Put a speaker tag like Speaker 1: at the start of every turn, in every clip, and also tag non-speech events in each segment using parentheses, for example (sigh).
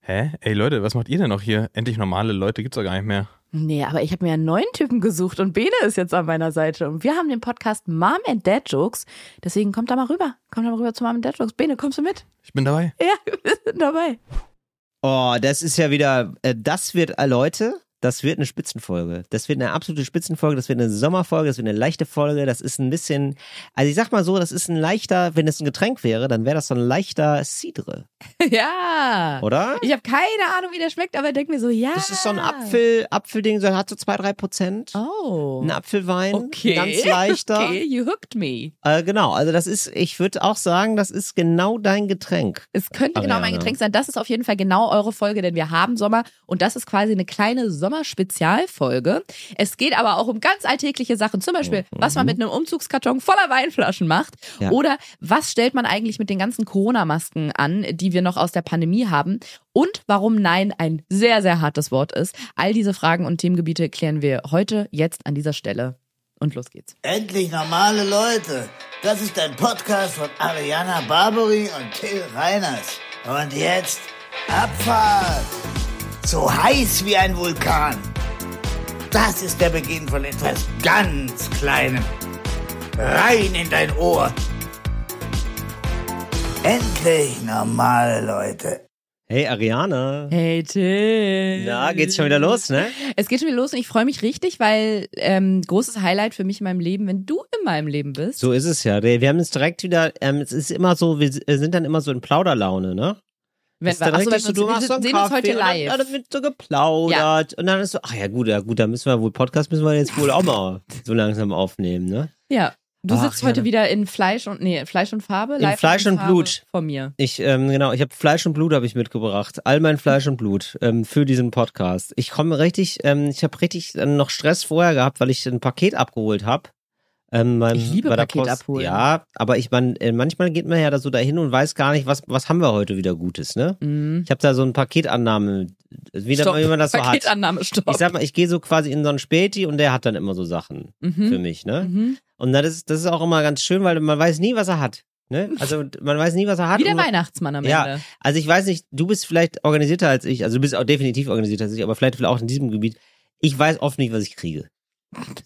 Speaker 1: Hä? Ey Leute, was macht ihr denn noch hier? Endlich normale Leute gibt's doch gar nicht mehr.
Speaker 2: Nee, aber ich habe mir einen neuen Typen gesucht und Bene ist jetzt an meiner Seite. Und wir haben den Podcast Mom and Dad Jokes. Deswegen kommt da mal rüber. Kommt da mal rüber zu Mom and Dad Jokes. Bene, kommst du mit? (laughs)
Speaker 1: Ich bin dabei.
Speaker 2: Ja, wir sind
Speaker 3: (laughs)
Speaker 2: dabei.
Speaker 3: Oh, das ist ja wieder, äh, das wird, äh, Leute, das wird eine Spitzenfolge. Das wird eine absolute Spitzenfolge, das wird eine Sommerfolge, das wird eine leichte Folge, das ist ein bisschen, also ich sag mal so, das ist ein leichter, wenn es ein Getränk wäre, dann wäre das so ein leichter Cidre,
Speaker 2: Ja.
Speaker 3: oder?
Speaker 2: Ich habe keine Ahnung, wie der schmeckt, aber denke mir so, ja.
Speaker 3: Das ist so ein Apfel, Apfelding, so hat so zwei, drei Prozent.
Speaker 2: Oh.
Speaker 3: Ein Apfelwein,
Speaker 2: okay.
Speaker 3: ganz leichter.
Speaker 2: Okay, you hooked me.
Speaker 3: Äh, genau, also das ist, ich würde auch sagen, das ist genau dein Getränk.
Speaker 2: Es könnte genau mein
Speaker 3: Ariane.
Speaker 2: Getränk sein. Das ist auf jeden Fall genau eure Folge, denn wir haben Sommer und das ist quasi eine kleine Sommerspezialfolge. Es geht aber auch um ganz alltägliche Sachen, zum Beispiel, was man mit einem Umzugskarton voller Weinflaschen macht
Speaker 3: Mhm. Ja.
Speaker 2: oder was stellt man eigentlich mit den ganzen Corona-Masken an, die wir noch aus der Pandemie haben und warum Nein ein sehr, sehr hartes Wort ist. All diese Fragen und Themengebiete klären wir heute, jetzt an dieser Stelle. Und los geht's.
Speaker 4: Endlich normale Leute. Das ist ein Podcast von Ariana Barbary und Till Reiners. Und jetzt Abfahrt. So heiß wie ein Vulkan. Das ist der Beginn von etwas ganz Kleinem. Rein in dein Ohr. Endlich normale Leute.
Speaker 3: Hey, Ariane.
Speaker 2: Hey Till.
Speaker 3: Na, geht's schon wieder los, ne?
Speaker 2: Es geht schon wieder los und ich freue mich richtig, weil ähm, großes Highlight für mich in meinem Leben, wenn du in meinem Leben bist.
Speaker 3: So ist es ja. Wir wir haben uns direkt wieder, ähm, es ist immer so, wir äh, sind dann immer so in Plauderlaune, ne?
Speaker 2: wenn,
Speaker 3: ist dann
Speaker 2: achso,
Speaker 3: richtig
Speaker 2: wenn wir
Speaker 3: so,
Speaker 2: uns,
Speaker 3: du machst so
Speaker 2: wir
Speaker 3: einen
Speaker 2: sehen uns
Speaker 3: Kaffee
Speaker 2: heute
Speaker 3: und dann- ah,
Speaker 2: live.
Speaker 3: Dann, wird so geplaudert und dann ist so, ach ja gut, ja gut, dann müssen wir wohl, Podcast müssen wir jetzt wohl auch mal so langsam aufnehmen, ne?
Speaker 2: Ja. Du
Speaker 3: Ach,
Speaker 2: sitzt
Speaker 3: ja,
Speaker 2: heute
Speaker 3: dann-
Speaker 2: wieder in Fleisch und nee, Fleisch und Farbe.
Speaker 3: In
Speaker 2: live
Speaker 3: Fleisch und
Speaker 2: Farbe
Speaker 3: Blut.
Speaker 2: Von mir.
Speaker 3: Ich, ähm, genau, ich habe Fleisch und Blut habe ich mitgebracht. All mein Fleisch und Blut ähm, für diesen Podcast. Ich komme richtig, ähm, ich habe richtig äh, noch Stress vorher gehabt, weil ich ein Paket abgeholt habe. Ähm, beim-
Speaker 2: Ich liebe
Speaker 3: bei der
Speaker 2: Paket
Speaker 3: Post.
Speaker 2: abholen.
Speaker 3: Ja, aber ich meine, äh, manchmal geht man ja da so dahin und weiß gar nicht, was, was haben wir heute wieder Gutes, ne?
Speaker 2: Mhm.
Speaker 3: Ich habe da so ein Paketannahme, wie, das,
Speaker 2: Stopp.
Speaker 3: wie man das so hat.
Speaker 2: Paketannahme, stopp.
Speaker 3: Ich sag mal, ich gehe so quasi in so einen Späti und der hat dann immer so Sachen für
Speaker 2: mhm.
Speaker 3: mich, ne?
Speaker 2: Mhm.
Speaker 3: Und das ist, das ist auch immer ganz schön, weil man weiß nie, was er hat. Ne? Also man weiß nie, was er hat.
Speaker 2: Wie der
Speaker 3: und man-
Speaker 2: Weihnachtsmann am
Speaker 3: Ja.
Speaker 2: Ende.
Speaker 3: also ich weiß nicht, du bist vielleicht organisierter als ich, also du bist auch definitiv organisierter als ich, aber vielleicht auch in diesem Gebiet. Ich weiß oft nicht, was ich kriege.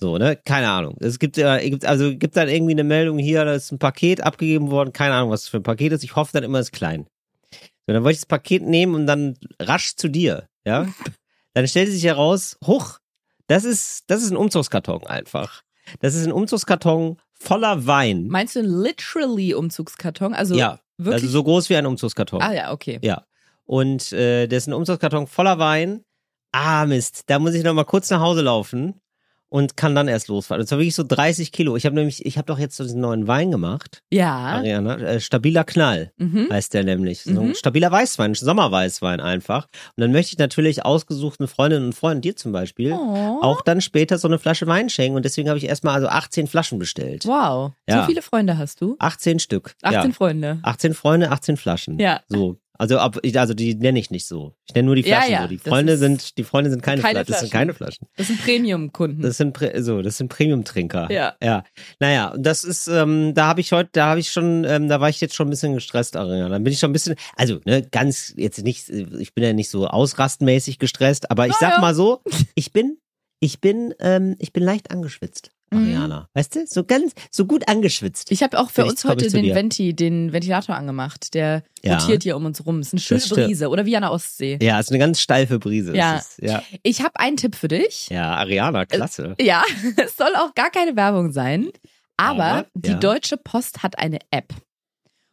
Speaker 3: So, ne? Keine Ahnung. Es gibt, äh, gibt also gibt dann irgendwie eine Meldung hier, da ist ein Paket abgegeben worden, keine Ahnung, was das für ein Paket ist. Ich hoffe dann immer, es ist klein. So, dann wollte ich das Paket nehmen und dann rasch zu dir,
Speaker 2: (laughs)
Speaker 3: ja? Dann stellte sich heraus, hoch, das ist, das ist ein Umzugskarton einfach. Das ist ein Umzugskarton voller Wein.
Speaker 2: Meinst du einen literally Umzugskarton? Also
Speaker 3: ja,
Speaker 2: wirklich.
Speaker 3: also so groß wie ein Umzugskarton.
Speaker 2: ah ja, okay.
Speaker 3: Ja. Und äh, der ist ein Umzugskarton voller Wein. Ah, Mist. Da muss ich noch mal kurz nach Hause laufen und kann dann erst losfahren. Das war wirklich so 30 Kilo. Ich habe nämlich, ich habe doch jetzt so diesen neuen Wein gemacht,
Speaker 2: Ja.
Speaker 3: Ariana. Äh, stabiler Knall
Speaker 2: Mhm.
Speaker 3: heißt der nämlich. So
Speaker 2: Mhm.
Speaker 3: ein stabiler Weißwein, ein Sommerweißwein einfach. Und dann möchte ich natürlich ausgesuchten Freundinnen und Freunden, dir zum Beispiel,
Speaker 2: Oh.
Speaker 3: auch dann später so eine Flasche Wein schenken. Und deswegen habe ich erstmal also 18 Flaschen bestellt.
Speaker 2: Wow.
Speaker 3: Ja.
Speaker 2: So viele Freunde hast du?
Speaker 3: 18 Stück.
Speaker 2: 18
Speaker 3: ja.
Speaker 2: Freunde.
Speaker 3: 18 Freunde, 18 Flaschen.
Speaker 2: Ja.
Speaker 3: So. Also, ab, ich- also die nenne ich nicht so. Ich nenne nur die
Speaker 2: Ja,
Speaker 3: Flaschen
Speaker 2: ja,
Speaker 3: so. Die
Speaker 2: das
Speaker 3: Freunde
Speaker 2: ist-
Speaker 3: sind, die Freunde sind keine,
Speaker 2: Keine
Speaker 3: Flaschen. Das sind
Speaker 2: Flaschen.
Speaker 3: keine Flaschen.
Speaker 2: Das sind Premium-Kunden.
Speaker 3: Das sind Pre so, das sind Premium-Trinker.
Speaker 2: Ja.
Speaker 3: Ja. Naja, und das ist, ähm, da habe ich heute, da habe ich schon, ähm, da war ich jetzt schon ein bisschen gestresst, Ariana. Dann bin ich schon ein bisschen, also, ne, ganz, jetzt nicht, ich bin ja nicht so ausrastmäßig gestresst, aber ich
Speaker 2: Naja.
Speaker 3: sag mal so, ich bin, ich bin, ähm, ich bin leicht angeschwitzt,
Speaker 2: Mhm.
Speaker 3: Ariana. Weißt du? So ganz, so gut angeschwitzt.
Speaker 2: Ich habe auch für
Speaker 3: Vielleicht
Speaker 2: uns
Speaker 3: komm
Speaker 2: heute
Speaker 3: ich zu
Speaker 2: den,
Speaker 3: dir.
Speaker 2: Venti, den Ventilator angemacht. Der
Speaker 3: Ja.
Speaker 2: rotiert hier um uns rum. Ist eine schöne
Speaker 3: stimmt.
Speaker 2: Brise. Oder wie an der Ostsee.
Speaker 3: Ja, ist eine ganz steife Brise.
Speaker 2: Ja.
Speaker 3: Es Ist, ja.
Speaker 2: Ich habe einen Tipp für dich.
Speaker 3: Ja,
Speaker 2: Äh,
Speaker 3: Ariana, klasse.
Speaker 2: Ja, (laughs) es soll auch gar keine Werbung sein. Aber
Speaker 3: Aber,
Speaker 2: die
Speaker 3: ja.
Speaker 2: Deutsche Post hat eine App.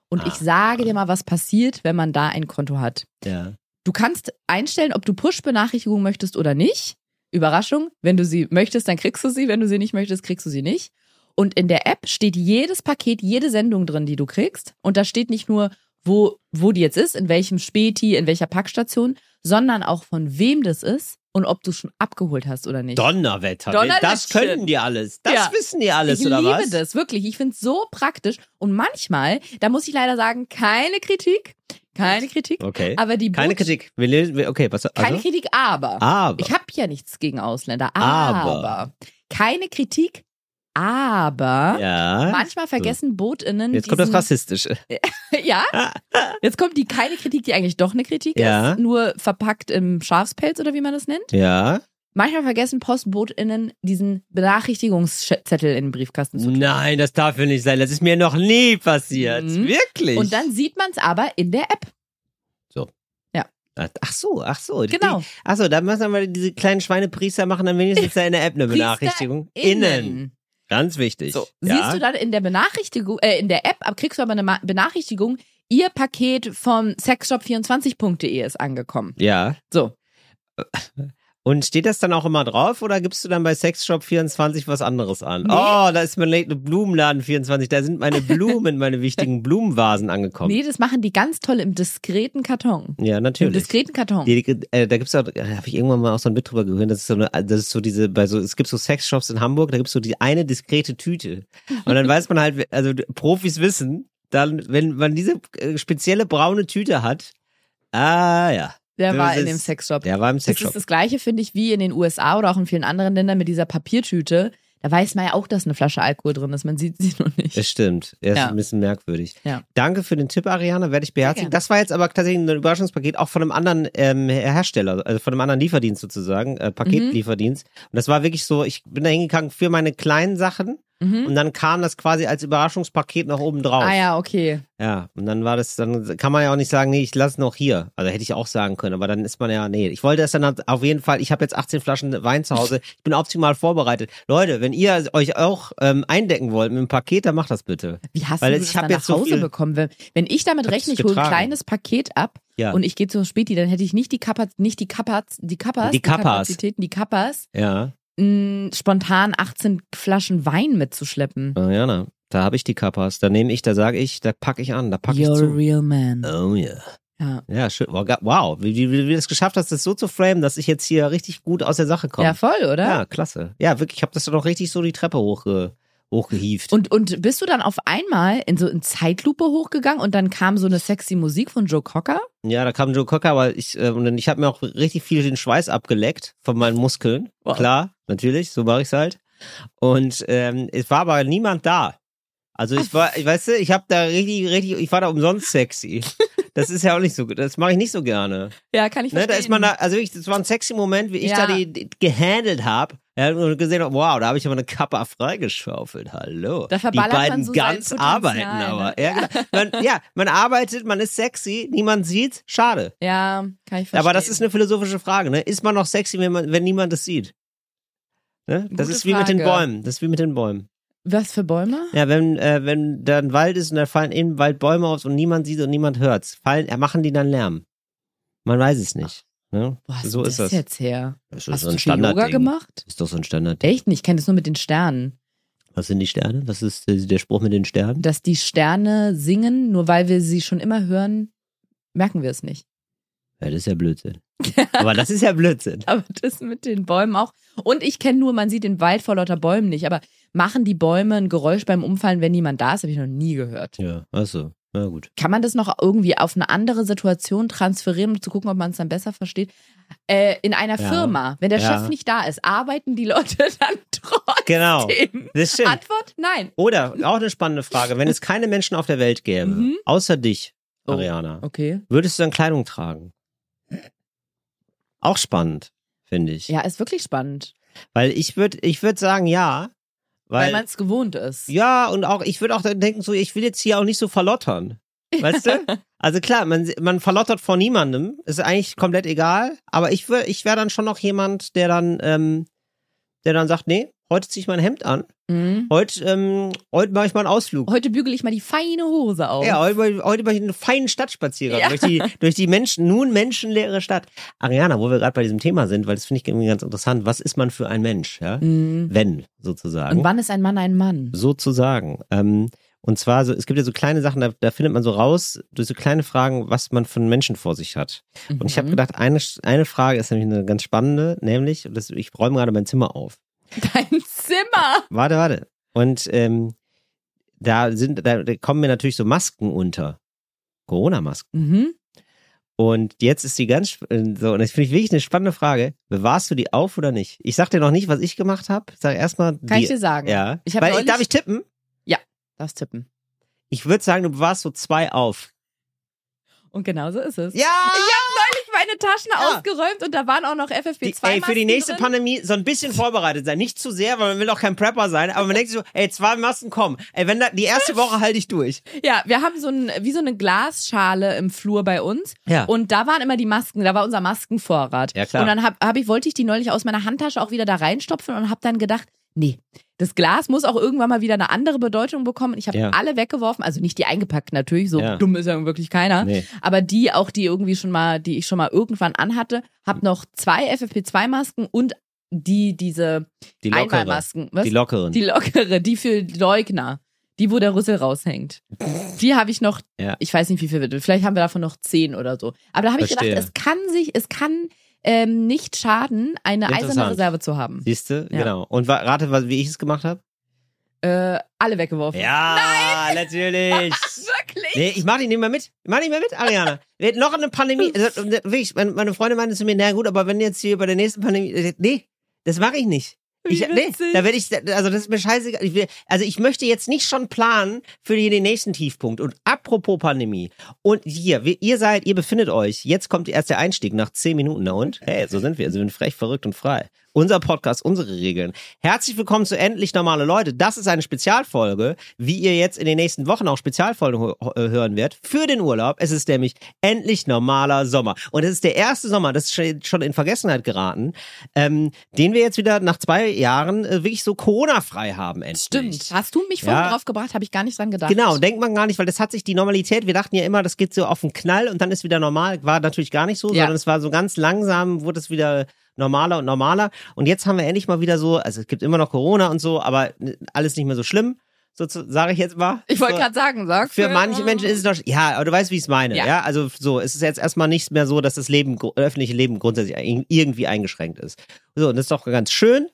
Speaker 2: Und ich
Speaker 3: Ah.
Speaker 2: sage dir mal, was passiert, wenn man da ein Konto hat.
Speaker 3: Ja.
Speaker 2: Du kannst einstellen, ob du Push-Benachrichtigungen möchtest oder nicht. Überraschung, wenn du sie möchtest, dann kriegst du sie. Wenn du sie nicht möchtest, kriegst du sie nicht. Und in der App steht jedes Paket, jede Sendung drin, die du kriegst. Und da steht nicht nur, wo, wo die jetzt ist, in welchem Späti, in welcher Packstation, sondern auch von wem das ist und ob du es schon abgeholt hast oder nicht.
Speaker 3: Donnerwetter. ne?
Speaker 2: Donnerlittchen.
Speaker 3: Das können die alles. Das
Speaker 2: Ja.
Speaker 3: wissen die alles,
Speaker 2: ich
Speaker 3: oder
Speaker 2: liebe
Speaker 3: was?
Speaker 2: das, wirklich. Ich finde es so praktisch. Und manchmal, da muss ich leider sagen, keine Kritik. Keine Kritik.
Speaker 3: Okay.
Speaker 2: Aber die
Speaker 3: Keine
Speaker 2: Bot-
Speaker 3: Kritik. Wir lesen- wir- Okay, was? Also?
Speaker 2: Keine Kritik, aber.
Speaker 3: Aber.
Speaker 2: Ich habe ja nichts gegen Ausländer, aber,
Speaker 3: Aber.
Speaker 2: keine Kritik, Aber
Speaker 3: Ja.
Speaker 2: manchmal vergessen BotInnen
Speaker 3: Jetzt kommt das
Speaker 2: diesen-
Speaker 3: Rassistische.
Speaker 2: (laughs) Ja. Jetzt kommt die keine Kritik, die eigentlich doch eine Kritik
Speaker 3: Ja.
Speaker 2: ist, nur verpackt im Schafspelz oder wie man das nennt.
Speaker 3: Ja.
Speaker 2: Manchmal vergessen PostbotInnen diesen Benachrichtigungszettel in den Briefkasten zu tun.
Speaker 3: Nein, das darf ja nicht sein. Das ist mir noch nie passiert.
Speaker 2: Mhm.
Speaker 3: Wirklich.
Speaker 2: Und dann sieht man es aber in der App.
Speaker 3: Ach Ah, ach so, ach so. Die-
Speaker 2: Genau.
Speaker 3: Ach so, dann müssen wir diese kleinen Schweinepriester machen
Speaker 2: (laughs)
Speaker 3: dann wenigstens da in der App eine
Speaker 2: Priester
Speaker 3: Benachrichtigung. Innen. Ganz wichtig.
Speaker 2: So.
Speaker 3: ja.
Speaker 2: Siehst du dann in der Benachrichtigung, äh, in der App, ab- kriegst du aber eine Ma Benachrichtigung, ihr Paket vom sexshop24.de E ist angekommen.
Speaker 3: Ja.
Speaker 2: So.
Speaker 3: Und steht das dann auch immer drauf oder gibst du dann bei Sexshop24 was anderes an?
Speaker 2: Nee.
Speaker 3: Oh, da ist mein Le- Blumenladen24, da sind meine Blumen,
Speaker 2: (laughs)
Speaker 3: meine wichtigen Blumenvasen angekommen.
Speaker 2: Nee, das machen die ganz toll im diskreten Karton.
Speaker 3: Ja,
Speaker 2: Im
Speaker 3: natürlich.
Speaker 2: diskreten Karton.
Speaker 3: Die, die, äh, da gibt's auch, da habe ich irgendwann mal auch so ein Bit drüber gehört, das ist so eine, äh, das ist so diese, bei so, es gibt so Sexshops in Hamburg, da gibt's so die eine diskrete Tüte. Und dann weiß man halt, also Profis wissen, dann, wenn man diese äh, spezielle braune Tüte hat, ah ja,
Speaker 2: der
Speaker 3: das
Speaker 2: war in
Speaker 3: ist-
Speaker 2: dem Sexshop.
Speaker 3: der war im
Speaker 2: Das
Speaker 3: Sexshop.
Speaker 2: ist das gleiche, finde ich, wie in den USA oder auch in vielen anderen Ländern mit dieser Papiertüte. Da weiß man ja auch, dass eine Flasche Alkohol drin ist. Man sieht sie nur (laughs) nicht.
Speaker 3: Das stimmt. Er ist
Speaker 2: Ja.
Speaker 3: ein bisschen merkwürdig.
Speaker 2: Ja.
Speaker 3: Danke für den Tipp, Ariane. Werde ich
Speaker 2: gerne.
Speaker 3: beherzigen. Das war jetzt aber tatsächlich ein Überraschungspaket, auch von einem anderen ähm, Hersteller, also von einem anderen Lieferdienst sozusagen, äh, Paketlieferdienst. Und das war wirklich so, ich bin da hingegangen für meine kleinen Sachen
Speaker 2: Mhm.
Speaker 3: und dann kam das quasi als Überraschungspaket noch oben drauf.
Speaker 2: Ah ja, okay.
Speaker 3: Ja, und dann war das, dann kann man ja auch nicht sagen, nee, ich lasse noch hier. Also hätte ich auch sagen können, aber dann ist man ja, nee, ich wollte das dann halt auf jeden Fall, ich habe jetzt 18 Flaschen Wein zu Hause, ich bin optimal vorbereitet. Leute, wenn ihr euch auch ähm, eindecken wollt mit einem Paket, dann macht das bitte.
Speaker 2: Wie hast
Speaker 3: Weil
Speaker 2: du
Speaker 3: ich
Speaker 2: das
Speaker 3: hab
Speaker 2: dann
Speaker 3: jetzt
Speaker 2: nach
Speaker 3: so
Speaker 2: Hause
Speaker 3: viel-
Speaker 2: bekommen? Wenn, wenn ich damit
Speaker 3: Hab's
Speaker 2: rechne, ich hole ein
Speaker 3: getragen.
Speaker 2: kleines Paket ab
Speaker 3: Ja.
Speaker 2: und ich gehe zum Späti, dann hätte ich nicht die Kapaz, nicht die Kapaz, die Kapaz,
Speaker 3: Die Kappas.
Speaker 2: Kapazitäten, die Kappas,
Speaker 3: ja,
Speaker 2: mh, spontan 18 Flaschen Wein mitzuschleppen.
Speaker 3: Ariana, da habe ich die Kappas, da nehme ich, da sage ich, da packe ich an, da packe ich
Speaker 2: You're a
Speaker 3: zu.
Speaker 2: real man.
Speaker 3: Oh yeah.
Speaker 2: Ja.
Speaker 3: Ja, schön. Wow, ga- wow. wie, wie, wie du das geschafft hast, das so zu framen, dass ich jetzt hier richtig gut aus der Sache komme.
Speaker 2: Ja, voll, oder?
Speaker 3: Ja, klasse. Ja, wirklich, ich habe das dann auch richtig so die Treppe hochge hochgehievt.
Speaker 2: Und, und bist du dann auf einmal in so in Zeitlupe hochgegangen und dann kam so eine sexy Musik von Joe Cocker?
Speaker 3: Ja, da kam Joe Cocker, aber ich, äh, und dann- ich habe mir auch richtig viel den Schweiß abgeleckt von meinen Muskeln. Klar, natürlich, so mache ich's halt. Und ähm, es war aber niemand da. Also ich war, ich weißt du, ich habe da richtig, richtig, ich war da umsonst sexy. Das ist ja auch nicht so, das mache ich nicht so gerne.
Speaker 2: Ja, kann ich
Speaker 3: Ne, da ist man da, also wirklich, das war ein sexy Moment, wie ich
Speaker 2: Ja.
Speaker 3: da die, die gehandelt habe. Ja, und gesehen, hab, wow, da habe ich aber eine Kappa freigeschaufelt. Hallo.
Speaker 2: Da
Speaker 3: die
Speaker 2: verballert man
Speaker 3: beiden
Speaker 2: so sein
Speaker 3: ganz
Speaker 2: Potenzial,
Speaker 3: arbeiten aber.
Speaker 2: ne?
Speaker 3: Ja, genau. man, ja, man arbeitet, man ist sexy, niemand sieht, schade.
Speaker 2: Ja, kann ich verstehen.
Speaker 3: Aber das ist eine philosophische Frage, ne? Ist man noch sexy, wenn, man, wenn niemand es sieht? Ne? Das
Speaker 2: Gute
Speaker 3: ist wie mit den
Speaker 2: Frage.
Speaker 3: Bäumen. Das ist wie mit den Bäumen.
Speaker 2: Was für Bäume?
Speaker 3: Ja, wenn, äh, wenn da ein Wald ist und da fallen im Wald Bäume auf und niemand sieht und niemand hört's, fallen, äh, machen die dann Lärm. Man weiß es nicht. Ne?
Speaker 2: Wo hast
Speaker 3: so
Speaker 2: du
Speaker 3: ist
Speaker 2: das
Speaker 3: das.
Speaker 2: jetzt her? Hast
Speaker 3: Das ist so
Speaker 2: du
Speaker 3: ein
Speaker 2: viel Yoga
Speaker 3: Standard.
Speaker 2: gemacht?
Speaker 3: Ist doch so ein Standard.
Speaker 2: Echt nicht, ich kenne das nur mit den Sternen.
Speaker 3: Was sind die Sterne? Was ist äh, der Spruch mit
Speaker 2: (laughs)
Speaker 3: den Sternen?
Speaker 2: Dass die Sterne singen, nur weil wir sie schon immer hören, merken wir es nicht. (laughs)
Speaker 3: Ja, das ist ja Blödsinn. Aber das ist ja Blödsinn.
Speaker 2: Aber das mit den Bäumen auch. Und ich kenne nur, man sieht den Wald vor lauter Bäumen nicht. Aber machen die Bäume ein Geräusch beim Umfallen, wenn niemand da ist? Habe ich noch nie gehört.
Speaker 3: Ja, achso. Na gut.
Speaker 2: Kann man das noch irgendwie auf eine andere Situation transferieren, um zu gucken, ob man es dann besser versteht? Äh, in einer
Speaker 3: Ja.
Speaker 2: Firma, wenn der
Speaker 3: Ja.
Speaker 2: Chef nicht da ist, arbeiten die Leute (laughs) dann trotzdem? (laughs)
Speaker 3: Genau. Das stimmt.
Speaker 2: Antwort? Nein.
Speaker 3: Oder auch eine spannende
Speaker 2: (laughs)
Speaker 3: Frage, wenn es keine Menschen auf der Welt gäbe,
Speaker 2: Mhm.
Speaker 3: außer dich,
Speaker 2: Oh.
Speaker 3: Ariana,
Speaker 2: Okay.
Speaker 3: würdest du dann Kleidung tragen? Auch spannend, finde ich.
Speaker 2: Ja, ist wirklich spannend,
Speaker 3: Weil ich würde ich würd sagen, ja.
Speaker 2: weil,
Speaker 3: Weil,
Speaker 2: man es gewohnt ist.
Speaker 3: ja, und auch, ich würde auch dann denken, so, ich will jetzt hier auch nicht so verlottern.
Speaker 2: (laughs)
Speaker 3: Weißt du? Also klar, man, man verlottert vor niemandem, ist eigentlich komplett egal, aber ich, wür- ich wäre dann schon noch jemand, der dann, ähm, der dann sagt, nee, heute ziehe ich mein Hemd an,
Speaker 2: Mhm.
Speaker 3: heute, ähm, heute mache ich mal einen Ausflug.
Speaker 2: Heute bügel ich mal die feine Hose auf.
Speaker 3: Ja, heute, heute bin ich einen feinen Stadtspaziergang
Speaker 2: Ja.
Speaker 3: durch, die, durch die Menschen, nun menschenleere Stadt. Ariana, wo wir gerade bei diesem Thema sind, weil das finde ich irgendwie ganz interessant. Was ist man für ein Mensch, ja?
Speaker 2: Mhm.
Speaker 3: Wenn, sozusagen.
Speaker 2: Und wann ist ein Mann ein
Speaker 3: (laughs)
Speaker 2: Mann?
Speaker 3: Sozusagen. Ähm, und zwar, so, es gibt ja so kleine Sachen, da, da findet man so raus, durch so kleine Fragen, was man von Menschen vor sich hat. Und ich habe
Speaker 2: Mhm.
Speaker 3: gedacht, eine, eine Frage ist nämlich eine ganz spannende, nämlich, und das, ich räume gerade mein Zimmer auf.
Speaker 2: Dein Zimmer!
Speaker 3: Warte, warte. Und ähm, da sind, da, da kommen mir natürlich so Masken unter. Corona-Masken.
Speaker 2: Mhm.
Speaker 3: Und jetzt ist die ganz, sp- äh, so, und das finde ich wirklich eine spannende Frage. Bewahrst du die auf oder nicht? Ich sag dir noch nicht, was ich gemacht habe. Sag erstmal,
Speaker 2: Kann ich dir sagen.
Speaker 3: ja.
Speaker 2: Ich hab
Speaker 3: Weil,
Speaker 2: neulich-
Speaker 3: darf ich tippen?
Speaker 2: Darfst tippen.
Speaker 3: Ich würde sagen, du bewahrst so zwei auf.
Speaker 2: Und genau so ist es.
Speaker 3: Ja!
Speaker 2: Ich habe meine Taschen
Speaker 3: Ja.
Speaker 2: ausgeräumt und da waren auch noch FFP2
Speaker 3: Die, ey, für die
Speaker 2: Masken
Speaker 3: nächste
Speaker 2: drin.
Speaker 3: Pandemie so ein bisschen vorbereitet sein. Nicht zu sehr, weil man will auch kein Prepper sein, aber man denkt sich so, ey, zwei Masken kommen. Ey, wenn da, die erste Woche halte ich durch.
Speaker 2: Ja, wir haben so ein, wie so eine Glasschale im Flur bei uns.
Speaker 3: Ja.
Speaker 2: Und da waren immer die Masken, da war unser Maskenvorrat.
Speaker 3: Ja, klar.
Speaker 2: Und dann hab, hab ich, wollte ich die neulich aus meiner Handtasche auch wieder da reinstopfen und habe dann gedacht, nee, das Glas muss auch irgendwann mal wieder eine andere Bedeutung bekommen. Ich habe
Speaker 3: Ja.
Speaker 2: alle weggeworfen, also nicht die eingepackt natürlich, so
Speaker 3: Ja.
Speaker 2: dumm ist ja wirklich keiner.
Speaker 3: Nee.
Speaker 2: Aber die auch, die irgendwie schon mal, die ich schon mal irgendwann anhatte,
Speaker 3: Hm.
Speaker 2: habe noch zwei FFP2-Masken und die, diese
Speaker 3: Die lockere.
Speaker 2: Einmalmasken. Was?
Speaker 3: Die lockeren.
Speaker 2: Die lockere, die für Leugner. Die, wo der Rüssel
Speaker 3: (laughs)
Speaker 2: raushängt. Die habe ich noch,
Speaker 3: Ja.
Speaker 2: ich weiß nicht, wie viel, wir- vielleicht haben wir davon noch zehn oder so. Aber da habe ich gedacht,
Speaker 3: Verstehe.
Speaker 2: es kann sich, es kann ähm, nicht schaden, eine eiserne
Speaker 3: Interessant.
Speaker 2: Reserve zu haben.
Speaker 3: Siehst du?
Speaker 2: Ja.
Speaker 3: Genau. Und wa- rate, was- wie ich es gemacht habe?
Speaker 2: Äh, alle weggeworfen.
Speaker 3: Ja, natürlich. (laughs)
Speaker 2: Wirklich?
Speaker 3: Nee, ich mach die nicht mehr mit. Ich mach nicht mehr mit, Ariana. Wir hätten noch eine
Speaker 2: (laughs)
Speaker 3: Pandemie. Also, wirklich, meine- meine Freunde meinte zu mir, na gut, aber wenn jetzt hier bei der nächsten Pandemie. äh, Nee, das mache ich nicht.
Speaker 2: Wie
Speaker 3: Ich, nee,
Speaker 2: witzig.
Speaker 3: da werde ich, also das ist mir scheißegal. Ich will, also ich möchte jetzt nicht schon planen für die- den nächsten Tiefpunkt. Und apropos Pandemie. Und hier, wir, ihr seid, ihr befindet euch. Jetzt kommt erst der Einstieg nach zehn Minuten. Na und? Hey, so sind wir. Also wir sind frech, verrückt und frei. Unser Podcast, unsere Regeln. Herzlich willkommen zu Endlich Normale Leute. Das ist eine Spezialfolge, wie ihr jetzt in den nächsten Wochen auch Spezialfolgen ho- ho- hören werdet für den Urlaub. Es ist nämlich endlich normaler Sommer. Und es ist der erste Sommer, das ist schon- schon in Vergessenheit geraten, ähm, den wir jetzt wieder nach zwei Jahren äh, wirklich so Corona-frei haben. Endlich.
Speaker 2: Stimmt. Hast du mich vorhin
Speaker 3: Ja.
Speaker 2: drauf gebracht? Habe ich gar nicht dran gedacht.
Speaker 3: Genau, denkt man gar nicht, weil das hat sich die Normalität, wir dachten ja immer, das geht so auf den Knall und dann ist wieder normal, war natürlich gar nicht so,
Speaker 2: Ja.
Speaker 3: sondern es war so ganz langsam, wurde es wieder normaler und normaler und jetzt haben wir endlich mal wieder so, also es gibt immer noch Corona und so, aber alles nicht mehr so schlimm, so sage ich jetzt mal.
Speaker 2: Ich wollte
Speaker 3: So,
Speaker 2: gerade sagen, sag.
Speaker 3: für manche Menschen ist es doch, ja, aber du weißt, wie ich es meine,
Speaker 2: Ja.
Speaker 3: ja. Also so, es ist jetzt erstmal nicht mehr so, dass das Leben, gru- öffentliche Leben grundsätzlich eing- irgendwie eingeschränkt ist. So, und das ist doch ganz schön,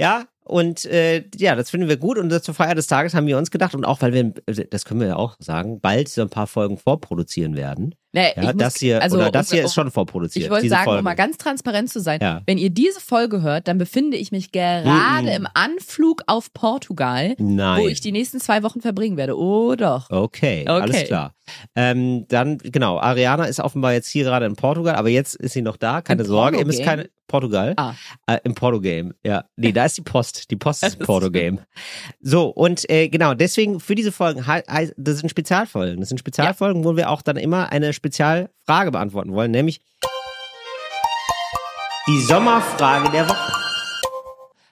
Speaker 3: ja. Und äh, ja, das finden wir gut und zur Feier des Tages haben wir uns gedacht und auch, weil wir, äh, das können wir ja auch sagen, bald so ein paar Folgen vorproduzieren werden.
Speaker 2: nee, ich
Speaker 3: Ja,
Speaker 2: muss-
Speaker 3: das hier,
Speaker 2: also,
Speaker 3: oder das
Speaker 2: um-
Speaker 3: hier ist schon vorproduziert.
Speaker 2: Ich wollte
Speaker 3: diese
Speaker 2: sagen,
Speaker 3: Folge.
Speaker 2: um mal ganz transparent zu sein,
Speaker 3: Ja.
Speaker 2: wenn ihr diese Folge hört, dann befinde ich mich gerade
Speaker 3: Mm-mm.
Speaker 2: im Anflug auf Portugal,
Speaker 3: Nein.
Speaker 2: wo ich die nächsten zwei Wochen verbringen werde. Oh doch.
Speaker 3: Okay,
Speaker 2: Okay.
Speaker 3: alles klar. Ähm, dann, genau, Ariana ist offenbar jetzt hier gerade in Portugal, aber jetzt ist sie noch da, keine
Speaker 2: Im
Speaker 3: Sorge, ihr müsst
Speaker 2: Porno-Game?
Speaker 3: keine. Portugal?
Speaker 2: Ah.
Speaker 3: Äh, Im Porto-Game, ja. Nee, da ist die Post. Die Post
Speaker 2: Das (laughs)
Speaker 3: ist
Speaker 2: ist-
Speaker 3: Porto-Game. So, und äh, genau, deswegen für diese Folgen, hei- hei- das sind Spezialfolgen. Das sind Spezialfolgen, wo wir auch dann immer eine Spezialfrage beantworten wollen, nämlich die Sommerfrage der Woche.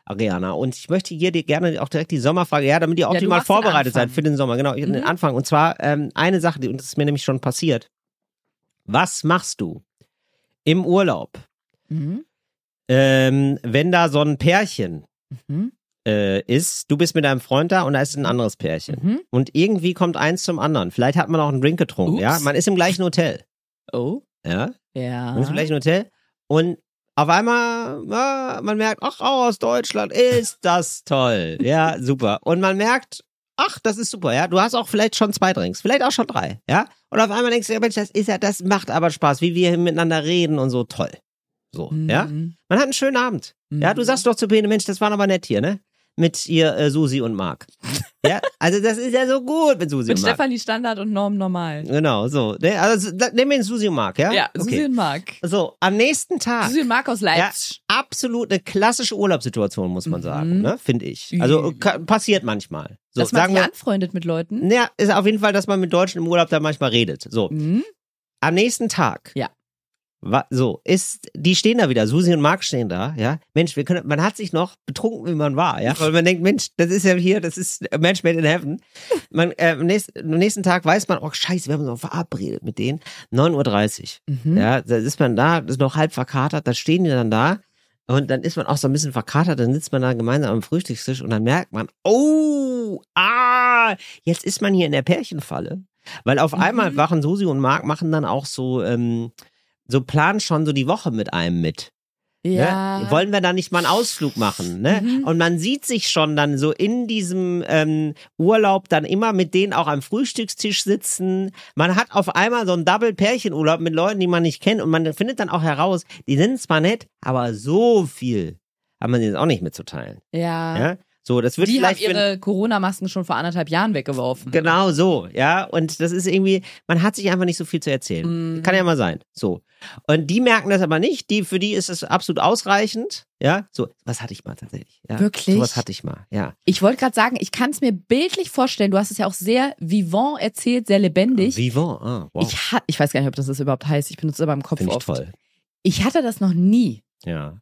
Speaker 3: Ariana, und ich möchte hier dir gerne auch direkt die Sommerfrage, ja, damit ihr
Speaker 2: du
Speaker 3: optimal
Speaker 2: machst den
Speaker 3: vorbereitet seid
Speaker 2: Anfang.
Speaker 3: für den Sommer, genau, ich- den
Speaker 2: Mhm.
Speaker 3: Anfang. Und zwar ähm, eine Sache, die, und das ist mir nämlich schon passiert. Was machst du im Urlaub,
Speaker 2: Mhm.
Speaker 3: ähm, wenn da so ein Pärchen
Speaker 2: Mhm.
Speaker 3: äh, ist, du bist mit deinem Freund da und da ist ein anderes Pärchen.
Speaker 2: Mhm.
Speaker 3: Und irgendwie kommt eins zum anderen. Vielleicht hat man auch einen Drink getrunken,
Speaker 2: Ups.
Speaker 3: ja? Man ist im gleichen Hotel,
Speaker 2: Oh.
Speaker 3: ja?
Speaker 2: Ja.
Speaker 3: Man ist im gleichen Hotel und auf einmal, ah, man merkt, ach, aus Deutschland ist das toll. Ja, super. Und man merkt, ach, das ist super, ja. Du hast auch vielleicht schon zwei Drinks, vielleicht auch schon drei, ja. Und auf einmal denkst du, ja, Mensch, das ist ja, das macht aber Spaß, wie wir hier miteinander reden und so, toll. So, ja.
Speaker 2: Mhm.
Speaker 3: Man hat einen schönen Abend. Ja, du sagst doch zu Bene, Mensch, das waren aber nett hier, ne? Mit ihr äh, Susi und Marc. ja, also das ist ja so gut mit Susi
Speaker 2: mit
Speaker 3: und Marc.
Speaker 2: Stefanie Standard und Norm Normal.
Speaker 3: Genau, so. Ne? Also da, nehmen wir den Susi und Marc, ja?
Speaker 2: Ja,
Speaker 3: okay.
Speaker 2: Susi und Marc.
Speaker 3: So, am nächsten Tag.
Speaker 2: Susi und Marc aus Leipzig.
Speaker 3: Absolut eine klassische Urlaubssituation, muss man
Speaker 2: Mhm.
Speaker 3: sagen, ne? finde ich.
Speaker 2: Mhm.
Speaker 3: Also ka- passiert manchmal. So,
Speaker 2: Dass man
Speaker 3: sagen
Speaker 2: sich
Speaker 3: wir.
Speaker 2: anfreundet mit Leuten.
Speaker 3: Ja, ist auf jeden Fall, dass man mit Deutschen im Urlaub da manchmal redet. So,
Speaker 2: Mhm.
Speaker 3: am nächsten Tag.
Speaker 2: Ja.
Speaker 3: Wa so, ist, die stehen da wieder, Susi und Marc stehen da, ja. Mensch, wir können, man hat sich noch betrunken, wie man war, ja. Weil man denkt, Mensch, das ist ja hier, das ist a Match made in heaven. Man, äh, am, nächsten, am nächsten Tag weiß man, oh scheiße, wir haben uns noch verabredet mit denen. 9.30 Uhr,
Speaker 2: Mhm.
Speaker 3: ja. Da ist man da, ist noch halb verkatert, da stehen die dann da. Und dann ist man auch so ein bisschen verkatert, dann sitzt man da gemeinsam am Frühstückstisch und dann merkt man, oh, ah, jetzt ist man hier in der Pärchenfalle. Weil auf einmal
Speaker 2: Mhm.
Speaker 3: machen Susi und Marc machen dann auch so, ähm, so planen schon so die Woche mit einem mit.
Speaker 2: Ja. Mhm.
Speaker 3: Ne? Wollen wir da nicht mal einen Ausflug machen? Ne? Und man sieht sich schon dann so in diesem ähm, Urlaub dann immer mit denen auch am Frühstückstisch sitzen. Man hat auf einmal so einen Double-Pärchenurlaub mit Leuten, die man nicht kennt. Und man findet dann auch heraus, die sind zwar nett, aber so viel hat man jetzt auch nicht mitzuteilen.
Speaker 2: ja.
Speaker 3: Ja? So, das wird
Speaker 2: Die haben
Speaker 3: vielleicht für-
Speaker 2: ihre Corona-Masken schon vor anderthalb Jahren weggeworfen.
Speaker 3: Genau so, ja. Und das ist irgendwie, man hat sich einfach nicht so viel zu erzählen.
Speaker 2: Mhm.
Speaker 3: Kann ja mal sein. So. Und die merken das aber nicht. Die, für die ist es absolut ausreichend. Ja. So, was hatte ich mal tatsächlich. Ja.
Speaker 2: Wirklich?
Speaker 3: So was hatte ich mal, ja.
Speaker 2: Ich wollte gerade sagen, ich kann es mir bildlich vorstellen. Du hast es ja auch sehr vivant erzählt, sehr lebendig.
Speaker 3: Vivant, ah, wow.
Speaker 2: Ich, ha- ich weiß gar nicht, ob das das überhaupt heißt. Ich benutze es aber im Kopf
Speaker 3: Finde ich
Speaker 2: oft.
Speaker 3: toll.
Speaker 2: Ich hatte das noch nie.
Speaker 3: Ja.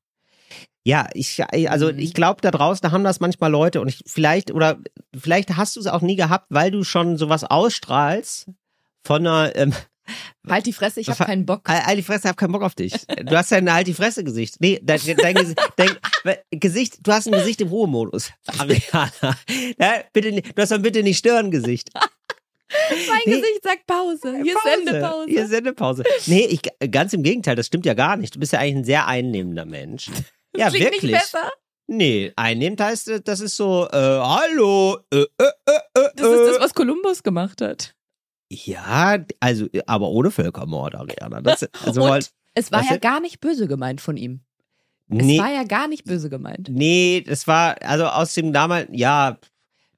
Speaker 3: Ja, ich, also
Speaker 2: Mhm.
Speaker 3: ich glaube, da draußen haben das manchmal Leute und ich, vielleicht, oder vielleicht hast du es auch nie gehabt, weil du schon sowas ausstrahlst von einer, ähm,
Speaker 2: Halt die Fresse, ich
Speaker 3: Was
Speaker 2: habe
Speaker 3: ha-
Speaker 2: keinen Bock.
Speaker 3: Al- Halt die Fresse, hab keinen Bock auf dich. Du hast ja ein Halt die Fresse Gesicht. Nee, dein, dein, Gesi- dein we- Gesicht, du hast ein Gesicht im Ruhemodus. Ariana. (laughs) Ja, bitte, nicht- du hast ein bitte nicht stören Gesicht.
Speaker 2: Mein
Speaker 3: nee. Äh,
Speaker 2: Gesicht sagt Pause. Hier ist Sendepause.
Speaker 3: Hier ist Sendepause. Nee, ich, ganz im Gegenteil, das stimmt ja gar nicht. Du bist ja eigentlich ein sehr einnehmender
Speaker 2: (laughs)
Speaker 3: Mensch. Ja,
Speaker 2: Klingt
Speaker 3: wirklich.
Speaker 2: nicht besser.
Speaker 3: Nee, einnehmend heißt, äh, das ist so, äh, hallo, äh, äh, äh, äh,
Speaker 2: Das ist das, was Kolumbus gemacht hat.
Speaker 3: Ja, also, aber ohne Völkermord, Ariana.
Speaker 2: (laughs)
Speaker 3: Das, also,
Speaker 2: Und es war
Speaker 3: was
Speaker 2: ja
Speaker 3: denn?
Speaker 2: gar nicht böse gemeint von ihm. Es
Speaker 3: nee,
Speaker 2: war ja gar nicht böse gemeint.
Speaker 3: Nee, das war, also aus dem damaligen, ja,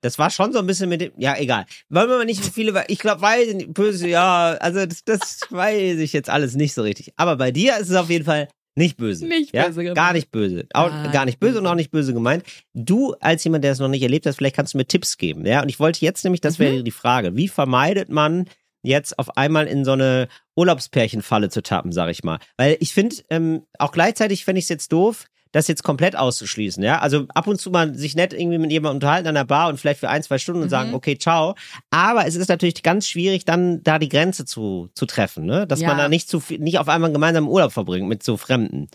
Speaker 3: das war schon so ein bisschen mit dem, ja, egal. Wollen wir mal nicht so viele, ich glaube, weiß ich nicht, böse, ja, also das, das weiß ich jetzt alles nicht so richtig. Aber bei dir ist es auf jeden Fall nicht böse.
Speaker 2: Nicht
Speaker 3: ja?
Speaker 2: böse gemeint.
Speaker 3: Gar nicht böse. Auch,
Speaker 2: Gar
Speaker 3: gar
Speaker 2: nicht
Speaker 3: nicht böse und
Speaker 2: böse.
Speaker 3: auch nicht böse gemeint. Du, als jemand, der es noch nicht erlebt hat, vielleicht kannst du mir Tipps geben, ja. Und ich wollte jetzt nämlich,
Speaker 2: Mhm.
Speaker 3: das wäre die Frage, wie vermeidet man jetzt auf einmal in so eine Urlaubspärchenfalle zu tappen, sag ich mal. Weil ich finde, ähm, auch gleichzeitig fände ich es jetzt doof, das jetzt komplett auszuschließen, ja. Also ab und zu mal sich nett irgendwie mit jemandem unterhalten an der Bar und vielleicht für ein, zwei Stunden und
Speaker 2: Mhm.
Speaker 3: sagen, okay, ciao. Aber es ist natürlich ganz schwierig, dann da die Grenze zu, zu treffen, ne? Dass
Speaker 2: Ja.
Speaker 3: man da nicht zu viel, nicht auf einmal einen gemeinsamen Urlaub verbringt mit so Fremden.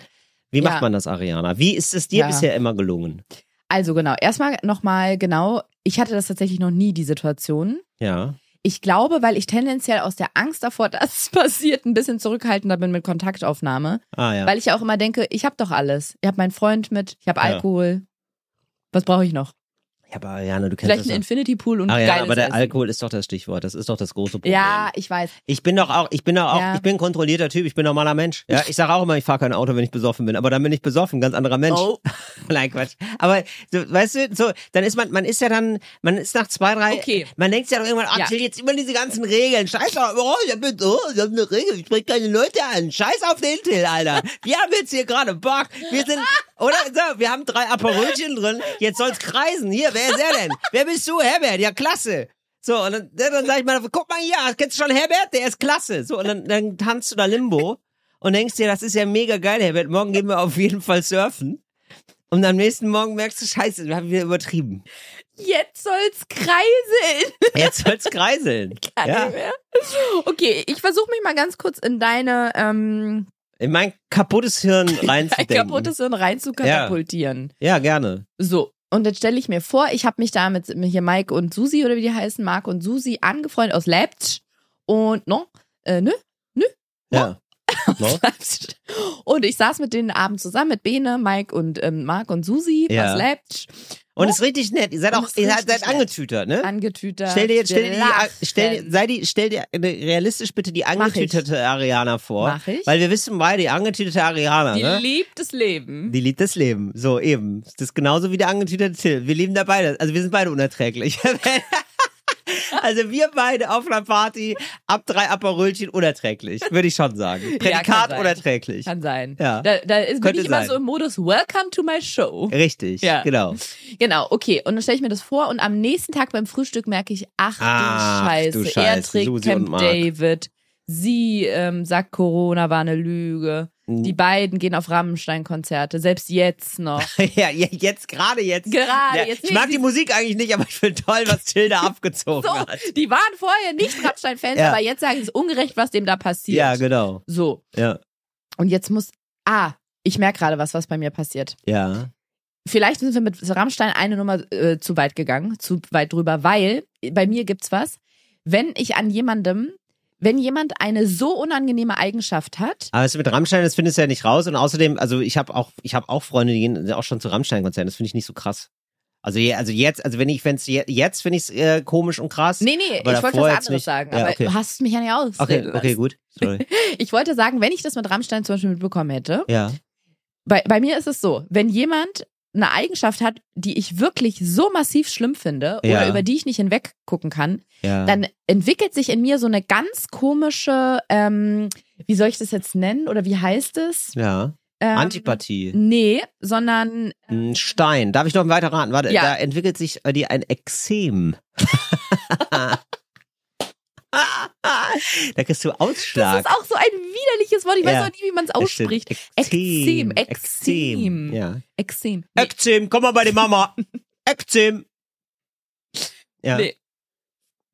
Speaker 3: Wie
Speaker 2: Ja.
Speaker 3: macht man das, Ariana? Wie ist es dir
Speaker 2: Ja.
Speaker 3: bisher immer gelungen?
Speaker 2: Also genau, erstmal nochmal genau, ich hatte das tatsächlich noch nie, die Situation.
Speaker 3: Ja.
Speaker 2: Ich glaube, weil ich tendenziell aus der Angst davor, (laughs) dass es passiert, ein bisschen zurückhaltender bin mit Kontaktaufnahme.
Speaker 3: Ah ja.
Speaker 2: Weil ich ja auch immer denke, ich habe doch alles. Ich habe meinen Freund mit, ich habe
Speaker 3: Ja.
Speaker 2: Alkohol. Was brauche ich noch?
Speaker 3: ja, aber Ariana, du kennst
Speaker 2: Vielleicht
Speaker 3: das
Speaker 2: einen
Speaker 3: doch.
Speaker 2: Infinity Pool und
Speaker 3: Ariana,
Speaker 2: geiles
Speaker 3: Ah, aber der
Speaker 2: Essen.
Speaker 3: Alkohol ist doch das Stichwort. Das ist doch das große Problem.
Speaker 2: Ja, ich weiß.
Speaker 3: Ich bin doch auch, ich bin doch auch,
Speaker 2: Ja.
Speaker 3: ich bin ein kontrollierter Typ, ich bin ein normaler Mensch. Ja, ich sage auch immer, ich fahre kein Auto, wenn ich besoffen bin, aber dann bin ich besoffen, ganz anderer Mensch.
Speaker 2: Oh.
Speaker 3: (laughs) Nein, Quatsch. Aber so, weißt du, so, dann ist man, man ist ja dann, man ist nach zwei, drei,
Speaker 2: Okay.
Speaker 3: man denkt ja doch irgendwann, oh,
Speaker 2: Ja.
Speaker 3: ich will jetzt immer diese ganzen Regeln. Scheiß auf, oh, ich hab, jetzt, oh, ich hab eine Regel, ich sprich keine Leute an. Scheiß auf den Till, Alter. Wir haben jetzt hier gerade Bock. Wir sind, oder? So, wir haben drei Aperolchen drin, jetzt soll's kreisen. Hier, wer ist er denn? Wer bist du, Herbert? Ja, klasse. So, und dann, ne, dann sag ich mal, guck mal hier, kennst du schon Herbert? Der ist klasse. So, und dann, dann tanzt du da Limbo und denkst dir, das ist ja mega geil, Herbert. Morgen gehen wir auf jeden Fall surfen. Und am nächsten Morgen merkst du, scheiße, wir haben wieder übertrieben.
Speaker 2: Jetzt soll's kreiseln. (laughs)
Speaker 3: Jetzt soll's kreiseln.
Speaker 2: Gar
Speaker 3: ja.
Speaker 2: nicht mehr. Okay, ich versuche mich mal ganz kurz in deine ähm,
Speaker 3: in mein
Speaker 2: (laughs)
Speaker 3: kaputtes Hirn
Speaker 2: dein
Speaker 3: reinzudenken.
Speaker 2: kaputtes Hirn rein zu katapultieren.
Speaker 3: ja, gerne.
Speaker 2: So. Und jetzt stelle ich mir vor, ich habe mich da mit hier Mike und Susi oder wie die heißen, Marc und Susi angefreundet aus Leipzig und no, äh, ne?
Speaker 3: Ja.
Speaker 2: Aus Leipzig. (laughs) Und ich saß mit denen abends zusammen mit Bene, Mike und ähm, Marc und Susi
Speaker 3: Ja.
Speaker 2: aus Leipzig,
Speaker 3: Und ist richtig nett. Ihr seid
Speaker 2: Und
Speaker 3: auch,
Speaker 2: ist
Speaker 3: ihr
Speaker 2: richtig
Speaker 3: seid, seid
Speaker 2: nett.
Speaker 3: angetütert, ne?
Speaker 2: angetütert.
Speaker 3: Stell dir jetzt, stell dir, die, äh, stell, dir-
Speaker 2: gelacht.
Speaker 3: sei die, stell dir eine- realistisch bitte die
Speaker 2: Mach ich.
Speaker 3: angetüterte Ariana vor.
Speaker 2: Mach ich.
Speaker 3: Weil wir wissen beide, die angetüterte Ariana,
Speaker 2: Die
Speaker 3: ne?
Speaker 2: liebt das Leben.
Speaker 3: Die liebt das Leben. So, eben. Das ist genauso wie der angetüterte Till. Wir leben da beide. Also wir sind beide unerträglich. (laughs) also wir beide auf einer Party ab drei Aperolchen unerträglich, würde ich schon sagen.
Speaker 2: kann
Speaker 3: Prädikat
Speaker 2: sein.
Speaker 3: unerträglich.
Speaker 2: Kann sein.
Speaker 3: Ja.
Speaker 2: Da, da ist, bin
Speaker 3: Könnte
Speaker 2: ich immer
Speaker 3: sein.
Speaker 2: so im Modus Welcome to my show.
Speaker 3: Richtig,
Speaker 2: Ja.
Speaker 3: genau.
Speaker 2: Genau, okay. Und dann stelle ich mir das vor und am nächsten Tag beim Frühstück merke ich, ach,
Speaker 3: Ach,
Speaker 2: du, Scheiße.
Speaker 3: du Scheiße,
Speaker 2: er trägt
Speaker 3: Susi und
Speaker 2: Camp
Speaker 3: Mark.
Speaker 2: David. Sie ähm, sagt, Corona war eine Lüge.
Speaker 3: Uh.
Speaker 2: Die beiden gehen auf Rammstein-Konzerte, selbst jetzt
Speaker 3: (laughs)
Speaker 2: noch.
Speaker 3: Ja, ja, jetzt, gerade jetzt.
Speaker 2: Gerade
Speaker 3: ja,
Speaker 2: jetzt.
Speaker 3: Ich
Speaker 2: Nee,
Speaker 3: mag
Speaker 2: sie-
Speaker 3: die Musik eigentlich nicht, aber ich finde toll, was
Speaker 2: (laughs)
Speaker 3: Tilda abgezogen
Speaker 2: So,
Speaker 3: hat.
Speaker 2: die waren vorher
Speaker 3: (laughs)
Speaker 2: nicht Rammstein-Fans,
Speaker 3: Ja.
Speaker 2: aber jetzt sagen sie, es ist ungerecht, was dem da passiert.
Speaker 3: Ja, genau.
Speaker 2: So,
Speaker 3: Ja,
Speaker 2: und jetzt muss, ah, ich merke gerade was, was bei mir passiert.
Speaker 3: ja.
Speaker 2: Vielleicht sind wir mit Rammstein eine Nummer äh, zu weit gegangen, zu weit drüber, weil bei mir gibt's was. Wenn ich an jemandem wenn jemand eine so unangenehme Eigenschaft hat,
Speaker 3: Aber das mit Rammstein, das findest du ja nicht raus. Und außerdem, also ich habe auch, ich habe auch Freunde, die gehen auch schon zu Rammstein-Konzerten. Das finde ich nicht so krass. Also, je, also jetzt, also wenn ich, wenn's je, jetzt finde ich es äh, komisch und krass.
Speaker 2: nee, nee,
Speaker 3: Aber
Speaker 2: ich wollte
Speaker 3: davor
Speaker 2: was
Speaker 3: jetzt
Speaker 2: anderes
Speaker 3: nicht.
Speaker 2: sagen,
Speaker 3: Ja,
Speaker 2: aber
Speaker 3: okay.
Speaker 2: du hast mich ja nicht aus.
Speaker 3: Okay, okay, gut. Sorry.
Speaker 2: Ich wollte sagen, wenn ich das mit Rammstein zum Beispiel mitbekommen hätte, (laughs)
Speaker 3: Ja.
Speaker 2: bei, bei mir ist es so, wenn jemand eine Eigenschaft hat, die ich wirklich so massiv schlimm finde
Speaker 3: Ja.
Speaker 2: oder über die ich nicht hinweggucken kann,
Speaker 3: Ja.
Speaker 2: dann entwickelt sich in mir so eine ganz komische, ähm, wie soll ich das jetzt nennen oder wie heißt es?
Speaker 3: ja.
Speaker 2: Ähm,
Speaker 3: Antipathie.
Speaker 2: Nee, sondern
Speaker 3: Ein Stein. Darf ich noch weiter raten? Warte,
Speaker 2: Ja.
Speaker 3: da entwickelt sich äh, dir ein Exem. (laughs) da kriegst du
Speaker 2: das
Speaker 3: Ausschlag.
Speaker 2: ist auch so ein widerliches Wort. Ich weiß
Speaker 3: Ja.
Speaker 2: auch nie, wie man es
Speaker 3: Das stimmt.
Speaker 2: ausspricht. Exem, Exem.
Speaker 3: Ja.
Speaker 2: Exem.
Speaker 3: Äh,
Speaker 2: Nee,
Speaker 3: Ekzem, komm mal bei
Speaker 2: (laughs)
Speaker 3: die Mama. Ekzem. Ja.
Speaker 2: Nee.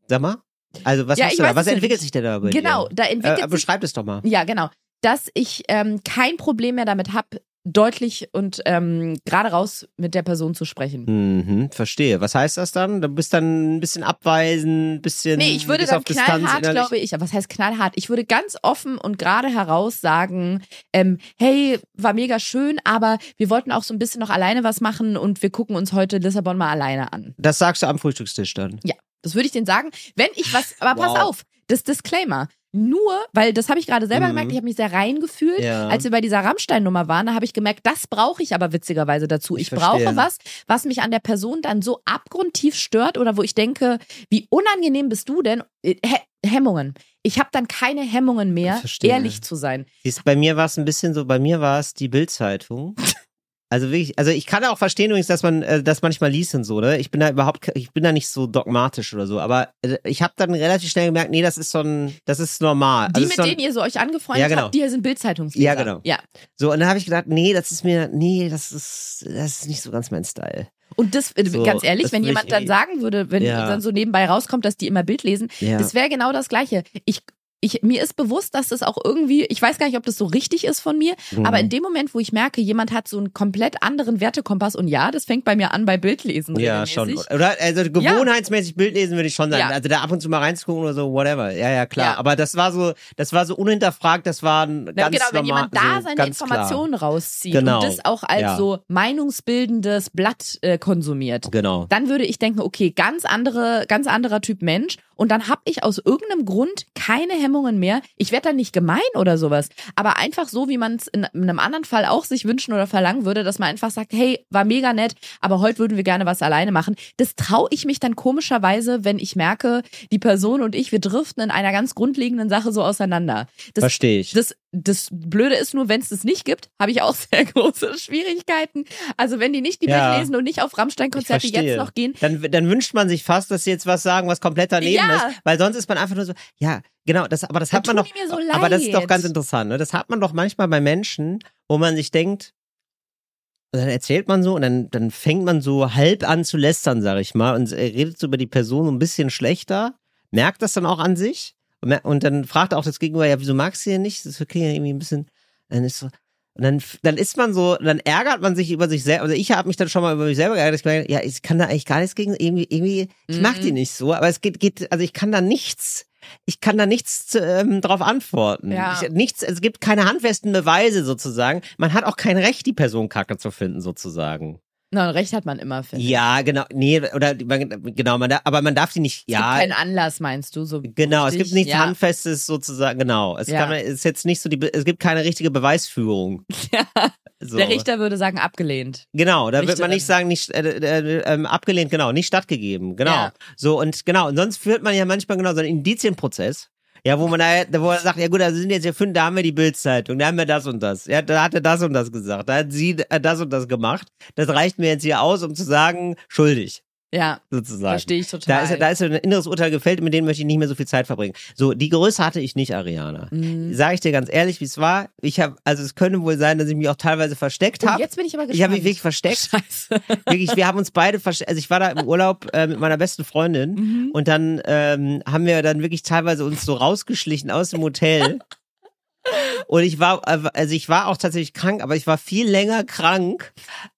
Speaker 3: Sag mal. Also, was
Speaker 2: Ja,
Speaker 3: hast
Speaker 2: ich
Speaker 3: du
Speaker 2: weiß
Speaker 3: da? Was
Speaker 2: es ja
Speaker 3: entwickelt
Speaker 2: nicht.
Speaker 3: sich denn da bei
Speaker 2: genau,
Speaker 3: dir?
Speaker 2: da entwickelt
Speaker 3: Äh,
Speaker 2: sich
Speaker 3: beschreib das doch mal.
Speaker 2: Ja, genau. Dass ich ähm, kein Problem mehr damit habe, deutlich und ähm, gerade raus mit der Person zu sprechen.
Speaker 3: Mhm, verstehe. Was heißt das dann? Du bist dann ein bisschen abweisen, ein bisschen.
Speaker 2: Nee, ich würde
Speaker 3: gehst
Speaker 2: dann
Speaker 3: auf Distanz
Speaker 2: knallhart,
Speaker 3: innerlich.
Speaker 2: glaube ich, aber was heißt knallhart? Ich würde ganz offen und gerade heraus sagen, ähm, hey, war mega schön, aber wir wollten auch so ein bisschen noch alleine was machen und wir gucken uns heute Lissabon mal alleine an.
Speaker 3: Das sagst du am Frühstückstisch dann.
Speaker 2: Das würde ich denen sagen, wenn ich was, aber pass
Speaker 3: Wow.
Speaker 2: auf, das Disclaimer. Nur, weil das habe ich gerade selber
Speaker 3: Mhm.
Speaker 2: gemerkt, ich habe mich sehr reingefühlt.
Speaker 3: Ja.
Speaker 2: Als wir bei dieser Rammstein-Nummer waren, da habe ich gemerkt, das brauche ich aber witzigerweise dazu.
Speaker 3: Ich
Speaker 2: Ich,
Speaker 3: verstehe.
Speaker 2: brauche was, was mich an der Person dann so abgrundtief stört oder wo ich denke, wie unangenehm bist du denn? Äh, Hä Hemmungen. Ich habe dann keine Hemmungen mehr,
Speaker 3: Ich verstehe.
Speaker 2: ehrlich zu sein.
Speaker 3: Siehst, bei mir war es ein bisschen so, bei mir war es die Bildzeitung. Also wirklich, also ich kann auch verstehen übrigens, dass man äh, das manchmal liest und so, ne? Ich bin da überhaupt, ke- ich bin da nicht so dogmatisch oder so, aber äh, ich habe dann relativ schnell gemerkt, nee, das ist so ein, das ist normal.
Speaker 2: Die,
Speaker 3: also es
Speaker 2: mit
Speaker 3: ist so ein,
Speaker 2: denen ihr so euch angefreundet
Speaker 3: Ja, genau.
Speaker 2: habt, die hier sind Bildzeitungsleser.
Speaker 3: Ja, genau.
Speaker 2: Ja.
Speaker 3: So, und dann habe ich gedacht, nee, das ist mir, nee, das ist, das ist nicht so ganz mein Style.
Speaker 2: Und das, äh,
Speaker 3: So,
Speaker 2: ganz ehrlich,
Speaker 3: das
Speaker 2: wenn
Speaker 3: will ich
Speaker 2: jemand dann
Speaker 3: eh-
Speaker 2: sagen würde, wenn
Speaker 3: Ja.
Speaker 2: dann so nebenbei rauskommt, dass die immer Bild lesen,
Speaker 3: Ja.
Speaker 2: Das wäre genau das Gleiche. Ich, ich, mir ist bewusst, dass das auch irgendwie, ich weiß gar nicht, ob das so richtig ist von mir,
Speaker 3: Mhm.
Speaker 2: aber in dem Moment, wo ich merke, jemand hat so einen komplett anderen Wertekompass und ja, das fängt bei mir an bei Bildlesen.
Speaker 3: ja,
Speaker 2: regelmäßig.
Speaker 3: schon. Oder, also gewohnheitsmäßig Bild lesen würde ich schon sagen.
Speaker 2: Ja.
Speaker 3: Also da ab und zu mal reinzugucken oder so, whatever. Ja, ja, klar.
Speaker 2: Ja.
Speaker 3: Aber das war so, das war so unhinterfragt, das war ein
Speaker 2: Na,
Speaker 3: ganz
Speaker 2: genau, wenn
Speaker 3: normal,
Speaker 2: jemand da
Speaker 3: so
Speaker 2: seine
Speaker 3: ganz klar.
Speaker 2: Informationen rauszieht
Speaker 3: Genau.
Speaker 2: und das auch als
Speaker 3: Ja.
Speaker 2: so meinungsbildendes Blatt äh, konsumiert,
Speaker 3: Genau.
Speaker 2: dann würde ich denken, okay, ganz andere, ganz anderer Typ Mensch. Und dann habe ich aus irgendeinem Grund keine Hemmungen mehr. Ich werde dann nicht gemein oder sowas. Aber einfach so, wie man es in einem anderen Fall auch sich wünschen oder verlangen würde, dass man einfach sagt, hey, war mega nett, aber heute würden wir gerne was alleine machen. Das traue ich mich dann komischerweise, wenn ich merke, die Person und ich, wir driften in einer ganz grundlegenden Sache so auseinander. Das
Speaker 3: Verstehe ich.
Speaker 2: das, das Blöde ist nur, wenn es das nicht gibt, habe ich auch (laughs) sehr große Schwierigkeiten. Also wenn die nicht die
Speaker 3: Ja.
Speaker 2: Bild lesen und nicht auf Rammstein-Konzerte
Speaker 3: Ich verstehe.
Speaker 2: jetzt noch gehen,
Speaker 3: Dann, dann wünscht man sich fast, dass sie jetzt was sagen, was komplett daneben
Speaker 2: Ja.
Speaker 3: ist. Weil sonst ist man einfach nur so, ja, genau, das, aber das
Speaker 2: Dann
Speaker 3: hat man
Speaker 2: tun
Speaker 3: doch.
Speaker 2: die mir so
Speaker 3: aber das ist doch
Speaker 2: leid.
Speaker 3: ganz interessant, ne? Das hat man doch manchmal bei Menschen, wo man sich denkt, und dann erzählt man so und dann, dann fängt man so halb an zu lästern, sag ich mal, und äh, redet so über die Person so ein bisschen schlechter, merkt das dann auch an sich und, mer- und dann fragt auch das Gegenüber, ja, wieso magst du den nicht? Das klingt ja irgendwie ein bisschen, dann ist so, und dann, f- dann ist man so, dann ärgert man sich über sich selber. Also ich habe mich dann schon mal über mich selber geärgert. dass Ich meine, ja, ich kann da eigentlich gar nichts gegen, irgendwie, irgendwie, ich mag
Speaker 2: Mhm.
Speaker 3: die nicht so, aber es geht, geht, also ich kann da nichts, ich kann da nichts zu, ähm, drauf antworten.
Speaker 2: Ja.
Speaker 3: Ich, nichts, es gibt keine handfesten Beweise sozusagen. Man hat auch kein Recht, die Person kacke zu finden sozusagen.
Speaker 2: na, recht hat man immer, finde ich.
Speaker 3: Ja, genau, nee, oder, man, genau, man, da- aber man darf die nicht,
Speaker 2: Es gibt
Speaker 3: ja.
Speaker 2: keinen Anlass, meinst du? So
Speaker 3: Genau, es
Speaker 2: richtig?
Speaker 3: gibt nichts
Speaker 2: ja.
Speaker 3: Handfestes sozusagen, genau. Es,
Speaker 2: Ja.
Speaker 3: kann, es ist jetzt nicht so die, Be- es gibt keine richtige Beweisführung.
Speaker 2: (laughs) Ja.
Speaker 3: So.
Speaker 2: Der Richter würde sagen, abgelehnt.
Speaker 3: Genau, da wird
Speaker 2: Richterin.
Speaker 3: man nicht sagen, nicht äh, äh, ähm, abgelehnt, genau, nicht stattgegeben, genau.
Speaker 2: Ja.
Speaker 3: So und genau, und sonst führt man ja manchmal genau so einen Indizienprozess. Ja, wo man da, wo man sagt, ja gut, da sind jetzt hier fünf, da haben wir die Bildzeitung, da haben wir das und das. Ja, da hat er das und das gesagt, da hat sie äh, das und das gemacht. Das reicht mir jetzt hier aus, um zu sagen, schuldig,
Speaker 2: Ja, Oh,
Speaker 3: sozusagen.
Speaker 2: verstehe ich total.
Speaker 3: Da ist, da ist so ein inneres Urteil gefällt, mit dem möchte ich nicht mehr so viel Zeit verbringen. So, die Größe hatte ich nicht, Ariana.
Speaker 2: Mhm.
Speaker 3: Sag ich dir ganz ehrlich, wie es war. Ich habe, also es könnte wohl sein, dass ich mich auch teilweise versteckt
Speaker 2: oh,
Speaker 3: habe.
Speaker 2: jetzt bin ich aber gespannt.
Speaker 3: Ich habe mich
Speaker 2: (laughs)
Speaker 3: wirklich versteckt.
Speaker 2: Scheiße.
Speaker 3: Wirklich, wir haben uns beide versteckt. Also ich war da im Urlaub äh, mit meiner besten Freundin und dann ähm, haben wir dann wirklich teilweise uns so rausgeschlichen aus dem Hotel. Und ich war, also ich war auch tatsächlich krank, aber ich war viel länger krank.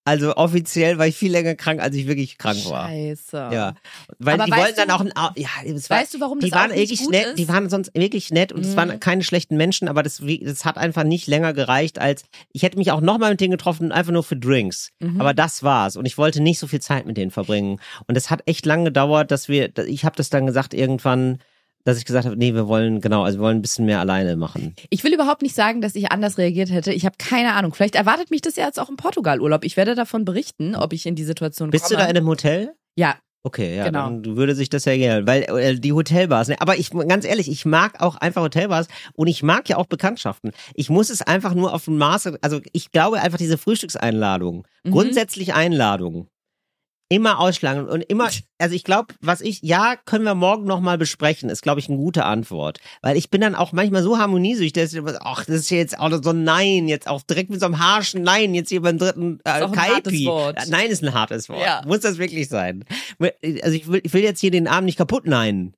Speaker 3: Also offiziell war ich viel länger krank, als ich wirklich krank war.
Speaker 2: Scheiße.
Speaker 3: Ja, weil
Speaker 2: Aber
Speaker 3: die
Speaker 2: weißt
Speaker 3: wollten dann
Speaker 2: du-
Speaker 3: auch ein, Au- ja, es war,
Speaker 2: Weißt du, warum
Speaker 3: die
Speaker 2: das
Speaker 3: waren
Speaker 2: auch nicht
Speaker 3: wirklich
Speaker 2: gut
Speaker 3: nett,
Speaker 2: ist? Mhm.
Speaker 3: die waren sonst wirklich nett und es waren keine schlechten Menschen, aber das, wie- das hat einfach nicht länger gereicht als, ich hätte mich auch nochmal mit denen getroffen, einfach nur für Drinks.
Speaker 2: Mhm.
Speaker 3: Aber das war's und ich wollte nicht so viel Zeit mit denen verbringen und das hat echt lang gedauert, dass wir, ich habe das dann gesagt irgendwann, dass ich gesagt habe, nee, wir wollen, genau, also wir wollen ein bisschen mehr alleine machen.
Speaker 2: Ich will überhaupt nicht sagen, dass ich anders reagiert hätte. Ich habe keine Ahnung. Vielleicht erwartet mich das ja jetzt auch im Portugal-Urlaub. Ich werde davon berichten, ob ich in die Situation
Speaker 3: Bist du
Speaker 2: komme.
Speaker 3: da in einem Hotel?
Speaker 2: ja,
Speaker 3: Okay, ja,
Speaker 2: Genau.
Speaker 3: dann würde sich das ja gerne, weil äh, die Hotelbars, ne, aber ich ganz ehrlich, ich mag auch einfach Hotelbars und ich mag ja auch Bekanntschaften. Ich muss es einfach nur auf dem Maße, also ich glaube einfach diese Frühstückseinladungen,
Speaker 2: Mhm.
Speaker 3: grundsätzlich Einladungen, immer ausschlagen und immer, also ich glaube, was ich, ja, können wir morgen nochmal besprechen, ist glaube ich eine gute Antwort, weil ich bin dann auch manchmal so harmoniesüchtig, dass ich, immer, ach, das ist ja jetzt auch noch so ein Nein, jetzt auch direkt mit so einem harschen Nein, jetzt hier beim dritten äh,
Speaker 2: auch ein hartes
Speaker 3: Kaipi.
Speaker 2: Wort.
Speaker 3: Nein, Nein ist ein hartes Wort.
Speaker 2: Ja.
Speaker 3: Muss das wirklich sein? Also ich will, ich will jetzt hier den Abend nicht kaputt neinen.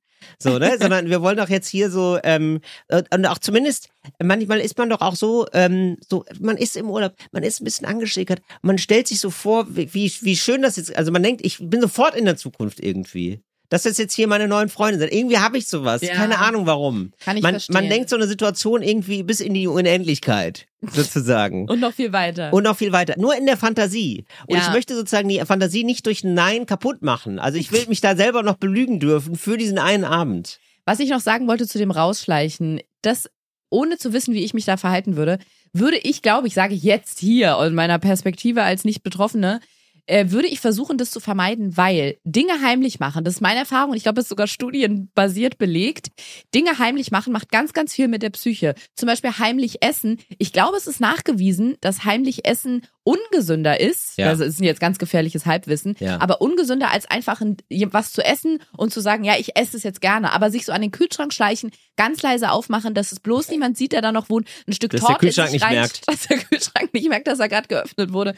Speaker 2: (laughs)
Speaker 3: So, ne? Sondern wir wollen doch jetzt hier so, ähm, und und auch zumindest, manchmal ist man doch auch so, ähm, so, man ist im Urlaub, man ist ein bisschen angeschickert, man stellt sich so vor, wie, wie wie schön das jetzt, also man denkt, ich bin sofort in der Zukunft irgendwie. Dass das jetzt hier meine neuen Freunde sind. Irgendwie habe ich sowas.
Speaker 2: Ja.
Speaker 3: Keine Ahnung warum.
Speaker 2: Kann ich
Speaker 3: man, man
Speaker 2: verstehen.
Speaker 3: denkt so eine Situation irgendwie bis in die Unendlichkeit, sozusagen.
Speaker 2: und noch viel weiter.
Speaker 3: Und noch viel weiter. Nur in der Fantasie. Und
Speaker 2: Ja.
Speaker 3: ich möchte sozusagen die Fantasie nicht durch ein Nein kaputt machen. Also ich will mich da selber noch belügen dürfen für diesen einen Abend.
Speaker 2: Was ich noch sagen wollte zu dem Rausschleichen, das, ohne zu wissen, wie ich mich da verhalten würde, würde ich, glaube ich, sage ich jetzt hier aus meiner Perspektive als Nicht-Betroffene, äh, würde ich versuchen, das zu vermeiden, weil Dinge heimlich machen, das ist meine Erfahrung, und ich glaube, es ist sogar studienbasiert belegt, Dinge heimlich machen macht ganz, ganz viel mit der Psyche. Zum Beispiel heimlich essen. Ich glaube, es ist nachgewiesen, dass heimlich essen ungesünder ist.
Speaker 3: Ja.
Speaker 2: Also es ist jetzt ganz gefährliches Halbwissen,
Speaker 3: Ja.
Speaker 2: aber ungesünder als einfach ein, was zu essen und zu sagen, ja, ich esse es jetzt gerne. Aber sich so an den Kühlschrank schleichen, ganz leise aufmachen, dass es bloß niemand sieht, der da noch wohnt, ein Stück
Speaker 3: Dass der
Speaker 2: Torte in
Speaker 3: Kühlschrank
Speaker 2: sich
Speaker 3: nicht
Speaker 2: rein,
Speaker 3: merkt.
Speaker 2: (laughs) dass der Kühlschrank nicht merkt, dass er gerade geöffnet wurde.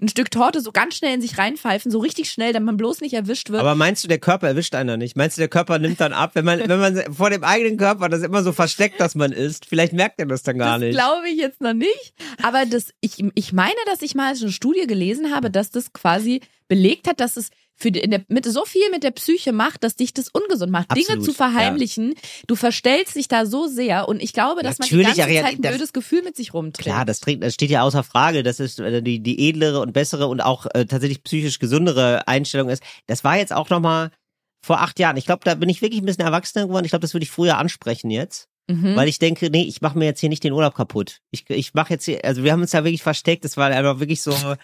Speaker 2: Ein Stück Torte so ganz schnell in sich reinpfeifen, so richtig schnell, damit man bloß nicht erwischt wird.
Speaker 3: Aber meinst du, der Körper erwischt einer nicht? Meinst du, der Körper nimmt dann ab, wenn man, wenn man vor dem eigenen Körper das immer so versteckt, dass man isst? Vielleicht merkt er das dann gar
Speaker 2: das
Speaker 3: nicht.
Speaker 2: glaube ich jetzt noch nicht. Aber das, ich, ich meine, dass ich mal eine Studie gelesen habe, dass das quasi belegt hat, dass es für die, in der, mit so viel mit der Psyche macht, dass dich das ungesund macht. Dinge
Speaker 3: Absolut,
Speaker 2: zu verheimlichen, du verstellst dich da so sehr und ich glaube, dass
Speaker 3: Natürlich,
Speaker 2: man die ganze
Speaker 3: Ariane,
Speaker 2: Zeit ein
Speaker 3: das-
Speaker 2: blödes Gefühl mit sich rumträgt.
Speaker 3: Klar, das, trägt, das steht ja außer Frage, dass es äh, die, die edlere und bessere und auch äh, tatsächlich psychisch gesündere Einstellung ist. Das war jetzt auch nochmal vor acht Jahren. Ich glaube, da bin ich wirklich ein bisschen erwachsener geworden. Ich glaube, das würde ich früher ansprechen jetzt.
Speaker 2: mhm.
Speaker 3: Weil ich denke, nee, ich mache mir jetzt hier nicht den Urlaub kaputt. Ich, ich mache jetzt hier, also wir haben uns da wirklich versteckt. Das war einfach
Speaker 2: (laughs)
Speaker 3: wirklich so, also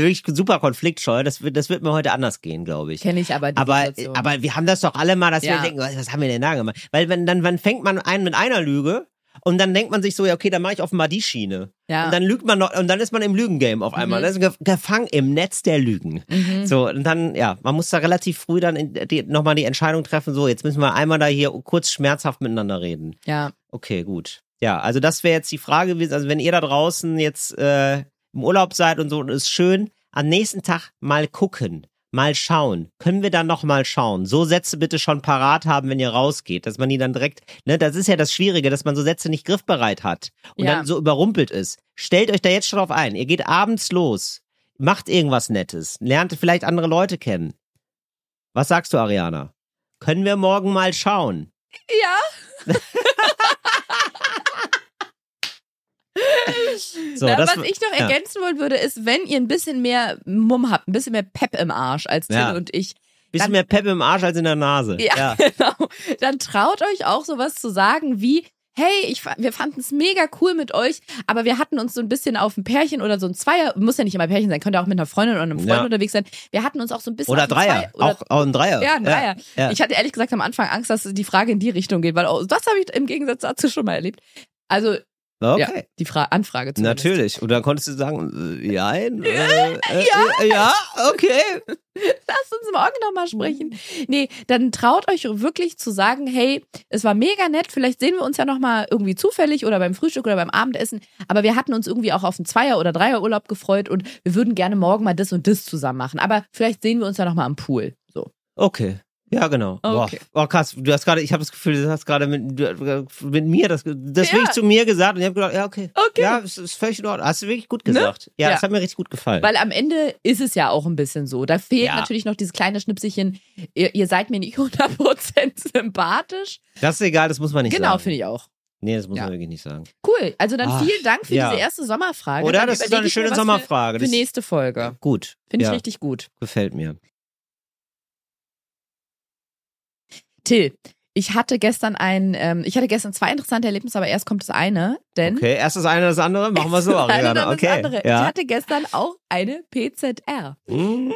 Speaker 3: wirklich super konfliktscheu. Das wird, das wird mir heute anders gehen, glaube ich.
Speaker 2: Kenne ich aber die
Speaker 3: Aber,
Speaker 2: Situation.
Speaker 3: aber wir haben das doch alle mal, dass
Speaker 2: Ja.
Speaker 3: wir denken, was, was haben wir denn da gemacht? Weil wenn, dann, wann fängt man ein mit einer Lüge und dann denkt man sich so, ja, okay, dann mache ich offenbar die Schiene.
Speaker 2: Ja.
Speaker 3: Und dann lügt man noch, und dann ist man im Lügengame auf einmal.
Speaker 2: Mhm.
Speaker 3: Das ist man gef- gefangen im Netz der Lügen. So, und dann, ja, man muss da relativ früh dann in- die, nochmal die Entscheidung treffen, so, jetzt müssen wir einmal da hier kurz schmerzhaft miteinander reden.
Speaker 2: ja.
Speaker 3: Okay, gut. Ja, also das wäre jetzt die Frage gewesen. Also wenn ihr da draußen jetzt äh, im Urlaub seid und so und ist schön, am nächsten Tag mal gucken, mal schauen. Können wir dann noch mal schauen? So Sätze bitte schon parat haben, wenn ihr rausgeht, dass man die dann direkt, ne, das ist ja das Schwierige, dass man so Sätze nicht griffbereit hat und
Speaker 2: Ja.
Speaker 3: dann so überrumpelt ist. Stellt euch da jetzt schon drauf ein. Ihr geht abends los, macht irgendwas Nettes, lernt vielleicht andere Leute kennen. Was sagst du, Ariana? Können wir morgen mal schauen?
Speaker 2: Ja.
Speaker 3: So,
Speaker 2: Na,
Speaker 3: das
Speaker 2: was
Speaker 3: war-
Speaker 2: ich noch
Speaker 3: ja.
Speaker 2: ergänzen wollen würde, ist, wenn ihr ein bisschen mehr Mumm habt, ein bisschen mehr Pep im Arsch als Till
Speaker 3: Ja.
Speaker 2: und ich,
Speaker 3: Bisschen
Speaker 2: Dann-
Speaker 3: mehr Pep im Arsch als in der Nase.
Speaker 2: (laughs) Ja, genau. Dann traut euch auch sowas zu sagen wie, hey, ich, fa- wir fanden es mega cool mit euch, aber wir hatten uns so ein bisschen auf ein Pärchen oder so ein Zweier, muss ja nicht immer Pärchen sein, könnte auch mit einer Freundin oder einem Freund
Speaker 3: Ja.
Speaker 2: unterwegs sein. Wir hatten uns auch so ein bisschen
Speaker 3: Oder
Speaker 2: auf ein
Speaker 3: Dreier.
Speaker 2: Zweier- oder
Speaker 3: auch, auch ein Dreier.
Speaker 2: ja, ein Dreier.
Speaker 3: ja.
Speaker 2: Ich hatte ehrlich gesagt am Anfang Angst, dass die Frage in die Richtung geht, weil oh, das habe ich im Gegensatz dazu schon mal erlebt. Also
Speaker 3: Okay.
Speaker 2: ja, die Fra Anfrage zumindest. (laughs)
Speaker 3: Natürlich. Und dann konntest du sagen, äh, ja, äh, äh, äh, ja, okay.
Speaker 2: Lasst uns morgen nochmal sprechen. Nee, dann traut euch wirklich zu sagen, hey, es war mega nett, vielleicht sehen wir uns ja nochmal irgendwie zufällig oder beim Frühstück oder beim Abendessen, aber wir hatten uns irgendwie auch auf einen Zweier- oder Dreierurlaub gefreut und wir würden gerne morgen mal das und das zusammen machen, aber vielleicht sehen wir uns ja nochmal am Pool. So.
Speaker 3: Okay. Ja, genau.
Speaker 2: Okay.
Speaker 3: Boah, oh, krass. Du hast gerade, ich habe das Gefühl, du hast gerade mit, du, äh, mit mir das, ge- das
Speaker 2: Ja.
Speaker 3: wirklich zu mir gesagt und ich habe gedacht, ja, okay.
Speaker 2: Okay. Ne?
Speaker 3: Ja, es ist völlig in Ordnung. Hast du wirklich gut gesagt. Ja,
Speaker 2: Ja.
Speaker 3: das hat mir richtig gut gefallen.
Speaker 2: Weil am Ende ist es ja auch ein bisschen so. Da fehlt
Speaker 3: Ja.
Speaker 2: natürlich noch dieses kleine Schnipselchen, ihr, ihr seid mir nicht (laughs) 100% sympathisch.
Speaker 3: das ist egal, das muss man nicht
Speaker 2: genau,
Speaker 3: sagen.
Speaker 2: finde ich auch.
Speaker 3: Nee, das muss
Speaker 2: Ja.
Speaker 3: man wirklich nicht sagen.
Speaker 2: Cool. Also dann
Speaker 3: Ach,
Speaker 2: vielen Dank für
Speaker 3: ja.
Speaker 2: diese erste Sommerfrage.
Speaker 3: Oder?
Speaker 2: Dann
Speaker 3: Das ist
Speaker 2: überlege
Speaker 3: doch eine
Speaker 2: ich mir
Speaker 3: schöne
Speaker 2: was
Speaker 3: Sommerfrage.
Speaker 2: Für, für
Speaker 3: Das-
Speaker 2: nächste Folge.
Speaker 3: Gut.
Speaker 2: Finde ich
Speaker 3: ja,
Speaker 2: richtig gut.
Speaker 3: Gefällt mir.
Speaker 2: Till, ich hatte gestern ein, ähm, ich hatte gestern zwei interessante Erlebnisse, aber erst kommt das eine, denn
Speaker 3: Okay, erst das eine, das andere, machen wir
Speaker 2: (laughs)
Speaker 3: so,
Speaker 2: das eine,
Speaker 3: Ariana.
Speaker 2: dann
Speaker 3: Okay.
Speaker 2: das andere. Ich
Speaker 3: Ja.
Speaker 2: hatte gestern auch eine PZR.
Speaker 3: Mm.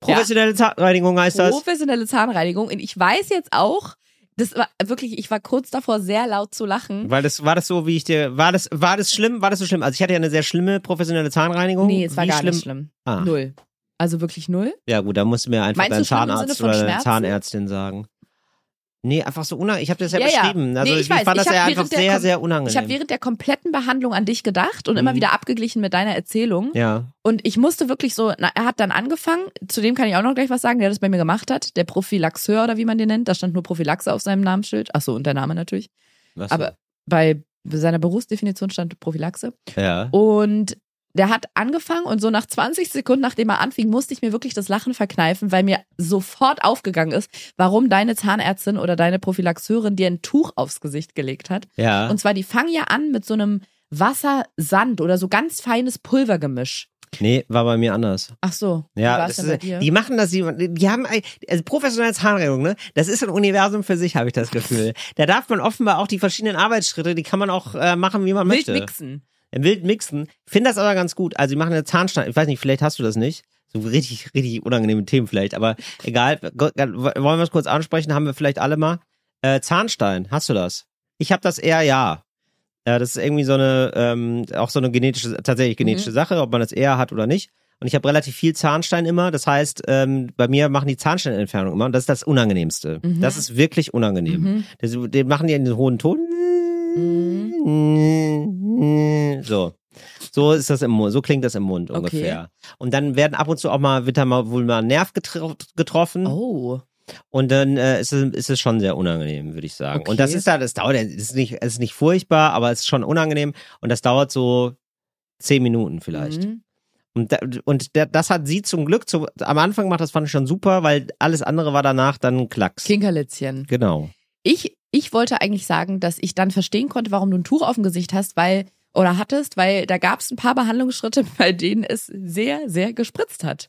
Speaker 3: Professionelle Zahnreinigung heißt das.
Speaker 2: professionelle Zahnreinigung. Und ich weiß jetzt auch, das war wirklich, ich war kurz davor, sehr laut zu lachen.
Speaker 3: Weil das war das so, wie ich dir war das war das schlimm, war das so schlimm? Also ich hatte ja eine sehr schlimme professionelle Zahnreinigung.
Speaker 2: Nee, es war
Speaker 3: Oh, wie
Speaker 2: gar
Speaker 3: schlimm?
Speaker 2: nicht schlimm.
Speaker 3: Ah.
Speaker 2: Null. Also wirklich null?
Speaker 3: Ja, gut, da musst du mir einfach
Speaker 2: Meinst
Speaker 3: deinen
Speaker 2: du schlimm im
Speaker 3: Zahnarzt
Speaker 2: Sinne von
Speaker 3: oder deine
Speaker 2: Schmerzen?
Speaker 3: Zahnärztin sagen. Nee, einfach so unangenehm. Ich habe das ja,
Speaker 2: Ja, ja.
Speaker 3: beschrieben. Also
Speaker 2: Nee,
Speaker 3: ich,
Speaker 2: ich weiß.
Speaker 3: fand das
Speaker 2: Ich hab
Speaker 3: ja einfach
Speaker 2: während der
Speaker 3: sehr,
Speaker 2: Kom-
Speaker 3: sehr unangenehm.
Speaker 2: Ich habe während der kompletten Behandlung an dich gedacht und immer
Speaker 3: Mhm.
Speaker 2: wieder abgeglichen mit deiner Erzählung.
Speaker 3: ja.
Speaker 2: Und ich musste wirklich so, na, er hat dann angefangen, zu dem kann ich auch noch gleich was sagen, der das bei mir gemacht hat, der Prophylaxeur oder wie man den nennt, da stand nur Prophylaxe auf seinem Namensschild. Achso, und der Name natürlich.
Speaker 3: Was
Speaker 2: Aber bei seiner Berufsdefinition stand Prophylaxe.
Speaker 3: ja.
Speaker 2: Und der hat angefangen und so nach 20 Sekunden, nachdem er anfing, musste ich mir wirklich das Lachen verkneifen, weil mir sofort aufgegangen ist, warum deine Zahnärztin oder deine Prophylaxeurin dir ein Tuch aufs Gesicht gelegt hat.
Speaker 3: ja.
Speaker 2: Und zwar, die fangen ja an mit so einem Wassersand oder so ganz feines Pulvergemisch.
Speaker 3: nee, war bei mir anders.
Speaker 2: Ach so. wie
Speaker 3: Ja,
Speaker 2: war's denn
Speaker 3: das ist,
Speaker 2: bei dir?
Speaker 3: die machen das, die, die haben, ein- also professionelle Zahnreinigung, ne? Das ist ein Universum für sich, habe ich
Speaker 2: (laughs)
Speaker 3: das Gefühl. Da darf man offenbar auch die verschiedenen Arbeitsschritte, die kann man auch äh, machen, wie man
Speaker 2: Wild
Speaker 3: möchte.
Speaker 2: mixen.
Speaker 3: Wild mixen. Finde das aber ganz gut. Also, die machen eine Zahnstein. Ich weiß nicht, vielleicht hast du das nicht. So richtig, richtig unangenehme Themen vielleicht. Aber egal. Go- äh, Wollen wir es kurz ansprechen? Haben wir vielleicht alle mal. Äh, Zahnstein, hast du das? Ich habe das eher ja. Äh, das ist irgendwie so eine, ähm, auch so eine genetische, tatsächlich genetische
Speaker 2: Mhm.
Speaker 3: Sache, ob man das eher hat oder nicht. Und ich habe relativ viel Zahnstein immer. Das heißt, ähm, bei mir machen die Zahnsteinentfernung immer. Und das ist das Unangenehmste.
Speaker 2: Mhm.
Speaker 3: Das ist wirklich unangenehm.
Speaker 2: Mhm.
Speaker 3: Das, den machen die in den hohen Ton. So. So ist das im Mund, so klingt das im Mund
Speaker 2: Mhm. Okay.
Speaker 3: ungefähr. Und dann werden ab und zu auch mal, wird da mal wohl mal ein Nerv getroff- getroffen.
Speaker 2: Oh.
Speaker 3: Und dann äh, ist, es, ist es schon sehr unangenehm, würde ich sagen.
Speaker 2: Okay.
Speaker 3: Und das ist da, das dauert, ja- es ist nicht, es ist nicht furchtbar, aber es ist schon unangenehm. Und das dauert so zehn Minuten vielleicht.
Speaker 2: Mhm.
Speaker 3: Und, da, und da, das hat sie zum Glück, zu, am Anfang gemacht, das fand ich schon super, weil alles andere war danach dann ein Klacks.
Speaker 2: Kinkerlitzchen.
Speaker 3: Genau.
Speaker 2: Ich, ich wollte eigentlich sagen, dass ich dann verstehen konnte, warum du ein Tuch auf dem Gesicht hast, weil oder hattest, weil da gab es ein paar Behandlungsschritte, (laughs) bei denen es sehr, sehr gespritzt hat.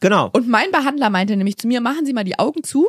Speaker 3: Genau.
Speaker 2: Und mein Behandler meinte nämlich zu mir, machen Sie mal die Augen zu.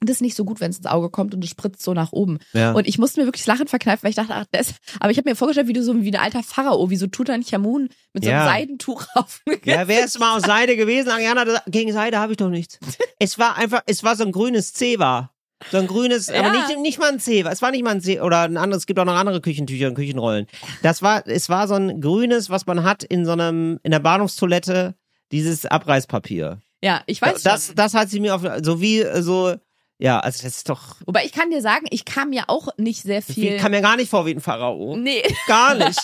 Speaker 2: Das ist nicht so gut, wenn es ins Auge kommt und es spritzt so nach oben.
Speaker 3: Ja.
Speaker 2: Und ich musste mir wirklich das Lachen verkneifen, weil ich dachte, ach, das. Aber ich habe mir vorgestellt, wie du so wie ein alter Pharao, wie so Tutanchamun mit so einem
Speaker 3: Ja.
Speaker 2: Seidentuch (laughs) auf. dem
Speaker 3: Ja, wäre es mal aus Seide gewesen, Ariana, da- gegen Seide habe ich
Speaker 2: (laughs)
Speaker 3: doch nichts. Es war einfach, es war so ein grünes Zewa. So ein grünes, aber
Speaker 2: Ja.
Speaker 3: nicht, nicht mal ein Zewa. Es war nicht mal ein Zewa oder ein anderes, es gibt auch noch andere Küchentücher und Küchenrollen. Das war, es war so ein grünes, was man hat in so einem, in der Bahnhofstoilette, dieses Abreißpapier.
Speaker 2: ja, ich weiß
Speaker 3: Das,
Speaker 2: schon.
Speaker 3: das hat sie mir auf, so wie, äh, so, ja, also das ist doch,
Speaker 2: Wobei ich kann dir sagen, ich kam mir auch nicht sehr viel.
Speaker 3: kam mir gar nicht vor wie ein Pharao.
Speaker 2: nee.
Speaker 3: Gar
Speaker 2: (laughs)
Speaker 3: nicht.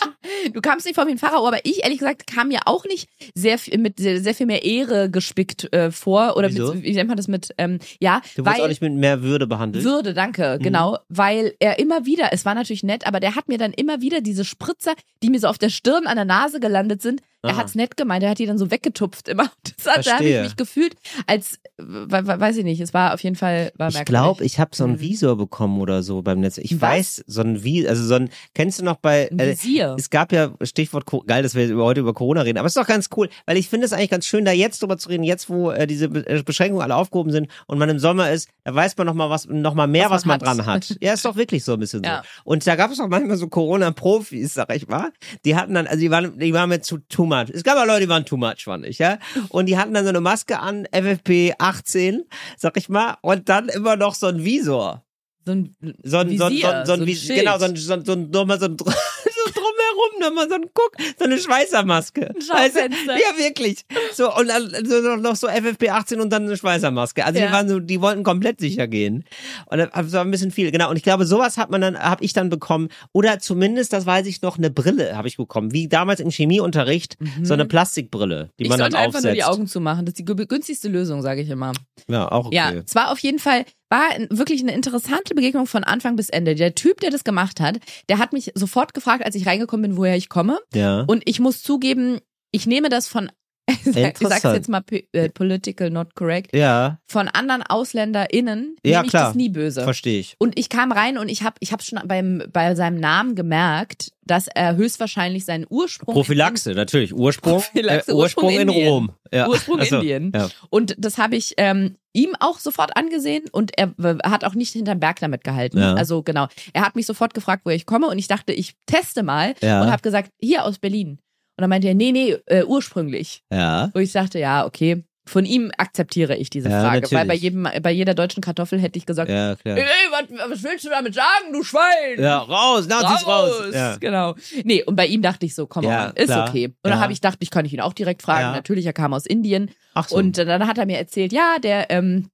Speaker 2: Du kamst nicht vor wie ein Pharao, aber ich ehrlich gesagt kam mir auch nicht sehr viel, mit sehr, sehr viel mehr Ehre gespickt äh, vor oder
Speaker 3: Wieso?
Speaker 2: mit, wie nennt man das mit ähm, ja,
Speaker 3: Du wurdest auch
Speaker 2: weil
Speaker 3: nicht mit mehr Würde behandelt.
Speaker 2: Würde, danke,
Speaker 3: Mhm.
Speaker 2: genau, weil er immer wieder, es war natürlich nett, aber der hat mir dann immer wieder diese Spritzer, die mir so auf der Stirn an der Nase gelandet sind, er
Speaker 3: Aha.
Speaker 2: hat's nett gemeint, er hat die dann so weggetupft immer. (laughs) Das hat, da habe ich
Speaker 3: Verstehe.
Speaker 2: mich gefühlt als äh, we- we- weiß ich nicht, es war auf jeden Fall war
Speaker 3: Ich
Speaker 2: merkwürdig.
Speaker 3: glaube, ich habe so einen
Speaker 2: Mhm.
Speaker 3: Visor bekommen oder so beim letzten. Ich
Speaker 2: Was?
Speaker 3: weiß, so ein Visor, also so ein, kennst du noch bei.
Speaker 2: Ein
Speaker 3: äh,
Speaker 2: Visier.
Speaker 3: es gab ja Stichwort Co- geil, dass wir jetzt über- heute über Corona reden, aber es ist doch ganz cool, weil ich finde es eigentlich ganz schön, da jetzt drüber zu reden, jetzt wo äh, diese Be äh, Beschränkungen alle aufgehoben sind und man im Sommer ist, da weiß man noch mal was, noch mal mehr, was,
Speaker 2: Was
Speaker 3: man,
Speaker 2: man (laughs)
Speaker 3: dran hat. Ja, ist doch wirklich so ein bisschen
Speaker 2: Ja.
Speaker 3: so. Und da gab es auch manchmal so Corona-Profis, sag ich mal. Die hatten dann, also die waren, die waren mir zu too much. Es gab auch Leute, die waren too much, fand ich, ja. Und die hatten dann so eine Maske an, FFP 18, sag ich mal, und dann immer noch so ein Visor
Speaker 2: so ein
Speaker 3: so ein, so ein, so
Speaker 2: Visier,
Speaker 3: ein, genau, so ein, Vis-
Speaker 2: Schild.
Speaker 3: genau, so ein, so ein, so ein, nochmal so ein, dr- (laughs) so ein herum, da mal so ein Guck, so eine Schweißermaske. Weißt du?
Speaker 2: Schaufenster.
Speaker 3: Ja, wirklich. So, und dann so, noch- noch so FFP18 und dann eine Schweißermaske. Also
Speaker 2: Ja.
Speaker 3: die waren so, die wollten komplett sicher gehen. Und das war ein bisschen viel, genau. Und ich glaube, sowas hat man dann, habe ich dann bekommen. Oder zumindest, das weiß ich noch, eine Brille habe ich bekommen. Wie damals im Chemieunterricht, so eine Plastikbrille,
Speaker 2: Mhm.
Speaker 3: die
Speaker 2: Ich
Speaker 3: man
Speaker 2: sollte
Speaker 3: dann
Speaker 2: einfach
Speaker 3: aufsetzt.
Speaker 2: nur die Augen zumachen. Das ist die gü- günstigste Lösung, sage ich immer.
Speaker 3: Ja, auch okay.
Speaker 2: Ja, es war auf jeden Fall, war ein- wirklich eine interessante Begegnung von Anfang bis Ende. Der Typ, der das gemacht hat, der hat mich sofort gefragt, als ich reingekommen bin, woher ich komme.
Speaker 3: Ja.
Speaker 2: Und ich muss zugeben, ich nehme das von, (laughs) ich sag- ich sag's
Speaker 3: Interessant.
Speaker 2: jetzt mal p- äh, political not correct,
Speaker 3: ja,
Speaker 2: von anderen AusländerInnen
Speaker 3: Ja,
Speaker 2: nehme ich
Speaker 3: klar.
Speaker 2: das nie böse.
Speaker 3: verstehe ich.
Speaker 2: Und ich kam rein und ich habe ich hab schon beim, bei seinem Namen gemerkt, dass er höchstwahrscheinlich seinen Ursprung
Speaker 3: Prophylaxe, natürlich. Ursprung,
Speaker 2: Prophylaxe,
Speaker 3: äh, Ursprung,
Speaker 2: Ursprung
Speaker 3: in
Speaker 2: Indien.
Speaker 3: Rom. Ja. (laughs)
Speaker 2: Ursprung
Speaker 3: Ach so.
Speaker 2: Indien.
Speaker 3: ja.
Speaker 2: Und das habe ich ähm, ihm auch sofort angesehen und er w- hat auch nicht hinterm Berg damit gehalten.
Speaker 3: Ja.
Speaker 2: Also genau, er hat mich sofort gefragt, woher ich komme und ich dachte, ich teste mal
Speaker 3: Ja.
Speaker 2: und habe gesagt, hier aus Berlin. Und dann meinte er, nee, nee, äh, ursprünglich.
Speaker 3: Ja.
Speaker 2: Und ich dachte, ja, okay, von ihm akzeptiere ich diese
Speaker 3: Ja,
Speaker 2: Frage, weil
Speaker 3: natürlich.
Speaker 2: bei jedem, bei jeder deutschen Kartoffel hätte ich gesagt,
Speaker 3: Ja, klar.
Speaker 2: ey, was, was willst du damit sagen, du Schwein?
Speaker 3: Ja, raus, Nazis raus. Ja.
Speaker 2: Genau. Nee, und bei ihm dachte ich so, komm
Speaker 3: Ja,
Speaker 2: on, ist
Speaker 3: klar.
Speaker 2: okay. Und dann
Speaker 3: Ja.
Speaker 2: habe ich gedacht, ich kann ich ihn auch direkt fragen.
Speaker 3: Ja.
Speaker 2: Natürlich, er kam aus Indien.
Speaker 3: Ach so.
Speaker 2: Und äh, dann hat er mir erzählt, ja, der ähm,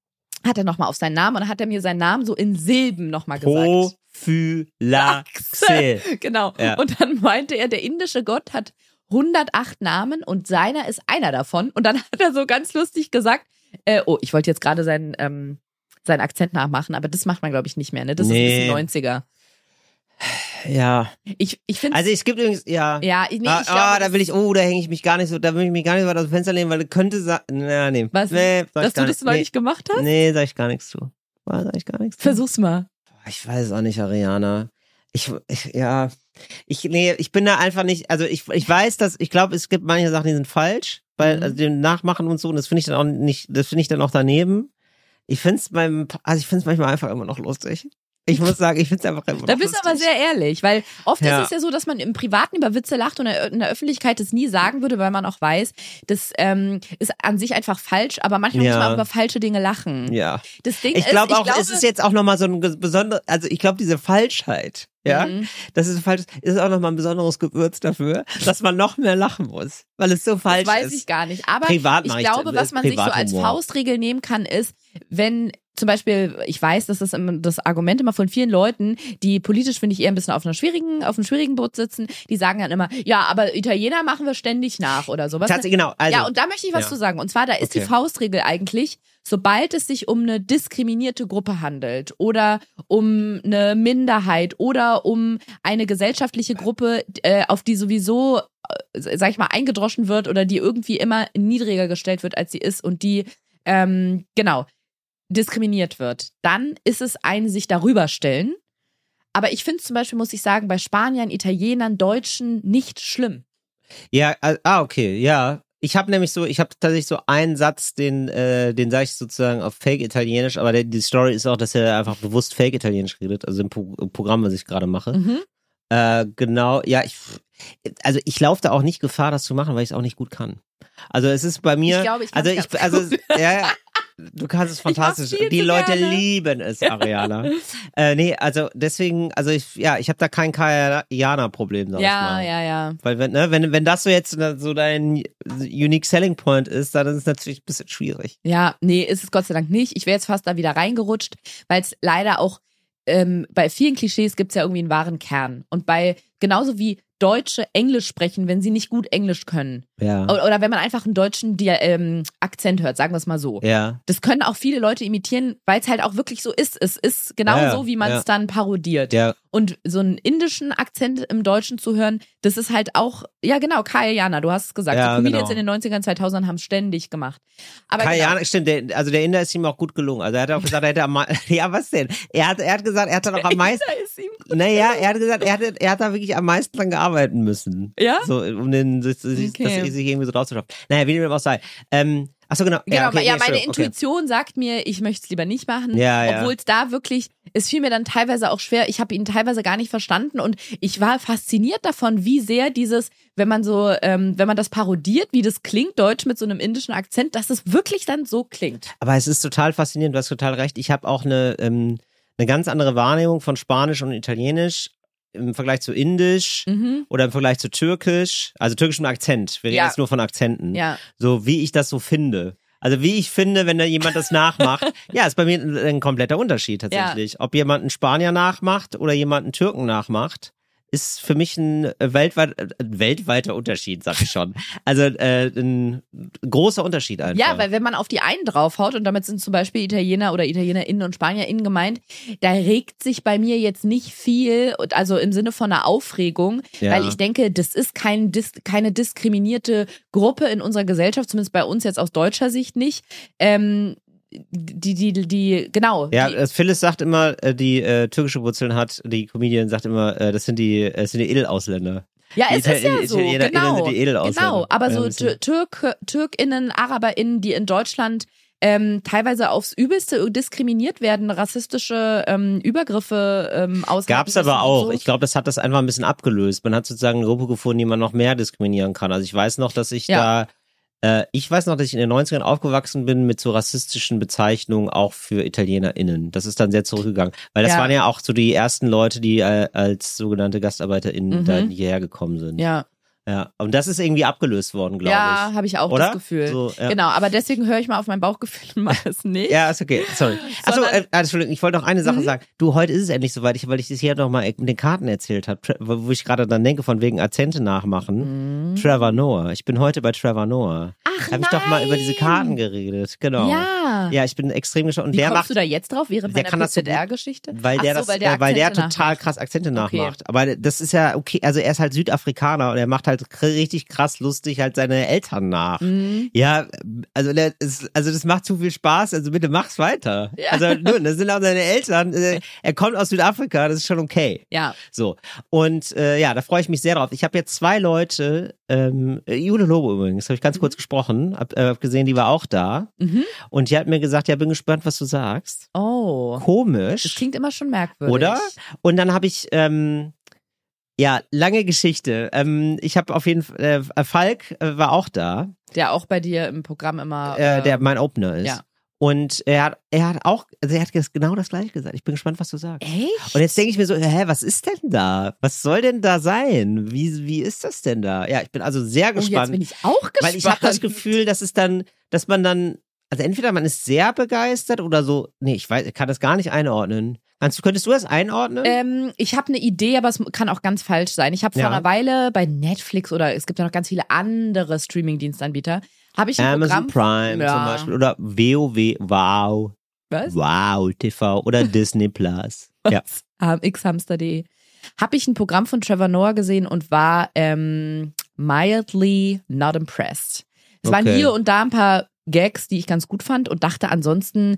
Speaker 2: hat er nochmal auf seinen Namen und dann hat er mir seinen Namen so in Silben nochmal gesagt. (laughs)
Speaker 3: Prophylaxe.
Speaker 2: Genau.
Speaker 3: Ja.
Speaker 2: Und dann meinte er, der indische Gott hat 108 Namen und seiner ist einer davon. Und dann hat er so ganz lustig gesagt, äh, oh, ich wollte jetzt gerade seinen, ähm, seinen Akzent nachmachen, aber das macht man, glaube ich, nicht mehr. Ne? Das
Speaker 3: Nee.
Speaker 2: ist ein bisschen 90er.
Speaker 3: Ja.
Speaker 2: Ich, ich finde
Speaker 3: Also es gibt übrigens, ja.
Speaker 2: ja, ich, nee,
Speaker 3: ah,
Speaker 2: ich
Speaker 3: ah,
Speaker 2: glaube,
Speaker 3: da will ich, oh, da hänge ich mich gar nicht so, da will ich mich gar nicht weiter aus dem Fenster lehnen, weil könnte sa- na, nee.
Speaker 2: Was?
Speaker 3: Nee, sag
Speaker 2: dass
Speaker 3: ich gar
Speaker 2: du das
Speaker 3: nicht.
Speaker 2: noch nicht gemacht hast?
Speaker 3: nee, nee, sag ich gar nichts zu. Ah, Sag ich gar nichts zu.
Speaker 2: Versuch's mal.
Speaker 3: Ich weiß es auch nicht, Ariana. Ich, ich ja, ich nee, ich bin da einfach nicht, also ich, ich weiß, dass ich glaube, es gibt manche Sachen, die sind falsch, weil
Speaker 2: Mhm.
Speaker 3: also dem nachmachen und so und das finde ich dann auch nicht, das finde ich dann auch daneben. Ich finde es beim also ich finde es manchmal einfach immer noch lustig. Ich muss sagen, ich finde es einfach immer noch
Speaker 2: Da bist du
Speaker 3: lustig.
Speaker 2: aber sehr ehrlich, weil oft
Speaker 3: Ja.
Speaker 2: ist es ja so, dass man im Privaten über Witze lacht und in der Öffentlichkeit das nie sagen würde, weil man auch weiß, das ähm, ist an sich einfach falsch, aber manchmal
Speaker 3: Ja.
Speaker 2: muss man über falsche Dinge lachen.
Speaker 3: ja.
Speaker 2: Das Ding
Speaker 3: Ich
Speaker 2: ist,
Speaker 3: glaube
Speaker 2: ich
Speaker 3: auch,
Speaker 2: glaube,
Speaker 3: es ist jetzt auch nochmal so ein ges- besonderes, also ich glaube, diese Falschheit, ja,
Speaker 2: Mhm.
Speaker 3: das ist falsch, ist auch nochmal ein besonderes Gewürz dafür, dass man noch mehr lachen muss, weil es so falsch
Speaker 2: das weiß
Speaker 3: ist.
Speaker 2: ich gar nicht. Aber
Speaker 3: Privat
Speaker 2: ich
Speaker 3: mach
Speaker 2: glaube,
Speaker 3: das,
Speaker 2: was
Speaker 3: ist
Speaker 2: man sich so als
Speaker 3: Privathumor.
Speaker 2: Faustregel nehmen kann, ist, wenn zum Beispiel, ich weiß, das ist immer das Argument immer von vielen Leuten, die politisch finde ich eher ein bisschen auf einer schwierigen, auf einem schwierigen Boot sitzen, die sagen dann immer, ja, aber Italiener machen wir ständig nach oder sowas.
Speaker 3: Tatsächlich, genau. Also,
Speaker 2: ja, und da möchte ich was
Speaker 3: ja.
Speaker 2: zu sagen. Und zwar, da ist die
Speaker 3: Okay.
Speaker 2: Faustregel eigentlich, sobald es sich um eine diskriminierte Gruppe handelt oder um eine Minderheit oder um eine gesellschaftliche Gruppe, äh, auf die sowieso, äh, sag ich mal, eingedroschen wird oder die irgendwie immer niedriger gestellt wird, als sie ist und die, ähm, genau, diskriminiert wird, dann ist es ein sich darüber stellen. Aber ich finde zum Beispiel, muss ich sagen, bei Spaniern, Italienern, Deutschen nicht schlimm.
Speaker 3: Ja, al- ah, okay, ja. Ich habe nämlich so, ich habe tatsächlich so einen Satz, den, äh, den sage ich sozusagen auf Fake-Italienisch, aber der, die Story ist auch, dass er einfach bewusst Fake-Italienisch redet, also im, Pro im Programm, was ich gerade mache.
Speaker 2: Mhm.
Speaker 3: Äh, genau, ja, ich, also ich laufe da auch nicht Gefahr, das zu machen, weil ich es auch nicht gut kann. Also es ist bei mir,
Speaker 2: Ich glaube, ich kann's
Speaker 3: also ich,
Speaker 2: ganz
Speaker 3: also
Speaker 2: gut.
Speaker 3: ja, ja, du
Speaker 2: (laughs)
Speaker 3: kannst es
Speaker 2: mach's
Speaker 3: fantastisch.
Speaker 2: viel
Speaker 3: Die
Speaker 2: zu
Speaker 3: Leute
Speaker 2: gerne.
Speaker 3: lieben es,
Speaker 2: (laughs)
Speaker 3: Ariana. äh, nee, also deswegen, also ich, ja, ich habe da kein Kajana-Problem, sag ich
Speaker 2: Ja,
Speaker 3: mal.
Speaker 2: ja, ja.
Speaker 3: Weil wenn, ne, wenn, wenn das so jetzt so dein unique selling point ist, dann ist es natürlich ein bisschen schwierig.
Speaker 2: Ja, nee, ist es Gott sei Dank nicht. Ich wäre jetzt fast da wieder reingerutscht, weil es leider auch ähm, bei vielen Klischees gibt es ja irgendwie einen wahren Kern. Und bei genauso wie Deutsche Englisch sprechen, wenn sie nicht gut Englisch können.
Speaker 3: Ja.
Speaker 2: Oder, oder wenn man einfach einen deutschen Dia ähm, Akzent hört, sagen wir es mal so.
Speaker 3: Ja.
Speaker 2: Das können auch viele Leute imitieren, weil es halt auch wirklich so ist. Es ist genau
Speaker 3: Ja, ja,
Speaker 2: so, wie man es
Speaker 3: ja.
Speaker 2: dann parodiert.
Speaker 3: Ja.
Speaker 2: Und so einen indischen Akzent im Deutschen zu hören, das ist halt auch, ja genau, Kayana, du hast es gesagt.
Speaker 3: Ja,
Speaker 2: die Comedians
Speaker 3: genau.
Speaker 2: in den 90ern, 2000ern haben es ständig gemacht. Aber genau.
Speaker 3: Kajana, stimmt, der, also der Inder ist ihm auch gut gelungen. Also er hat auch gesagt, er hätte am mei- (laughs) Ja, was denn? Er hat, er hat gesagt, er
Speaker 2: (laughs)
Speaker 3: hat dann auch am meisten.
Speaker 2: Da ist ihm.
Speaker 3: Naja, er hat gesagt, er hat, er hat da wirklich am meisten dran gearbeitet müssen.
Speaker 2: Ja?
Speaker 3: So, um den, sich, sich,
Speaker 2: Okay.
Speaker 3: das sich irgendwie so draufzuschaffen. Naja, wie dem auch sei. Ähm, achso, genau.
Speaker 2: Genau, ja,
Speaker 3: okay, nee,
Speaker 2: meine
Speaker 3: stimmt, okay.
Speaker 2: Intuition sagt mir, ich möchte es lieber nicht machen.
Speaker 3: Ja, ja.
Speaker 2: Obwohl es da wirklich, es fiel mir dann teilweise auch schwer, ich habe ihn teilweise gar nicht verstanden und ich war fasziniert davon, wie sehr dieses, wenn man so, ähm, wenn man das parodiert, wie das klingt, Deutsch mit so einem indischen Akzent, dass es wirklich dann so klingt.
Speaker 3: Aber es ist total faszinierend, du hast total recht. Ich habe auch eine, ähm, eine ganz andere Wahrnehmung von Spanisch und Italienisch im Vergleich zu Indisch
Speaker 2: Mhm.
Speaker 3: oder im Vergleich zu Türkisch, also türkischem Akzent, wir reden
Speaker 2: Ja.
Speaker 3: jetzt nur von Akzenten,
Speaker 2: Ja.
Speaker 3: so wie ich das so finde. Also wie ich finde, wenn da jemand
Speaker 2: (laughs)
Speaker 3: das nachmacht, ja, ist bei mir ein, ein kompletter Unterschied tatsächlich. Ob jemand einen Spanier nachmacht oder jemand einen Türken nachmacht, ist für mich ein, äh, weltweit, äh, ein weltweiter Unterschied, sag ich schon. Also äh, ein großer Unterschied halt einfach.
Speaker 2: Ja, weil wenn man auf die einen draufhaut, und damit sind zum Beispiel Italiener oder ItalienerInnen und SpanierInnen gemeint, da regt sich bei mir jetzt nicht viel, und also im Sinne von einer Aufregung,
Speaker 3: Ja.
Speaker 2: weil ich denke, das ist kein, Dis keine diskriminierte Gruppe in unserer Gesellschaft, zumindest bei uns jetzt aus deutscher Sicht nicht. Ähm, die, die, die, genau.
Speaker 3: Ja,
Speaker 2: die,
Speaker 3: äh, Phyllis sagt immer, äh, die äh, türkische Wurzeln hat, die Comedian sagt immer, äh, das sind die, äh, das sind die Edelausländer.
Speaker 2: Ja,
Speaker 3: Die
Speaker 2: es ist
Speaker 3: Italien-
Speaker 2: ja so,
Speaker 3: Italiener-
Speaker 2: genau.
Speaker 3: Innen sind die Edelausländer.
Speaker 2: genau, aber
Speaker 3: Ja,
Speaker 2: so
Speaker 3: ein bisschen.
Speaker 2: Tür- Türk, TürkInnen, AraberInnen, die in Deutschland ähm, teilweise aufs Übelste diskriminiert werden, rassistische ähm, Übergriffe ähm, aushalten
Speaker 3: Gab's
Speaker 2: müssen
Speaker 3: aber
Speaker 2: und
Speaker 3: auch.
Speaker 2: So.
Speaker 3: Ich glaube, das hat das einfach ein bisschen abgelöst. Man hat sozusagen eine Gruppe gefunden, die man noch mehr diskriminieren kann. Also ich weiß noch, dass ich
Speaker 2: Ja.
Speaker 3: da, äh, ich weiß noch, dass ich in den 90ern aufgewachsen bin mit so rassistischen Bezeichnungen auch für ItalienerInnen. Das ist dann sehr zurückgegangen. Weil das
Speaker 2: Ja.
Speaker 3: waren ja auch so die ersten Leute, die äh, als sogenannte GastarbeiterInnen
Speaker 2: Mhm.
Speaker 3: dann hierher gekommen sind.
Speaker 2: ja,
Speaker 3: ja. Und das ist irgendwie abgelöst worden, glaube
Speaker 2: ja
Speaker 3: ich.
Speaker 2: habe ich auch
Speaker 3: Oder?
Speaker 2: das Gefühl.
Speaker 3: So, ja.
Speaker 2: Genau, aber deswegen höre ich mal auf mein Bauchgefühl und mache es nicht.
Speaker 3: Ja, ist okay. Sorry. Achso,
Speaker 2: Sondern-
Speaker 3: äh, Entschuldigung, ich wollte noch eine Sache
Speaker 2: Mhm.
Speaker 3: sagen. Du, heute ist es endlich soweit, ich, weil ich das hier noch mal mit den Karten erzählt habe, Tra- wo ich gerade dann denke, von wegen Akzente nachmachen. Trevor Noah. Ich bin heute bei Trevor Noah.
Speaker 2: Mhm. Ach
Speaker 3: Habe ich doch mal über diese
Speaker 2: nein.
Speaker 3: Karten geredet. Genau.
Speaker 2: Ja.
Speaker 3: Ja, ich bin extrem gespannt. Und
Speaker 2: Wie
Speaker 3: der
Speaker 2: kommst
Speaker 3: macht,
Speaker 2: du da jetzt drauf während
Speaker 3: der
Speaker 2: meiner
Speaker 3: kann das so gut-
Speaker 2: PZR-Geschichte?
Speaker 3: weil der
Speaker 2: Ach so,
Speaker 3: das,
Speaker 2: weil der,
Speaker 3: äh, weil der
Speaker 2: Akzente
Speaker 3: total
Speaker 2: nachmacht.
Speaker 3: krass Akzente
Speaker 2: Okay.
Speaker 3: nachmacht. Aber das ist ja okay. Also er ist halt Südafrikaner und er macht halt kr- richtig krass lustig halt seine Eltern nach.
Speaker 2: Mhm.
Speaker 3: Ja, also, der ist, also das macht zu viel Spaß, also bitte mach's weiter.
Speaker 2: Ja.
Speaker 3: Also nun, das sind auch seine Eltern. äh, Er kommt aus Südafrika, das ist schon okay.
Speaker 2: Ja,
Speaker 3: So. Und äh, ja, da freue ich mich sehr drauf. Ich habe jetzt zwei Leute, ähm, äh, Jule Lobo übrigens, habe ich ganz kurz gesprochen, hab, äh, hab gesehen, die war auch da.
Speaker 2: Mhm.
Speaker 3: Und die hat mir gesagt, ja, bin gespannt, was du sagst.
Speaker 2: oh. Das
Speaker 3: Komisch.
Speaker 2: klingt immer schon merkwürdig.
Speaker 3: Oder? Und dann habe ich, ähm, ja, lange Geschichte. Ähm, ich habe auf jeden Fall, äh, Falk äh, war auch da
Speaker 2: Der auch bei dir im Programm immer...
Speaker 3: äh, der mein Opener ist.
Speaker 2: Ah, ähm, ja.
Speaker 3: Und er hat, er hat auch, also er hat das- genau das gleiche gesagt. Ich bin gespannt, was du sagst.
Speaker 2: Echt?
Speaker 3: Und jetzt denke ich mir so, hä, was ist denn da? Was soll denn da sein? Wie, wie ist das denn da? Ja, ich bin also sehr
Speaker 2: Oh, jetzt
Speaker 3: gespannt.
Speaker 2: bin ich auch gespannt.
Speaker 3: weil ich habe das Gefühl, dass es dann, dass man dann, also entweder man ist sehr begeistert oder so, nee, ich weiß, ich kann das gar nicht einordnen. Kannst, du- könntest du das einordnen?
Speaker 2: Ähm, ich habe eine Idee, aber es kann auch ganz falsch sein. Ich habe vor
Speaker 3: Ja.
Speaker 2: einer Weile bei Netflix oder es gibt ja noch ganz viele andere Streaming-Dienstanbieter, habe ich ein Programm.
Speaker 3: Amazon Prime zum
Speaker 2: Ja.
Speaker 3: Beispiel oder WoW, wow,
Speaker 2: Was?
Speaker 3: wow, TV
Speaker 2: (laughs)
Speaker 3: oder Disney Plus. Ja.
Speaker 2: Ah, xhamster.de. Habe ich ein Programm von Trevor Noah gesehen und war ähm, mildly not impressed. Es waren
Speaker 3: Okay.
Speaker 2: hier und da ein paar Gags, die ich ganz gut fand und dachte ansonsten,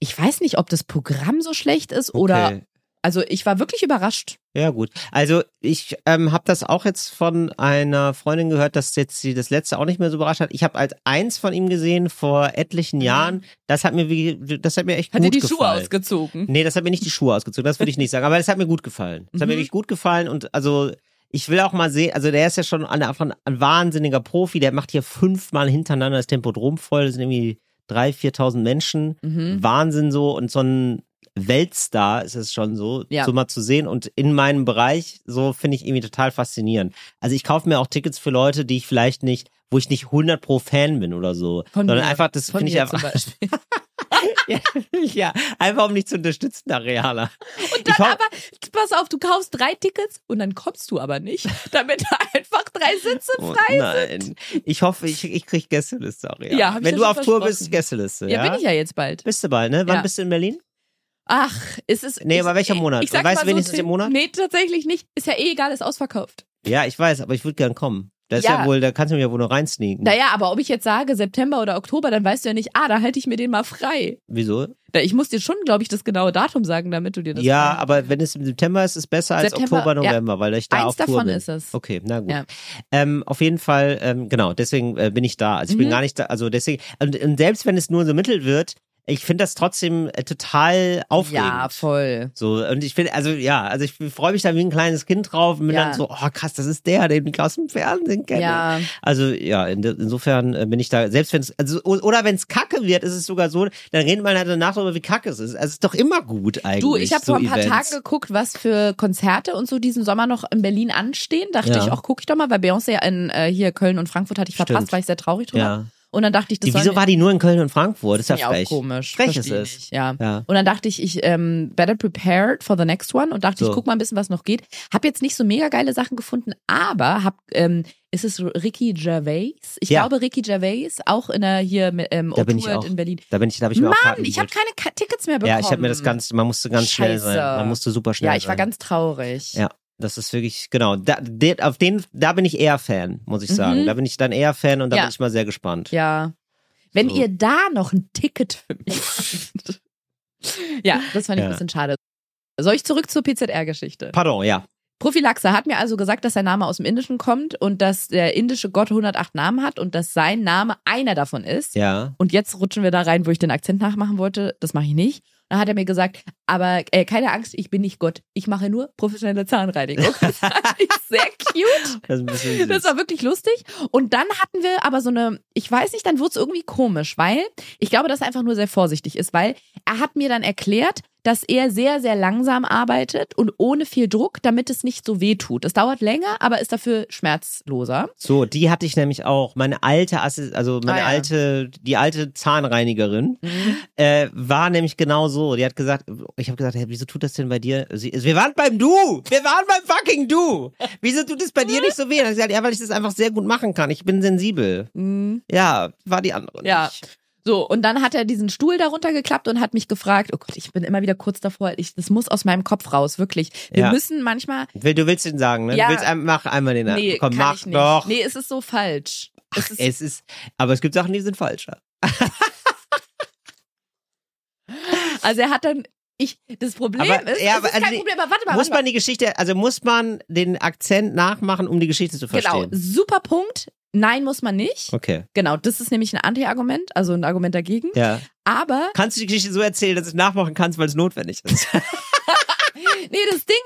Speaker 2: ich weiß nicht, ob das Programm so schlecht ist oder.
Speaker 3: Okay.
Speaker 2: Also ich war wirklich überrascht.
Speaker 3: Ja, gut. Also ich ähm, habe das auch jetzt von einer Freundin gehört, dass jetzt sie das letzte auch nicht mehr so überrascht hat. Ich habe als eins von ihm gesehen vor etlichen Jahren. Das hat mir wie, das hat mir echt
Speaker 2: Mhm. Hat
Speaker 3: gut
Speaker 2: dir die
Speaker 3: gefallen.
Speaker 2: Schuhe ausgezogen?
Speaker 3: Nee, das hat mir nicht die Schuhe ausgezogen, das würde ich nicht sagen. Aber das hat mir gut gefallen. Das hat mir
Speaker 2: Mhm.
Speaker 3: wirklich gut gefallen und also ich will auch mal sehen, also der ist ja schon an- einfach ein wahnsinniger Profi, der macht hier fünfmal hintereinander das Tempodrom voll, das sind irgendwie 3.000, 4.000 Menschen.
Speaker 2: Mhm.
Speaker 3: Wahnsinn so und so ein Weltstar ist es schon so,
Speaker 2: Ja.
Speaker 3: so mal zu sehen und in meinem Bereich so finde ich irgendwie total faszinierend. Also ich kaufe mir auch Tickets für Leute, die ich vielleicht nicht, wo ich nicht 100 pro Fan bin oder so,
Speaker 2: Von
Speaker 3: sondern
Speaker 2: mir.
Speaker 3: einfach das
Speaker 2: Von
Speaker 3: finde ich
Speaker 2: mir zum
Speaker 3: einfach
Speaker 2: Beispiel.
Speaker 3: (laughs) ja, (laughs) ja, einfach um dich zu unterstützen, Areala. Und
Speaker 2: Dann aber, pass auf, du kaufst drei Tickets und dann kommst du aber nicht, (laughs) damit da einfach drei Sitze
Speaker 3: Oh,
Speaker 2: frei
Speaker 3: nein. Ich hoffe, ich, ich krieg Gästeliste, Areala.
Speaker 2: Ja, hab ich
Speaker 3: Wenn
Speaker 2: ja
Speaker 3: du
Speaker 2: schon
Speaker 3: auf Tour
Speaker 2: versprochen.
Speaker 3: bist, Gästeliste.
Speaker 2: sind.
Speaker 3: Ja,
Speaker 2: Ja, bin ich ja jetzt bald.
Speaker 3: Bist du bald, ne? Wann
Speaker 2: Ja.
Speaker 3: bist du in Berlin?
Speaker 2: Ach, ist es.
Speaker 3: Nee,
Speaker 2: ich-
Speaker 3: aber welcher Monat?
Speaker 2: Ich sag
Speaker 3: Weißt
Speaker 2: mal
Speaker 3: du
Speaker 2: so,
Speaker 3: wenigstens den Monat?
Speaker 2: Nee, tatsächlich nicht. Ist ja eh egal, ist ausverkauft.
Speaker 3: Ja, ich weiß, aber ich würde gern kommen. Da ist ja.
Speaker 2: Ja.
Speaker 3: wohl, da kannst du mir ja wohl noch reinsneaken.
Speaker 2: Naja, aber ob ich jetzt sage September oder Oktober, dann weißt du ja nicht, ah, da halte ich mir den mal frei.
Speaker 3: Wieso?
Speaker 2: Na, Ich muss dir schon, glaube ich, das genaue Datum sagen, damit du dir das.
Speaker 3: Ja,
Speaker 2: frei-
Speaker 3: aber wenn es im September ist, ist es besser als
Speaker 2: September,
Speaker 3: Oktober,
Speaker 2: ja.
Speaker 3: November, weil ich da
Speaker 2: Eins
Speaker 3: auf Tour
Speaker 2: davon
Speaker 3: bin.
Speaker 2: ist es.
Speaker 3: Okay, na gut.
Speaker 2: Ja.
Speaker 3: Ähm, auf jeden Fall, ähm, genau, deswegen äh, bin ich da. Also ich bin
Speaker 2: Mhm.
Speaker 3: gar nicht da, also deswegen, und, und selbst wenn es nur so mittel wird, ich finde das trotzdem äh, total aufregend.
Speaker 2: Ja, voll.
Speaker 3: So, und ich finde, also ja, also ich freue mich da wie ein kleines Kind drauf und bin
Speaker 2: Ja.
Speaker 3: dann so, oh krass, das ist der, den ich aus dem Fernsehen kenne.
Speaker 2: Ja,
Speaker 3: Also ja, in, insofern äh, bin ich da, selbst wenn es, also, o- oder wenn es kacke wird, ist es sogar so, dann redet man halt danach darüber, wie kacke es ist. Also es ist doch immer gut eigentlich.
Speaker 2: du, ich habe
Speaker 3: so
Speaker 2: vor ein paar
Speaker 3: Events.
Speaker 2: Tagen geguckt, was für Konzerte und so diesen Sommer noch in Berlin anstehen. Dachte
Speaker 3: Ja.
Speaker 2: ich, auch guck ich doch mal, weil Beyoncé ja in äh, hier Köln und Frankfurt hatte ich verpasst,
Speaker 3: Stimmt.
Speaker 2: war ich sehr traurig drüber.
Speaker 3: Ja.
Speaker 2: Und dann dachte ich, das
Speaker 3: Die, wieso
Speaker 2: sollen-
Speaker 3: war die nur in Köln und Frankfurt? Das ist ja
Speaker 2: ja auch
Speaker 3: frech.
Speaker 2: komisch.
Speaker 3: Frech
Speaker 2: verstehe
Speaker 3: ist es.
Speaker 2: ich, Ja.
Speaker 3: Ja.
Speaker 2: Und dann dachte ich, ich ähm, better prepared for the next one und dachte,
Speaker 3: So.
Speaker 2: ich guck mal ein bisschen, was noch geht. Hab jetzt nicht so mega geile Sachen gefunden, aber hab, ähm, ist es Ricky Gervais? Ich
Speaker 3: Ja.
Speaker 2: glaube, Ricky Gervais, auch in der hier ähm,
Speaker 3: Da bin ich
Speaker 2: O2
Speaker 3: auch.
Speaker 2: in Berlin.
Speaker 3: Da bin ich, da habe ich mir
Speaker 2: Mann,
Speaker 3: auch Karten
Speaker 2: ich habe
Speaker 3: geholt.
Speaker 2: keine Ka Tickets mehr bekommen.
Speaker 3: Ja, ich habe mir das ganz, man musste ganz schnell
Speaker 2: Scheiße.
Speaker 3: sein. Man musste super schnell
Speaker 2: Ja, ich war
Speaker 3: sein.
Speaker 2: ganz traurig.
Speaker 3: Ja, das ist wirklich, genau. Da, de, auf den, da bin ich eher Fan, muss ich sagen.
Speaker 2: Mhm.
Speaker 3: Da bin ich dann eher Fan und da
Speaker 2: Ja.
Speaker 3: bin ich mal sehr gespannt.
Speaker 2: Ja. Wenn
Speaker 3: So.
Speaker 2: ihr da noch ein Ticket für
Speaker 3: (laughs)
Speaker 2: mich habt. ja, das fand ich
Speaker 3: Ja.
Speaker 2: ein bisschen schade. Soll ich zurück zur PZR-Geschichte?
Speaker 3: Pardon, ja.
Speaker 2: Prophylaxe hat mir also gesagt, dass sein Name aus dem Indischen kommt und dass der indische Gott 108 Namen hat und dass sein Name einer davon ist.
Speaker 3: Ja.
Speaker 2: Und jetzt rutschen wir da rein, wo ich den Akzent nachmachen wollte. Das mache ich nicht. Dann hat er mir gesagt, aber äh, keine Angst, ich bin nicht Gott. Ich mache nur professionelle Zahnreinigung. (laughs) Das fand ich sehr cute.
Speaker 3: Das ist ein bisschen
Speaker 2: (laughs)
Speaker 3: süß.
Speaker 2: Das war wirklich lustig. Und dann hatten wir aber so eine, ich weiß nicht, dann wurde es irgendwie komisch, weil ich glaube, dass er einfach nur sehr vorsichtig ist, weil er hat mir dann erklärt, dass er sehr, sehr langsam arbeitet und ohne viel Druck, damit es nicht so weh tut. Es dauert länger, aber ist dafür schmerzloser.
Speaker 3: So, die hatte ich nämlich auch. Meine alte, Assis- also meine
Speaker 2: Ah, ja. Mhm.
Speaker 3: alte, die alte Zahnreinigerin äh, war nämlich genau so. Die hat gesagt, ich habe gesagt, hey, wieso tut das denn bei dir? Sie, wir waren beim Du, wir waren beim
Speaker 2: (laughs)
Speaker 3: fucking Du. Wieso tut es bei dir nicht so weh? Und dann hat sie gesagt, ja, weil ich das einfach sehr gut machen kann. Ich bin sensibel. Ja, war die andere.
Speaker 2: Mhm. Ja.
Speaker 3: Nicht.
Speaker 2: So, und dann hat er diesen Stuhl darunter geklappt und hat mich gefragt, oh Gott, ich bin immer wieder kurz davor, ich, das muss aus meinem Kopf raus, wirklich. Wir
Speaker 3: Ja.
Speaker 2: müssen manchmal,
Speaker 3: Will- Du willst den sagen, ne?
Speaker 2: Ja.
Speaker 3: Du willst einem, mach einmal den
Speaker 2: nee,
Speaker 3: Genau. Komm,
Speaker 2: kann
Speaker 3: mach
Speaker 2: ich nicht.
Speaker 3: doch.
Speaker 2: Nee, es ist so falsch. Es ist,
Speaker 3: Es ist, aber es gibt Sachen, die sind falscher.
Speaker 2: also er hat dann, ich, das Problem
Speaker 3: Aber-
Speaker 2: ist,
Speaker 3: ja,
Speaker 2: es
Speaker 3: aber-
Speaker 2: ist kein
Speaker 3: also-
Speaker 2: Problem, aber warte mal,
Speaker 3: muss
Speaker 2: warte mal.
Speaker 3: man die Geschichte, also muss man den Akzent nachmachen, um die Geschichte zu
Speaker 2: Genau,
Speaker 3: verstehen?
Speaker 2: super Punkt. Nein, muss man nicht.
Speaker 3: Okay.
Speaker 2: Genau, das ist nämlich ein Anti-Argument, also ein Argument dagegen.
Speaker 3: Ja.
Speaker 2: Aber
Speaker 3: Kannst du die Geschichte so erzählen, dass du es nachmachen kannst, weil es notwendig
Speaker 2: (laughs)
Speaker 3: ist?
Speaker 2: nee, das Ding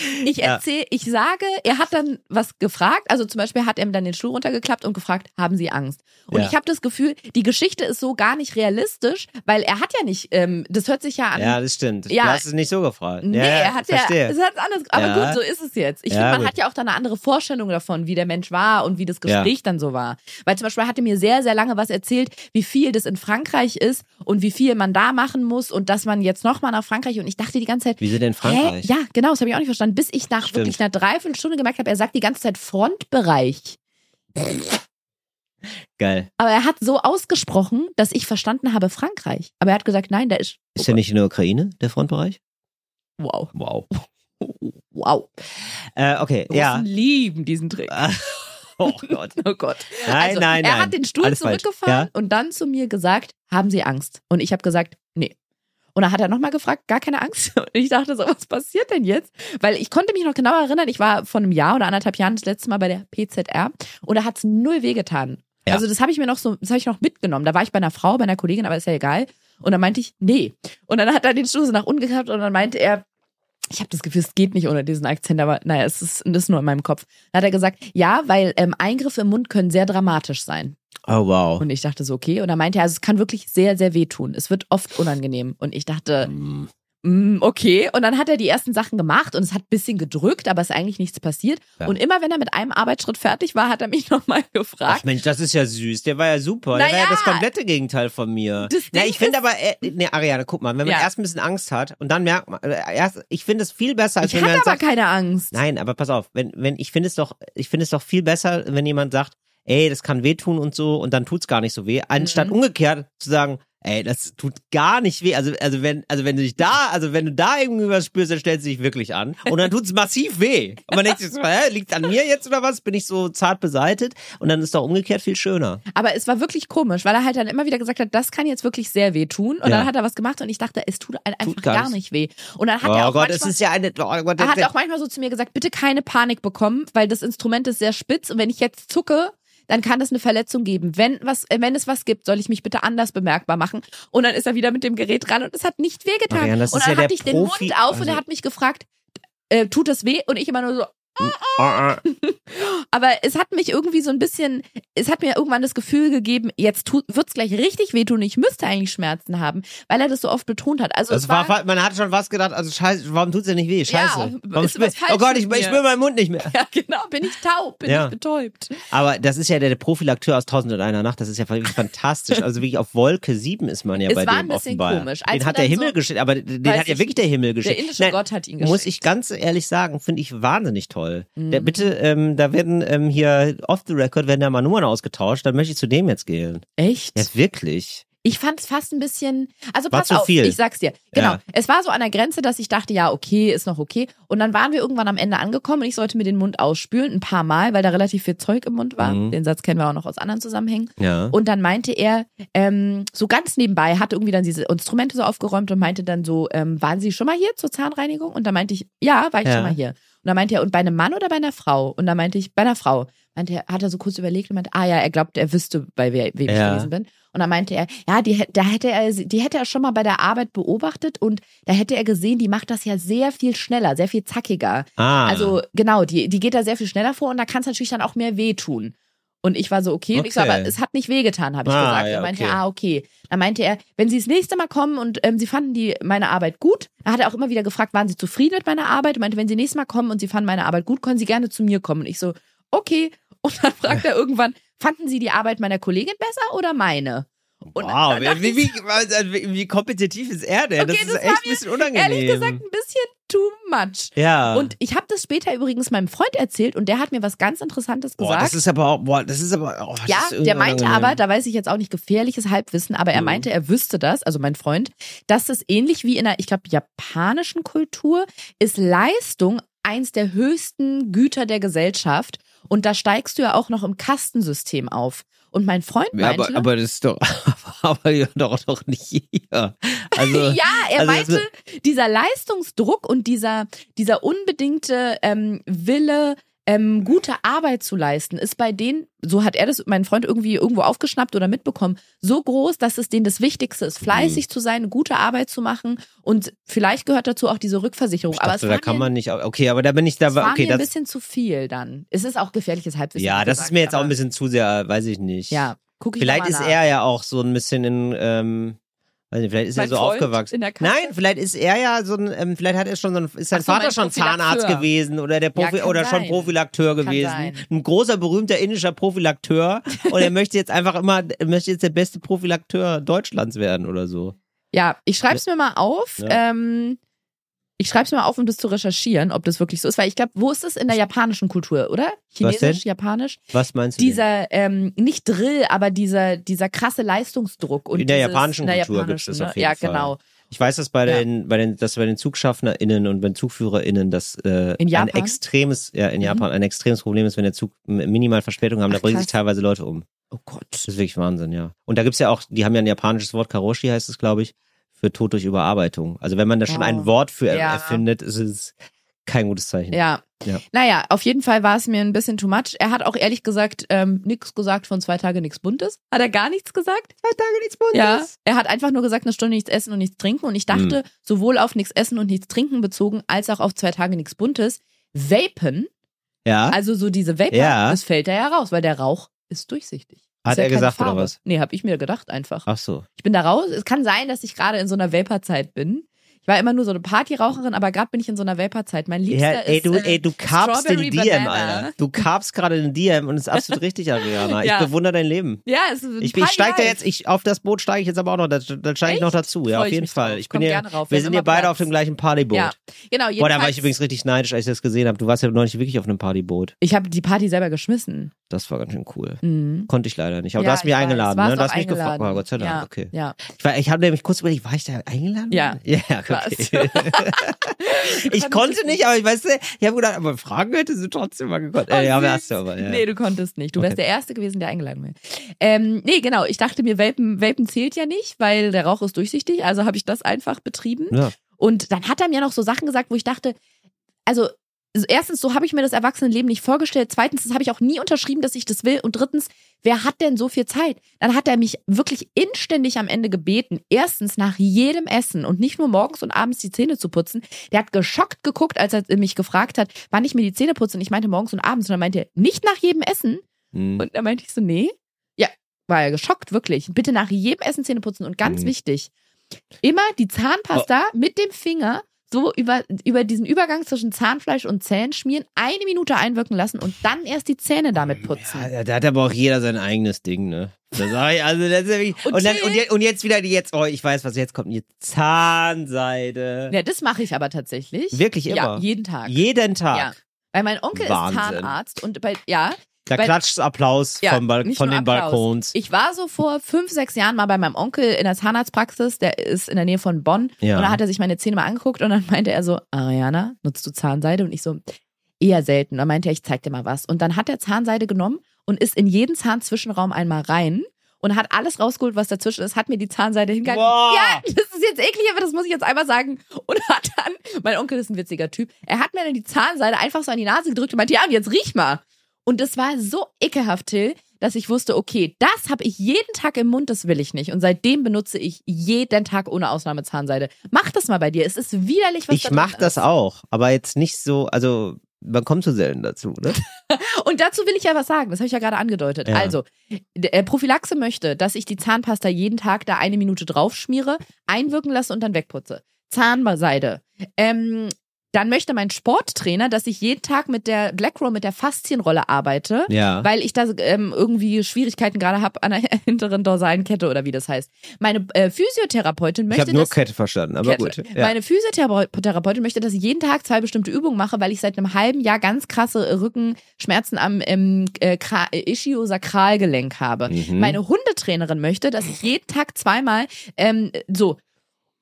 Speaker 2: ist, ich
Speaker 3: (laughs) Ja.
Speaker 2: erzähle, ich sage, er hat dann was gefragt. Also zum Beispiel hat er mir dann den Stuhl runtergeklappt und gefragt, haben Sie Angst? Und
Speaker 3: Ja.
Speaker 2: ich habe das Gefühl, die Geschichte ist so gar nicht realistisch, weil er hat ja nicht, ähm, das hört sich ja an.
Speaker 3: ja, das stimmt.
Speaker 2: Ja.
Speaker 3: Du hast es nicht so gefragt.
Speaker 2: Nee,
Speaker 3: ja,
Speaker 2: er hat ja,
Speaker 3: verstehe.
Speaker 2: es hat anders, aber
Speaker 3: Ja.
Speaker 2: gut, so ist es jetzt. Ich
Speaker 3: Ja,
Speaker 2: finde, man
Speaker 3: gut.
Speaker 2: hat ja auch dann eine andere Vorstellung davon, wie der Mensch war und wie das
Speaker 3: Ja.
Speaker 2: Gespräch dann so war. Weil zum Beispiel hatte mir sehr, sehr lange was erzählt, wie viel das in Frankreich ist und wie viel man da machen muss und dass man jetzt nochmal nach Frankreich und ich dachte die ganze Zeit,
Speaker 3: Wieso denn Frankreich?
Speaker 2: Hä? Ja, genau, das habe ich auch nicht verstanden, bis ich nach
Speaker 3: Stimmt.
Speaker 2: wirklich einer Dreiviertelstunde gemerkt habe, er sagt die ganze Zeit Frontbereich.
Speaker 3: Geil.
Speaker 2: Aber er hat so ausgesprochen, dass ich verstanden habe Frankreich. Aber er hat gesagt, nein, da ist.
Speaker 3: Ist der nicht in der Ukraine, der Frontbereich?
Speaker 2: Wow.
Speaker 3: Wow.
Speaker 2: Wow.
Speaker 3: Äh, okay,
Speaker 2: Russen
Speaker 3: ja.
Speaker 2: lieben diesen Trick.
Speaker 3: (laughs) Oh Gott.
Speaker 2: Oh Gott.
Speaker 3: Nein,
Speaker 2: also,
Speaker 3: nein,
Speaker 2: er
Speaker 3: nein.
Speaker 2: hat den Stuhl
Speaker 3: Alles falsch.
Speaker 2: zurückgefahren und dann zu mir gesagt, haben Sie Angst? Und ich habe gesagt, nee. Und dann hat er nochmal gefragt, gar keine Angst. (laughs) Und ich dachte so, was passiert denn jetzt? Weil ich konnte mich noch genau erinnern, ich war vor einem Jahr oder anderthalb Jahren das letzte Mal bei der PZR und da hat's null wehgetan.
Speaker 3: Ja.
Speaker 2: Also das habe ich mir noch so, das habe ich noch mitgenommen. Da war ich bei einer Frau, bei einer Kollegin, aber ist ja egal. Und dann meinte ich, nee. Und dann hat er den Stuhl so nach unten gehabt und dann meinte er, ich habe das Gefühl, es geht nicht ohne diesen Akzent, aber naja, es ist, das ist nur in meinem Kopf. Dann hat er gesagt, ja, weil ähm, Eingriffe im Mund können sehr dramatisch sein.
Speaker 3: Oh wow.
Speaker 2: Und ich dachte so, okay. Und er meinte, er, also es kann wirklich sehr, sehr wehtun. Es wird oft unangenehm. Und ich dachte,
Speaker 3: Hm.
Speaker 2: mm, okay. Und dann hat er die ersten Sachen gemacht und es hat ein bisschen gedrückt, aber es ist eigentlich nichts passiert.
Speaker 3: Ja.
Speaker 2: Und immer wenn er mit einem Arbeitsschritt fertig war, hat er mich (laughs) nochmal gefragt.
Speaker 3: Ach Mensch, das ist ja süß. Der war ja super. Der war
Speaker 2: Naja.
Speaker 3: ja das komplette Gegenteil von mir.
Speaker 2: Das
Speaker 3: Na,
Speaker 2: Ding
Speaker 3: ich finde aber, äh, nee, Ariane, guck mal, wenn man
Speaker 2: Ja.
Speaker 3: erst ein bisschen Angst hat und dann merkt man, äh, erst, ich finde es viel besser, als
Speaker 2: ich
Speaker 3: wenn man
Speaker 2: hatte aber
Speaker 3: sagt,
Speaker 2: keine Angst.
Speaker 3: Nein, aber pass auf, wenn, wenn, ich finde es doch, ich finde es doch viel besser, wenn jemand sagt, ey, das kann wehtun und so, und dann tut's gar nicht so weh, anstatt
Speaker 2: Mhm.
Speaker 3: umgekehrt zu sagen, ey, das tut gar nicht weh. Also, also wenn, also wenn du dich da, also wenn du da irgendwie was spürst, dann stellst du dich wirklich an. Und dann tut's massiv weh. Und man denkt sich so, hä, liegt's an mir jetzt oder was? Bin ich so zart beseitet? Und dann ist doch umgekehrt viel schöner.
Speaker 2: Aber es war wirklich komisch, weil er halt dann immer wieder gesagt hat, das kann jetzt wirklich sehr wehtun. Und
Speaker 3: Ja.
Speaker 2: dann hat er was gemacht und ich dachte, es tut einem einfach
Speaker 3: Tut
Speaker 2: gar,
Speaker 3: gar
Speaker 2: nicht weh. Und dann hat er
Speaker 3: oh
Speaker 2: auch
Speaker 3: Gott, es
Speaker 2: manchmal,
Speaker 3: ist ja eine, oh Gott,
Speaker 2: Er hat
Speaker 3: das-
Speaker 2: auch manchmal so zu mir gesagt, bitte keine Panik bekommen, weil das Instrument ist sehr spitz und wenn ich jetzt zucke, dann kann es eine Verletzung geben. Wenn, was, äh, wenn es was gibt, soll ich mich bitte anders bemerkbar machen. Und dann ist er wieder mit dem Gerät ran und es hat nicht wehgetan.
Speaker 3: Marianne, das
Speaker 2: und
Speaker 3: ist
Speaker 2: dann
Speaker 3: ja
Speaker 2: hatte
Speaker 3: der
Speaker 2: ich den Mund
Speaker 3: Profi-
Speaker 2: auf und
Speaker 3: also-
Speaker 2: er hat mich gefragt, äh, tut das weh? Und ich immer nur so,
Speaker 3: Ah, ah.
Speaker 2: (laughs) aber es hat mich irgendwie so ein bisschen, es hat mir irgendwann das Gefühl gegeben, jetzt tu, wird's gleich richtig wehtun, ich müsste eigentlich Schmerzen haben, weil er das so oft betont hat. Also
Speaker 3: Das
Speaker 2: es
Speaker 3: war,
Speaker 2: war,
Speaker 3: fa- man hat schon fast gedacht, also scheiße, warum tut's denn nicht weh? Scheiße.
Speaker 2: Ja,
Speaker 3: warum
Speaker 2: ist was
Speaker 3: spür-
Speaker 2: falsch
Speaker 3: oh Gott, ich,
Speaker 2: mit
Speaker 3: ich
Speaker 2: mir?
Speaker 3: spüre meinen Mund nicht mehr.
Speaker 2: (laughs) ja genau, bin ich taub, bin
Speaker 3: Ja.
Speaker 2: ich betäubt.
Speaker 3: Aber das ist ja der Prophylakteur aus 1001 Nacht, das ist ja wirklich fantastisch. Also wirklich auf Wolke 7 ist man ja
Speaker 2: Es
Speaker 3: bei
Speaker 2: war
Speaker 3: dem
Speaker 2: ein bisschen
Speaker 3: offenbar.
Speaker 2: komisch. Als
Speaker 3: Den
Speaker 2: wir
Speaker 3: hat der
Speaker 2: dann
Speaker 3: Himmel
Speaker 2: so-
Speaker 3: geschickt, aber den
Speaker 2: Weiß
Speaker 3: hat ja
Speaker 2: ich
Speaker 3: wirklich der Himmel geschickt.
Speaker 2: Der indische
Speaker 3: Nein,
Speaker 2: Gott hat ihn geschickt. Mhm.
Speaker 3: Muss ich ganz ehrlich sagen, finde ich wahnsinnig toll. Der, bitte, ähm, da werden ähm, hier off the record werden da mal Nummern ausgetauscht, dann möchte ich zu dem jetzt gehen.
Speaker 2: Echt?
Speaker 3: Ja, wirklich.
Speaker 2: Ich fand's fast ein bisschen, also
Speaker 3: War
Speaker 2: pass
Speaker 3: zu
Speaker 2: auf,
Speaker 3: viel.
Speaker 2: ich sag's dir. Genau,
Speaker 3: Ja.
Speaker 2: es war so an der Grenze, dass ich dachte, ja, okay, ist noch okay. Und dann waren wir irgendwann am Ende angekommen und ich sollte mir den Mund ausspülen, ein paar Mal, weil da relativ viel Zeug im Mund war.
Speaker 3: Mhm.
Speaker 2: Den Satz kennen wir auch noch aus anderen Zusammenhängen.
Speaker 3: Ja.
Speaker 2: Und dann meinte er, ähm, so ganz nebenbei, hat irgendwie dann diese Instrumente so aufgeräumt und meinte dann so, ähm, waren Sie schon mal hier zur Zahnreinigung? Und da meinte ich, ja, war ich
Speaker 3: Ja.
Speaker 2: schon mal hier. Und dann meinte er, und bei einem Mann oder bei einer Frau? Und dann meinte ich, bei einer Frau. Meinte er, hat er so kurz überlegt und meinte, ah ja, er glaubt, er wüsste, bei we wem
Speaker 3: Ja.
Speaker 2: ich gewesen bin. Und dann meinte er, ja, die, hä- da hätte er, sie- die hätte er schon mal bei der Arbeit beobachtet und da hätte er gesehen, die macht das ja sehr viel schneller, sehr viel zackiger.
Speaker 3: ah.
Speaker 2: Also genau, die, die geht da sehr viel schneller vor und da kann es natürlich dann auch mehr wehtun. Und ich war so, okay. Und ich so,
Speaker 3: Okay.
Speaker 2: aber es hat nicht wehgetan, habe ich
Speaker 3: Ah,
Speaker 2: gesagt.
Speaker 3: ja,
Speaker 2: er meinte,
Speaker 3: okay.
Speaker 2: ah, okay. Dann meinte er, wenn Sie das nächste Mal kommen und ähm, Sie fanden die, meine Arbeit gut, dann hat er auch immer wieder gefragt, waren Sie zufrieden mit meiner Arbeit? Und meinte, wenn Sie nächstes Mal kommen und Sie fanden meine Arbeit gut, können Sie gerne zu mir kommen. Und ich so, okay. (laughs) Und dann fragt er irgendwann, fanden Sie die Arbeit meiner Kollegin besser oder meine? Und
Speaker 3: wow,
Speaker 2: dann dachte
Speaker 3: wie, wie, wie, wie kompetitiv ist er denn?
Speaker 2: Okay,
Speaker 3: das ist
Speaker 2: das war
Speaker 3: echt ein
Speaker 2: mir
Speaker 3: bisschen
Speaker 2: ich,
Speaker 3: unangenehm.
Speaker 2: ehrlich gesagt, ein bisschen too much.
Speaker 3: Ja.
Speaker 2: Und ich habe das später übrigens meinem Freund erzählt und der hat mir was ganz Interessantes
Speaker 3: boah,
Speaker 2: gesagt.
Speaker 3: das ist aber auch, boah, Oh, das ist Mhm. aber auch.
Speaker 2: Ja, der meinte aber, da weiß ich jetzt auch nicht, gefährliches Halbwissen, aber er meinte, er wüsste das, also mein Freund, dass es ähnlich wie in der, ich glaube, japanischen Kultur ist Leistung eins der höchsten Güter der Gesellschaft und da steigst du ja auch noch im Kastensystem auf. Und mein Freund
Speaker 3: Ja,
Speaker 2: meinte,
Speaker 3: aber, aber das ist doch, (laughs) aber ja, doch, doch nicht hier. Also,
Speaker 2: (laughs) ja, er
Speaker 3: also das-
Speaker 2: meinte, dieser Leistungsdruck und dieser, dieser unbedingte ähm, Wille, ähm, gute Arbeit zu leisten, ist bei denen, so hat er das, mein Freund, irgendwie irgendwo aufgeschnappt oder mitbekommen, so groß, dass es denen das Wichtigste ist,
Speaker 3: Mhm.
Speaker 2: fleißig zu sein, gute Arbeit zu machen und vielleicht gehört dazu auch diese Rückversicherung.
Speaker 3: ich
Speaker 2: aber
Speaker 3: dachte,
Speaker 2: es
Speaker 3: da
Speaker 2: war
Speaker 3: kann
Speaker 2: mir,
Speaker 3: man nicht, okay, aber da bin ich da,
Speaker 2: es war
Speaker 3: okay,
Speaker 2: mir ein
Speaker 3: das,
Speaker 2: bisschen zu viel dann. Es ist auch gefährliches Halbwissen.
Speaker 3: ja,
Speaker 2: wie
Speaker 3: das
Speaker 2: gesagt,
Speaker 3: ist mir jetzt auch ein
Speaker 2: aber-
Speaker 3: bisschen zu sehr, weiß ich nicht.
Speaker 2: Ja, guck ich
Speaker 3: Vielleicht
Speaker 2: noch mal
Speaker 3: ist
Speaker 2: nach.
Speaker 3: er ja auch so ein bisschen in, ähm, weiß nicht, vielleicht ist
Speaker 2: Mein
Speaker 3: er so
Speaker 2: Freund
Speaker 3: aufgewachsen.
Speaker 2: in der Kasse?
Speaker 3: Nein, vielleicht ist er ja so ein, ähm, vielleicht hat er schon so ein, ist sein
Speaker 2: Ach so,
Speaker 3: Vater
Speaker 2: mein
Speaker 3: schon Zahnarzt
Speaker 2: Prophylakteur.
Speaker 3: gewesen oder der Profi
Speaker 2: Ja, kann
Speaker 3: oder schon
Speaker 2: sein.
Speaker 3: Prophylakteur
Speaker 2: Kann
Speaker 3: gewesen.
Speaker 2: sein.
Speaker 3: Ein großer berühmter
Speaker 2: (laughs)
Speaker 3: indischer Prophylakteur und er möchte jetzt einfach immer, er möchte jetzt der beste Prophylakteur Deutschlands werden oder so.
Speaker 2: Ja, ich schreib's mir mal auf.
Speaker 3: Ja.
Speaker 2: Ähm, ich schreib's mir mal auf, um das zu recherchieren, ob das wirklich so ist. Weil ich glaube, wo ist das in der japanischen Kultur, oder?
Speaker 3: Was denn?
Speaker 2: Chinesisch, japanisch.
Speaker 3: Was meinst du? denn?
Speaker 2: Dieser, ähm, nicht Drill, aber dieser, dieser krasse Leistungsdruck. Und
Speaker 3: In der
Speaker 2: dieses,
Speaker 3: japanischen
Speaker 2: in der
Speaker 3: Kultur
Speaker 2: japanischen,
Speaker 3: gibt's das auf
Speaker 2: ne?
Speaker 3: jeden
Speaker 2: Ja,
Speaker 3: Fall.
Speaker 2: genau.
Speaker 3: Ich weiß, dass bei
Speaker 2: Ja.
Speaker 3: den, bei den, dass bei den ZugschaffnerInnen und bei den ZugführerInnen das äh,
Speaker 2: In
Speaker 3: ein
Speaker 2: Japan?
Speaker 3: extremes, ja, in
Speaker 2: Mhm.
Speaker 3: Japan ein extremes Problem ist, wenn der Zug m- minimal Verspätung haben, da
Speaker 2: Ach,
Speaker 3: bringen sich
Speaker 2: krass.
Speaker 3: teilweise Leute um.
Speaker 2: Oh Gott.
Speaker 3: Das ist wirklich Wahnsinn, ja. Und da gibt's ja auch, die haben ja ein japanisches Wort, Karoshi heißt es, glaube ich, für Tod durch Überarbeitung. Also wenn man da schon
Speaker 2: Wow.
Speaker 3: ein Wort für er-
Speaker 2: Oh. Ja.
Speaker 3: erfindet, ist es kein gutes Zeichen.
Speaker 2: Ja.
Speaker 3: Ja.
Speaker 2: Naja, auf jeden Fall war es mir ein bisschen too much. Er hat auch ehrlich gesagt ähm, nichts gesagt von zwei Tage nichts Buntes. Hat er gar nichts gesagt?
Speaker 3: Zwei Tage nichts Buntes.
Speaker 2: Ja, er hat einfach nur gesagt, eine Stunde nichts essen und nichts trinken. Und ich
Speaker 3: Hm.
Speaker 2: dachte, sowohl auf nichts essen und nichts trinken bezogen, als auch auf zwei Tage nichts Buntes, Vapen,
Speaker 3: Ja?
Speaker 2: also so diese Vapor,
Speaker 3: Ja.
Speaker 2: das fällt da ja raus, weil der Rauch ist durchsichtig.
Speaker 3: Hat
Speaker 2: ist ja
Speaker 3: er
Speaker 2: keine
Speaker 3: gesagt oder
Speaker 2: Farbe.
Speaker 3: was?
Speaker 2: Nee, hab ich mir gedacht einfach.
Speaker 3: Ach so.
Speaker 2: Ich bin da raus. Es kann sein, dass ich gerade in so einer Vapor-Zeit bin. Ich war immer nur so eine Partyraucherin, aber gerade bin ich in so einer Vapor-Zeit. Mein Liebster
Speaker 3: Ja, ey,
Speaker 2: ist
Speaker 3: du,
Speaker 2: äh,
Speaker 3: ey, du karpst den
Speaker 2: Strawberry
Speaker 3: DM,
Speaker 2: Banana.
Speaker 3: Alter. Du karpst gerade den DM und
Speaker 2: (laughs)
Speaker 3: es ist absolut richtig, Ariana.
Speaker 2: Ja.
Speaker 3: Ich bewundere dein Leben.
Speaker 2: Ja, es ist ein
Speaker 3: Ich, ich steige da
Speaker 2: Party-Life.
Speaker 3: jetzt, ich, auf das Boot steige ich jetzt aber auch noch, da, da steige ich
Speaker 2: Echt?
Speaker 3: noch dazu, ja,
Speaker 2: Freu
Speaker 3: auf
Speaker 2: ich
Speaker 3: jeden
Speaker 2: mich
Speaker 3: Fall.
Speaker 2: drauf.
Speaker 3: Ich
Speaker 2: Komm
Speaker 3: bin hier,
Speaker 2: gerne rauf,
Speaker 3: wir
Speaker 2: wenn
Speaker 3: sind
Speaker 2: immer
Speaker 3: hier beide
Speaker 2: Platz.
Speaker 3: auf dem gleichen Partyboot.
Speaker 2: Ja, genau.
Speaker 3: Boah, da war ich
Speaker 2: jedenfalls-
Speaker 3: übrigens richtig neidisch, als ich das gesehen habe. Du warst ja neulich wirklich auf einem Partyboot.
Speaker 2: Ich habe die Party selber geschmissen.
Speaker 3: Das war ganz schön cool.
Speaker 2: Mhm.
Speaker 3: Konnte ich leider nicht. Aber
Speaker 2: Ja,
Speaker 3: du hast mich
Speaker 2: ich weiß.
Speaker 3: eingeladen,
Speaker 2: Warst
Speaker 3: ne? Du
Speaker 2: auch
Speaker 3: hast mich gefragt.
Speaker 2: eingeladen.
Speaker 3: Oh, Gott sei Dank,
Speaker 2: Ja,
Speaker 3: okay.
Speaker 2: Ja.
Speaker 3: Ich, war- ich habe nämlich kurz überlegt, war ich da eingeladen?
Speaker 2: Ja.
Speaker 3: (laughs) Ja,
Speaker 2: Warst
Speaker 3: okay.
Speaker 2: du.
Speaker 3: ich konnte nicht, aber ich weiß, ich habe gedacht, aber Fragen hätte sie trotzdem mal gekonnt.
Speaker 2: Oh,
Speaker 3: Äh, ja,
Speaker 2: süß.
Speaker 3: aber hast du aber, ja.
Speaker 2: Nee, du konntest nicht. Du wärst
Speaker 3: Okay.
Speaker 2: der Erste gewesen, der eingeladen wäre. Ähm, nee, genau. Ich dachte mir, Welpen, Welpen zählt ja nicht, weil der Rauch ist durchsichtig. Also habe ich das einfach betrieben.
Speaker 3: Ja.
Speaker 2: Und dann hat er mir noch so Sachen gesagt, wo ich dachte, also also erstens, so habe ich mir das Erwachsenenleben nicht vorgestellt. Zweitens, das habe ich auch nie unterschrieben, dass ich das will. Und drittens, wer hat denn so viel Zeit? Dann hat er mich wirklich inständig am Ende gebeten, erstens nach jedem Essen und nicht nur morgens und abends die Zähne zu putzen. Der hat geschockt geguckt, als er mich gefragt hat, wann ich mir die Zähne putze. Und ich meinte morgens und abends. Und er meinte, nicht nach jedem Essen.
Speaker 3: Hm.
Speaker 2: Und da meinte ich so, nee. Ja, war ja geschockt, wirklich. Bitte nach jedem Essen Zähne putzen. Und ganz
Speaker 3: Mhm. Oh.
Speaker 2: wichtig, immer die Zahnpasta mit dem Finger so über, über diesen Übergang zwischen Zahnfleisch und Zähnen schmieren, eine Minute einwirken lassen und dann erst die Zähne damit putzen.
Speaker 3: Ja, da hat aber auch jeder sein eigenes Ding, ne? Das sag ich, also das ist ja wirklich,
Speaker 2: Und
Speaker 3: und, dann,
Speaker 2: Till?
Speaker 3: und, jetzt, und jetzt wieder die jetzt, oh, ich weiß, was jetzt kommt, die Zahnseide.
Speaker 2: Ja, das mache ich aber tatsächlich.
Speaker 3: Wirklich
Speaker 2: Ja,
Speaker 3: immer.
Speaker 2: jeden Tag.
Speaker 3: Jeden Tag.
Speaker 2: Ja. Weil mein Onkel
Speaker 3: Wahnsinn.
Speaker 2: ist Zahnarzt und bei, ja,
Speaker 3: Da
Speaker 2: Weil-
Speaker 3: klatscht Applaus
Speaker 2: Ja,
Speaker 3: vom Bal-
Speaker 2: nicht
Speaker 3: von
Speaker 2: nur
Speaker 3: den
Speaker 2: Applaus.
Speaker 3: Balkons.
Speaker 2: Ich war so vor fünf, sechs Jahren mal bei meinem Onkel in der Zahnarztpraxis, der ist in der Nähe von Bonn.
Speaker 3: Ja.
Speaker 2: Und da hat er sich meine Zähne mal angeguckt und dann (laughs) meinte er so, Ariana, nutzt du Zahnseide? Und ich so, eher selten. Und dann meinte er, ich zeig dir mal was. Und dann hat er Zahnseide genommen und ist in jeden Zahnzwischenraum einmal rein und hat alles rausgeholt, was dazwischen ist, hat mir die Zahnseide hingehalten.
Speaker 3: Boah.
Speaker 2: Ja, das ist jetzt eklig, aber das muss ich jetzt einmal sagen. Und hat dann, mein Onkel ist ein witziger Typ, er hat mir dann die Zahnseide einfach so an die Nase gedrückt und meinte, ja, und jetzt riech mal. Und das war so ekelhaft, Till, dass ich wusste, okay, das habe ich jeden Tag im Mund, das will ich nicht. Und seitdem benutze ich jeden Tag ohne Ausnahme Zahnseide. Mach das mal bei dir. Es ist widerlich, was
Speaker 3: Ich
Speaker 2: da drin
Speaker 3: mach das
Speaker 2: ist.
Speaker 3: auch, aber jetzt nicht so, also man kommt so selten dazu,
Speaker 2: (laughs)
Speaker 3: ne?
Speaker 2: Und dazu will ich ja was sagen. Das habe ich ja gerade angedeutet.
Speaker 3: Ja.
Speaker 2: Also, der äh, Prophylaxe möchte, dass ich die Zahnpasta jeden Tag da eine Minute drauf schmiere, einwirken lasse und dann wegputze. Zahnseide. Ähm, dann möchte mein Sporttrainer, dass ich jeden Tag mit der Blackroll, mit der Faszienrolle arbeite.
Speaker 3: Ja.
Speaker 2: Weil ich da ähm, irgendwie Schwierigkeiten gerade habe an der (laughs) hinteren dorsalen Kette oder wie das heißt. Meine äh, Physiotherapeutin
Speaker 3: ich
Speaker 2: möchte
Speaker 3: habe nur
Speaker 2: das
Speaker 3: Kette verstanden, aber
Speaker 2: Kette.
Speaker 3: gut. Ja.
Speaker 2: Meine Physiotherapeutin möchte, dass ich jeden Tag zwei bestimmte Übungen mache, weil ich seit einem halben Jahr ganz krasse Rückenschmerzen am ähm, äh, Kra- äh, Ischiosakralgelenk habe.
Speaker 3: Mhm.
Speaker 2: Meine Hundetrainerin möchte, dass ich jeden Tag zweimal ähm, so.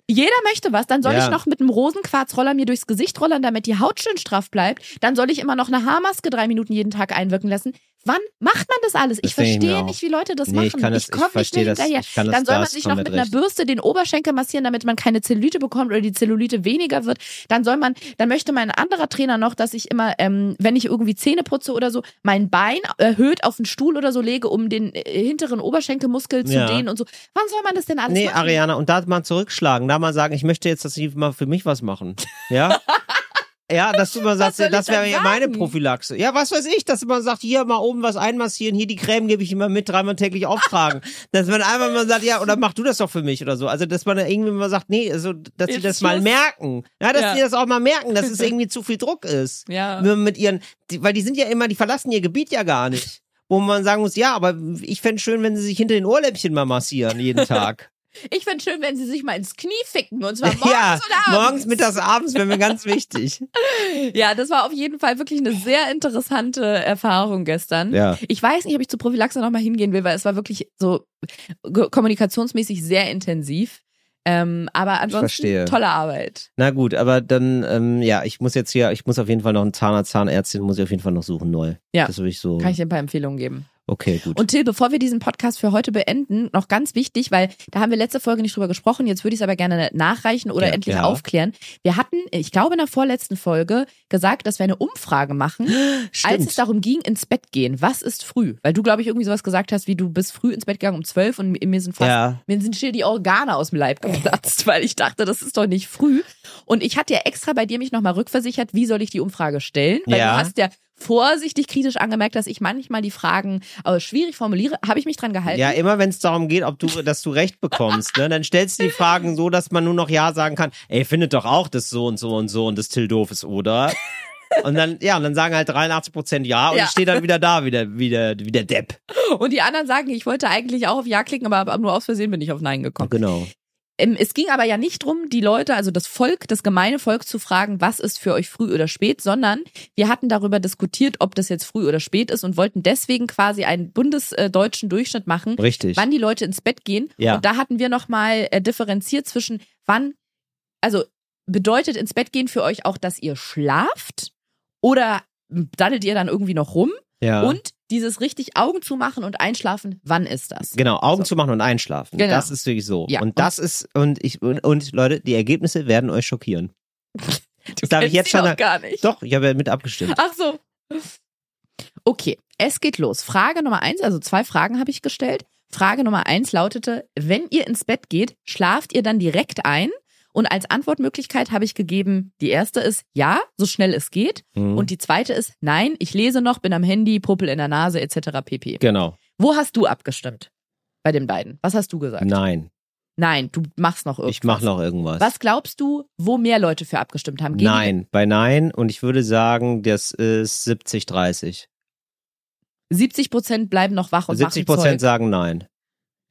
Speaker 2: Jeder möchte was, dann soll
Speaker 3: Ja.
Speaker 2: ich noch mit einem Rosenquarzroller mir durchs Gesicht rollern, damit die Haut schön straff bleibt. Dann soll ich immer noch eine Haarmaske drei Minuten jeden Tag einwirken lassen. Wann macht man das alles? ich
Speaker 3: Das denke ich mir
Speaker 2: verstehe
Speaker 3: auch.
Speaker 2: nicht, wie Leute das
Speaker 3: Nee,
Speaker 2: machen.
Speaker 3: ich kann das, ich,
Speaker 2: komm nicht
Speaker 3: verstehe
Speaker 2: mehr
Speaker 3: das.
Speaker 2: hinterher.
Speaker 3: Ich kann das
Speaker 2: Dann soll man
Speaker 3: das
Speaker 2: sich noch mit
Speaker 3: komplett
Speaker 2: einer
Speaker 3: recht.
Speaker 2: Bürste den Oberschenkel massieren, damit man keine Zellulite bekommt oder die Zellulite weniger wird. Dann soll man, dann möchte mein anderer Trainer noch, dass ich immer, ähm, wenn ich irgendwie Zähne putze oder so, mein Bein erhöht auf den Stuhl oder so lege, um den äh, hinteren Oberschenkelmuskel zu
Speaker 3: Ja.
Speaker 2: dehnen und so. Wann soll man das denn alles
Speaker 3: Nee,
Speaker 2: machen?
Speaker 3: Ariana, und da mal zurückschlagen, da mal sagen, ich möchte jetzt, dass sie mal für mich was machen.
Speaker 2: (laughs)
Speaker 3: Ja? Ja, dass du mal sagst,
Speaker 2: soll ich
Speaker 3: das wäre
Speaker 2: dann
Speaker 3: ja meine
Speaker 2: sagen?
Speaker 3: Prophylaxe. Ja, was weiß ich, dass man sagt, hier mal oben was einmassieren, hier die Creme gebe ich immer mit, dreimal täglich
Speaker 2: (laughs)
Speaker 3: auftragen. dass man einfach mal sagt, ja, oder mach du das doch für mich oder so. Also, dass man da irgendwie mal sagt, nee, also, dass sie
Speaker 2: Jetzt
Speaker 3: das mal
Speaker 2: Schluss.
Speaker 3: merken. Ja, dass
Speaker 2: Ja.
Speaker 3: sie das auch mal
Speaker 2: (laughs)
Speaker 3: merken, dass es irgendwie zu viel Druck ist.
Speaker 2: Ja.
Speaker 3: Nur mit ihren, die, weil die sind ja immer, die verlassen ihr Gebiet ja gar nicht. Wo man sagen muss, ja, aber ich fände schön, wenn sie sich hinter den Ohrläppchen mal
Speaker 2: (laughs)
Speaker 3: massieren, jeden Tag.
Speaker 2: Ich fände schön, wenn sie sich mal ins Knie ficken und zwar morgens
Speaker 3: (laughs) ja,
Speaker 2: oder abends.
Speaker 3: morgens, mittags, abends wäre mir ganz wichtig.
Speaker 2: Ja, das war auf jeden Fall wirklich eine sehr interessante Erfahrung gestern.
Speaker 3: Ja.
Speaker 2: Ich weiß nicht, ob ich zu Prophylaxe nochmal hingehen will, weil es war wirklich so ge- kommunikationsmäßig sehr intensiv. Ähm, aber ansonsten
Speaker 3: verstehe.
Speaker 2: tolle Arbeit.
Speaker 3: (laughs) Na gut, aber dann, ähm, ja, ich muss jetzt hier, ich muss auf jeden Fall noch einen Zahnarzt, Zahnärztin, muss ich auf jeden Fall noch suchen, neu.
Speaker 2: Ja.
Speaker 3: Das will ich so.
Speaker 2: Kann ich dir ein paar Empfehlungen geben.
Speaker 3: okay, gut.
Speaker 2: Und Till, bevor wir diesen Podcast für heute beenden, noch ganz wichtig, weil da haben wir letzte Folge nicht drüber gesprochen, jetzt würde ich es aber gerne nachreichen oder
Speaker 3: Ja,
Speaker 2: endlich
Speaker 3: ja.
Speaker 2: aufklären. Wir hatten, ich glaube, in der vorletzten Folge gesagt, dass wir eine Umfrage
Speaker 3: (gasps)
Speaker 2: machen, als es darum ging, ins Bett gehen. Was ist früh? Weil du, glaube ich, irgendwie sowas gesagt hast, wie du bist früh ins Bett gegangen um zwölf und mir sind fast
Speaker 3: ja.
Speaker 2: Mir sind hier die Organe aus dem Leib geplatzt, weil ich dachte, das ist doch nicht früh. Und ich hatte ja extra bei dir mich nochmal rückversichert, wie soll ich die Umfrage stellen? Weil
Speaker 3: Ja.
Speaker 2: du hast ja vorsichtig kritisch angemerkt, dass ich manchmal die Fragen äh, schwierig formuliere. Habe ich mich dran gehalten?
Speaker 3: Ja, immer wenn es darum geht, ob du, dass du recht bekommst, ne, dann stellst du die Fragen so, dass man nur noch Ja sagen kann. Ey, findet doch auch das so und so und so und das Till doof ist, (laughs) oder? Und dann, ja, und dann sagen halt 83% Ja und
Speaker 2: Ja.
Speaker 3: ich stehe dann wieder da, wieder, wieder, wie der Depp.
Speaker 2: Und die anderen sagen, ich wollte eigentlich auch auf Ja klicken, aber hab- nur aus Versehen bin ich auf Nein gekommen.
Speaker 3: Genau.
Speaker 2: Ähm, es ging aber ja nicht drum, die Leute, also das Volk, das gemeine Volk zu fragen, was ist für euch früh oder spät, sondern wir hatten darüber diskutiert, ob das jetzt früh oder spät ist und wollten deswegen quasi einen bundesdeutschen Durchschnitt machen,
Speaker 3: Richtig.
Speaker 2: wann die Leute ins Bett gehen.
Speaker 3: Ja.
Speaker 2: Und da hatten wir nochmal äh, differenziert zwischen wann, also bedeutet ins Bett gehen für euch auch, dass ihr schlaft oder daddelt ihr dann irgendwie noch rum
Speaker 3: ja.
Speaker 2: und dieses richtig Augen zumachen und einschlafen, wann ist das?
Speaker 3: Genau, Augen
Speaker 2: So.
Speaker 3: zu machen und einschlafen.
Speaker 2: Genau.
Speaker 3: Das ist wirklich so.
Speaker 2: Ja, (laughs)
Speaker 3: Und das ist, und ich, und, und Leute, die Ergebnisse werden euch schockieren. Das darf ich jetzt
Speaker 2: Kennst ihn
Speaker 3: schon.
Speaker 2: auch gar nicht.
Speaker 3: Doch, ich habe ja mit abgestimmt.
Speaker 2: Ach so. Okay, es geht los. Frage Nummer eins, also zwei Fragen habe ich gestellt. Frage Nummer eins lautete, wenn ihr ins Bett geht, schlaft ihr dann direkt ein? Und als Antwortmöglichkeit habe ich gegeben, die erste ist ja, so schnell es geht.
Speaker 3: Mhm.
Speaker 2: (laughs) Und die zweite ist nein, ich lese noch, bin am Handy, Puppel in der Nase etc. pp.
Speaker 3: genau.
Speaker 2: Wo hast du abgestimmt? Bei den beiden. Was hast du gesagt?
Speaker 3: Nein,
Speaker 2: Nein, du machst noch irgendwas.
Speaker 3: ich mache noch irgendwas.
Speaker 2: Oh, Was glaubst du, wo mehr Leute für abgestimmt haben? Gegen-
Speaker 3: Nein, bei Nein. Und ich würde sagen, das ist 70, 30.
Speaker 2: 70 Prozent bleiben noch wach und
Speaker 3: 70
Speaker 2: machen Zeug.
Speaker 3: Prozent sagen Nein.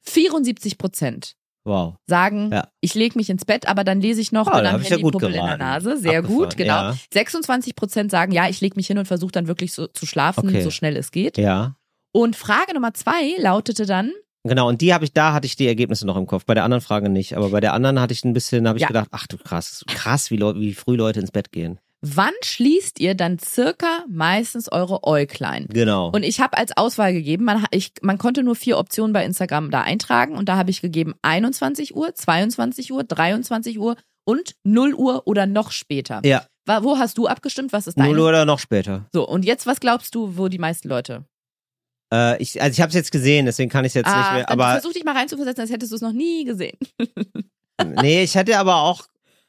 Speaker 2: 74 Prozent
Speaker 3: Wow.
Speaker 2: sagen,
Speaker 3: Ja,
Speaker 2: ich lege mich ins Bett, aber dann lese ich noch
Speaker 3: Ah,
Speaker 2: bin
Speaker 3: da
Speaker 2: am
Speaker 3: hab ich ja
Speaker 2: Handy
Speaker 3: gut
Speaker 2: Puppel in der
Speaker 3: geraten.
Speaker 2: Nase. Sehr
Speaker 3: Abgefahren,
Speaker 2: gut, genau.
Speaker 3: ja.
Speaker 2: 26 Prozent sagen, ja, ich lege mich hin und versuche dann wirklich so zu schlafen,
Speaker 3: Okay.
Speaker 2: so schnell es geht.
Speaker 3: ja.
Speaker 2: Und Frage Nummer zwei lautete dann,
Speaker 3: Genau, und die habe ich, da hatte ich die Ergebnisse noch im Kopf. Bei der anderen Frage nicht, aber bei der anderen hatte ich ein bisschen, habe ich
Speaker 2: Ja.
Speaker 3: gedacht, ach du krass, krass, wie, Leute, wie früh Leute ins Bett gehen.
Speaker 2: wann schließt ihr dann circa meistens eure Äuglein?
Speaker 3: Genau.
Speaker 2: Und ich habe als Auswahl gegeben, man, ha- ich, man konnte nur vier Optionen bei Instagram da eintragen und da habe ich gegeben 21 Uhr, 22 Uhr, 23 Uhr und 0 Uhr oder noch später.
Speaker 3: ja,
Speaker 2: Wa- Wo hast du abgestimmt? Was ist deine?
Speaker 3: null oder noch später.
Speaker 2: So, und jetzt, was glaubst du, wo die meisten Leute?
Speaker 3: Äh, ich, also ich habe es jetzt gesehen, deswegen kann ich es jetzt nicht
Speaker 2: Ah,
Speaker 3: mehr.
Speaker 2: dann
Speaker 3: Aber
Speaker 2: versuch dich mal reinzuversetzen, als hättest du es noch nie gesehen.
Speaker 3: (laughs) nee, ich hätte aber auch,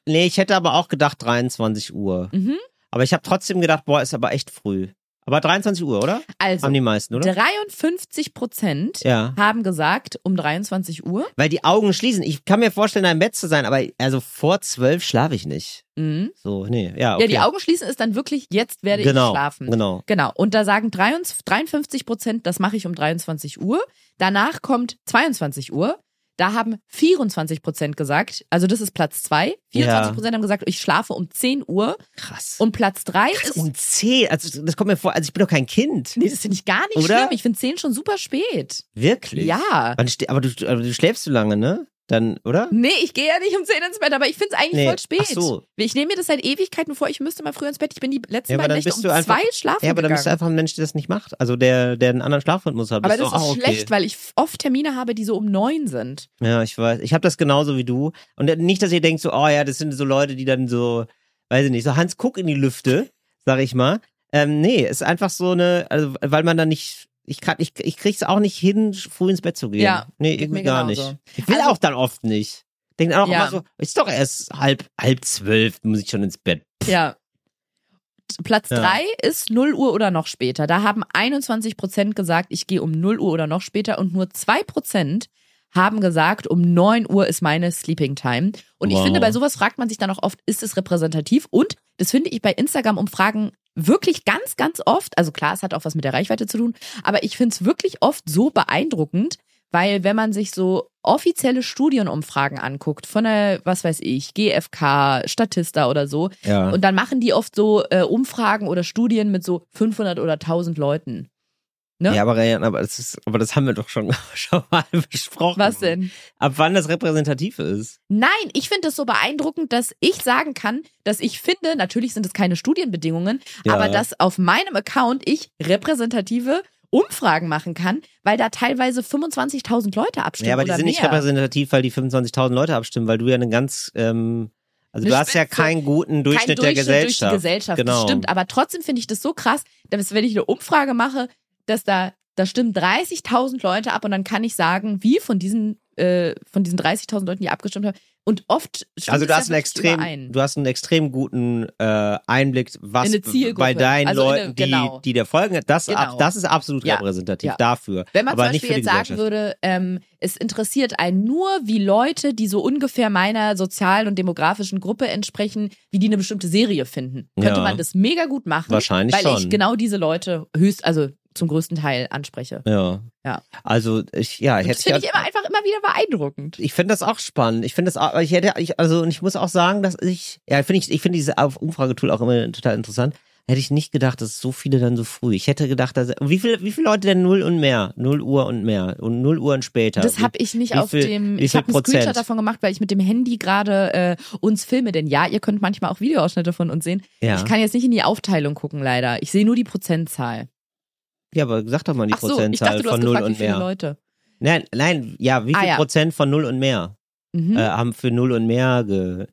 Speaker 3: nee, ich hätte aber auch gedacht 23 Uhr.
Speaker 2: Mhm.
Speaker 3: Aber ich habe trotzdem gedacht, boah, ist aber echt früh. Aber 23 Uhr, oder?
Speaker 2: Also,
Speaker 3: Haben die meisten, oder?
Speaker 2: 53 Prozent
Speaker 3: Ja.
Speaker 2: haben gesagt, um 23 Uhr.
Speaker 3: Weil die Augen schließen. Ich kann mir vorstellen, da im Bett zu sein, aber also vor zwölf schlafe ich nicht.
Speaker 2: Mhm.
Speaker 3: So, nee, ja. Okay.
Speaker 2: Ja, die Augen schließen ist dann wirklich, jetzt werde
Speaker 3: genau,
Speaker 2: ich schlafen.
Speaker 3: Genau.
Speaker 2: Genau. Und da sagen 23 53 Prozent, das mache ich um 23 Uhr. Danach kommt 22 Uhr. Da haben 24 Prozent gesagt, also das ist Platz zwei. 24 Prozent haben gesagt, ich schlafe um 10 Uhr.
Speaker 3: Krass.
Speaker 2: Und Platz drei ist.
Speaker 3: um zehn, also das kommt mir vor, also ich bin doch kein Kind.
Speaker 2: Nee, das finde ich gar nicht
Speaker 3: Oder?
Speaker 2: schlimm. Ich finde 10 schon super spät.
Speaker 3: Wirklich?
Speaker 2: Ja.
Speaker 3: Wann ste- aber, du, aber du schläfst so lange, ne? Dann, oder?
Speaker 2: Nee, ich gehe ja nicht um 10 ins Bett, aber ich finde es eigentlich
Speaker 3: Nee,
Speaker 2: voll spät.
Speaker 3: ach so.
Speaker 2: Ich nehme mir das seit Ewigkeiten vor, ich müsste mal früher ins Bett. Ich bin die letzten
Speaker 3: Ja, aber
Speaker 2: beiden
Speaker 3: dann
Speaker 2: Nächte um
Speaker 3: bist du einfach-
Speaker 2: zwei schlafen
Speaker 3: Ja, aber dann
Speaker 2: gegangen.
Speaker 3: bist du einfach ein Mensch, der das nicht macht. Also der, der einen anderen Schlafrhythmus hat.
Speaker 2: aber
Speaker 3: ist
Speaker 2: das
Speaker 3: doch
Speaker 2: ist
Speaker 3: auch
Speaker 2: schlecht, weil ich oft Termine habe, die so um neun sind.
Speaker 3: Okay. Ja, ich weiß. Ich habe das genauso wie du. Und nicht, dass ihr denkt so, oh ja, das sind so Leute, die dann so, weiß ich nicht, so Hans Kuck in die Lüfte, sag ich mal. Ähm, nee, ist einfach so eine, also weil man dann nicht, ich kann, ich, ich krieg's auch nicht hin, früh ins Bett zu gehen.
Speaker 2: Ja,
Speaker 3: nee,
Speaker 2: geht
Speaker 3: irgendwie
Speaker 2: mir
Speaker 3: gar
Speaker 2: genauso.
Speaker 3: nicht. Ich will
Speaker 2: Also-
Speaker 3: auch dann oft nicht. Denkt dann auch
Speaker 2: Ja.
Speaker 3: immer so, ist doch erst halb, halb zwölf, muss ich schon ins Bett.
Speaker 2: Ja. Platz
Speaker 3: Ja.
Speaker 2: drei ist 0 Uhr oder noch später. Da haben 21 Prozent gesagt, ich gehe um 0 Uhr oder noch später und nur 2 Prozent haben gesagt, um 9 Uhr ist meine Sleeping Time. Und ich
Speaker 3: Wow.
Speaker 2: finde, bei sowas fragt man sich dann auch oft, ist es repräsentativ? Und das finde ich bei Instagram-Umfragen wirklich ganz, ganz oft. Also klar, es hat auch was mit der Reichweite zu tun, aber ich finde es wirklich oft so beeindruckend, weil wenn man sich so offizielle Studienumfragen anguckt, von der, was weiß ich, GfK, Statista oder so,
Speaker 3: Ja.
Speaker 2: und dann machen die oft so äh, Umfragen oder Studien mit so 500 oder 1000 Leuten. ne?
Speaker 3: Ja, aber, Rayan, aber, das ist, aber das haben wir doch schon, (laughs) schon mal besprochen.
Speaker 2: Was denn?
Speaker 3: Ab wann das repräsentativ ist.
Speaker 2: Nein, ich finde das so beeindruckend, dass ich sagen kann, dass ich finde, natürlich sind es keine Studienbedingungen,
Speaker 3: Ja.
Speaker 2: aber dass auf meinem Account ich repräsentative Umfragen machen kann, weil da teilweise 25.000 Leute abstimmen.
Speaker 3: Ja, aber die
Speaker 2: oder
Speaker 3: sind
Speaker 2: mehr.
Speaker 3: nicht repräsentativ, weil die 25.000 Leute abstimmen, weil du ja einen ganz, ähm, also
Speaker 2: Eine
Speaker 3: du hast ja
Speaker 2: Spitze.
Speaker 3: keinen guten
Speaker 2: Kein Durchschnitt
Speaker 3: Durchschnitt, der
Speaker 2: durch die
Speaker 3: Gesellschaft.
Speaker 2: Gesellschaft. Das
Speaker 3: Genau.
Speaker 2: stimmt. Aber trotzdem finde ich das so krass, dass wenn ich eine Umfrage mache, dass da, da stimmen 30.000 Leute ab und dann kann ich sagen, wie von diesen, äh, von diesen 30.000 Leuten, die abgestimmt haben. Und oft stimmt
Speaker 3: also
Speaker 2: es
Speaker 3: du
Speaker 2: ja
Speaker 3: hast, einen
Speaker 2: wirklich
Speaker 3: extrem,
Speaker 2: überein.
Speaker 3: du hast einen extrem guten äh, Einblick, was
Speaker 2: In eine
Speaker 3: b-
Speaker 2: Zielgruppe.
Speaker 3: bei deinen
Speaker 2: Also in eine-
Speaker 3: Leuten, die,
Speaker 2: genau.
Speaker 3: die dir folgen, das,
Speaker 2: Genau.
Speaker 3: ab- das ist absolut
Speaker 2: Ja.
Speaker 3: repräsentativ
Speaker 2: Ja.
Speaker 3: dafür.
Speaker 2: Wenn man
Speaker 3: aber
Speaker 2: zum
Speaker 3: nicht für
Speaker 2: Beispiel
Speaker 3: die
Speaker 2: jetzt sagen
Speaker 3: Gesellschaft.
Speaker 2: würde, ähm, es interessiert einen nur, wie Leute, die so ungefähr meiner sozialen und demografischen Gruppe entsprechen, wie die eine bestimmte Serie finden, könnte
Speaker 3: Ja.
Speaker 2: man das mega gut machen.
Speaker 3: Wahrscheinlich
Speaker 2: Weil ich
Speaker 3: schon.
Speaker 2: genau diese Leute höchst, also zum größten Teil anspreche.
Speaker 3: ja.
Speaker 2: Ja.
Speaker 3: Also ich, ja,
Speaker 2: Und
Speaker 3: hätte
Speaker 2: das finde
Speaker 3: ich
Speaker 2: ich immer einfach immer wieder beeindruckend.
Speaker 3: ich finde das auch spannend. Ich finde das, auch, aber ich hätte, ich, also und ich muss auch sagen, dass ich, ja, finde ich, ich finde dieses Auf- Umfragetool auch immer total interessant. Hätte ich nicht gedacht, dass so viele dann so früh. Ich hätte gedacht, dass wie viele, wie viele Leute denn null und mehr, null Uhr und mehr und null Uhr und später.
Speaker 2: Das
Speaker 3: Wie-
Speaker 2: habe ich nicht
Speaker 3: wie
Speaker 2: auf
Speaker 3: viel-
Speaker 2: dem.
Speaker 3: wie
Speaker 2: Ich
Speaker 3: viel
Speaker 2: habe einen Screenshot
Speaker 3: Prozent?
Speaker 2: davon gemacht, weil ich mit dem Handy gerade äh, uns filme. Denn ja, ihr könnt manchmal auch Videoausschnitte von uns sehen.
Speaker 3: ja.
Speaker 2: Ich kann jetzt nicht in die Aufteilung gucken, leider. Ich sehe nur die Prozentzahl.
Speaker 3: ja, aber sag doch mal die
Speaker 2: Ach so, ich
Speaker 3: Prozentzahl
Speaker 2: dachte, du hast
Speaker 3: von null
Speaker 2: gefragt, wie
Speaker 3: und
Speaker 2: viele
Speaker 3: mehr.
Speaker 2: Leute.
Speaker 3: Nein, nein, ja, wie
Speaker 2: Ah,
Speaker 3: viel
Speaker 2: ja.
Speaker 3: Prozent von null und mehr
Speaker 2: Mhm.
Speaker 3: äh, haben für null und mehr ge,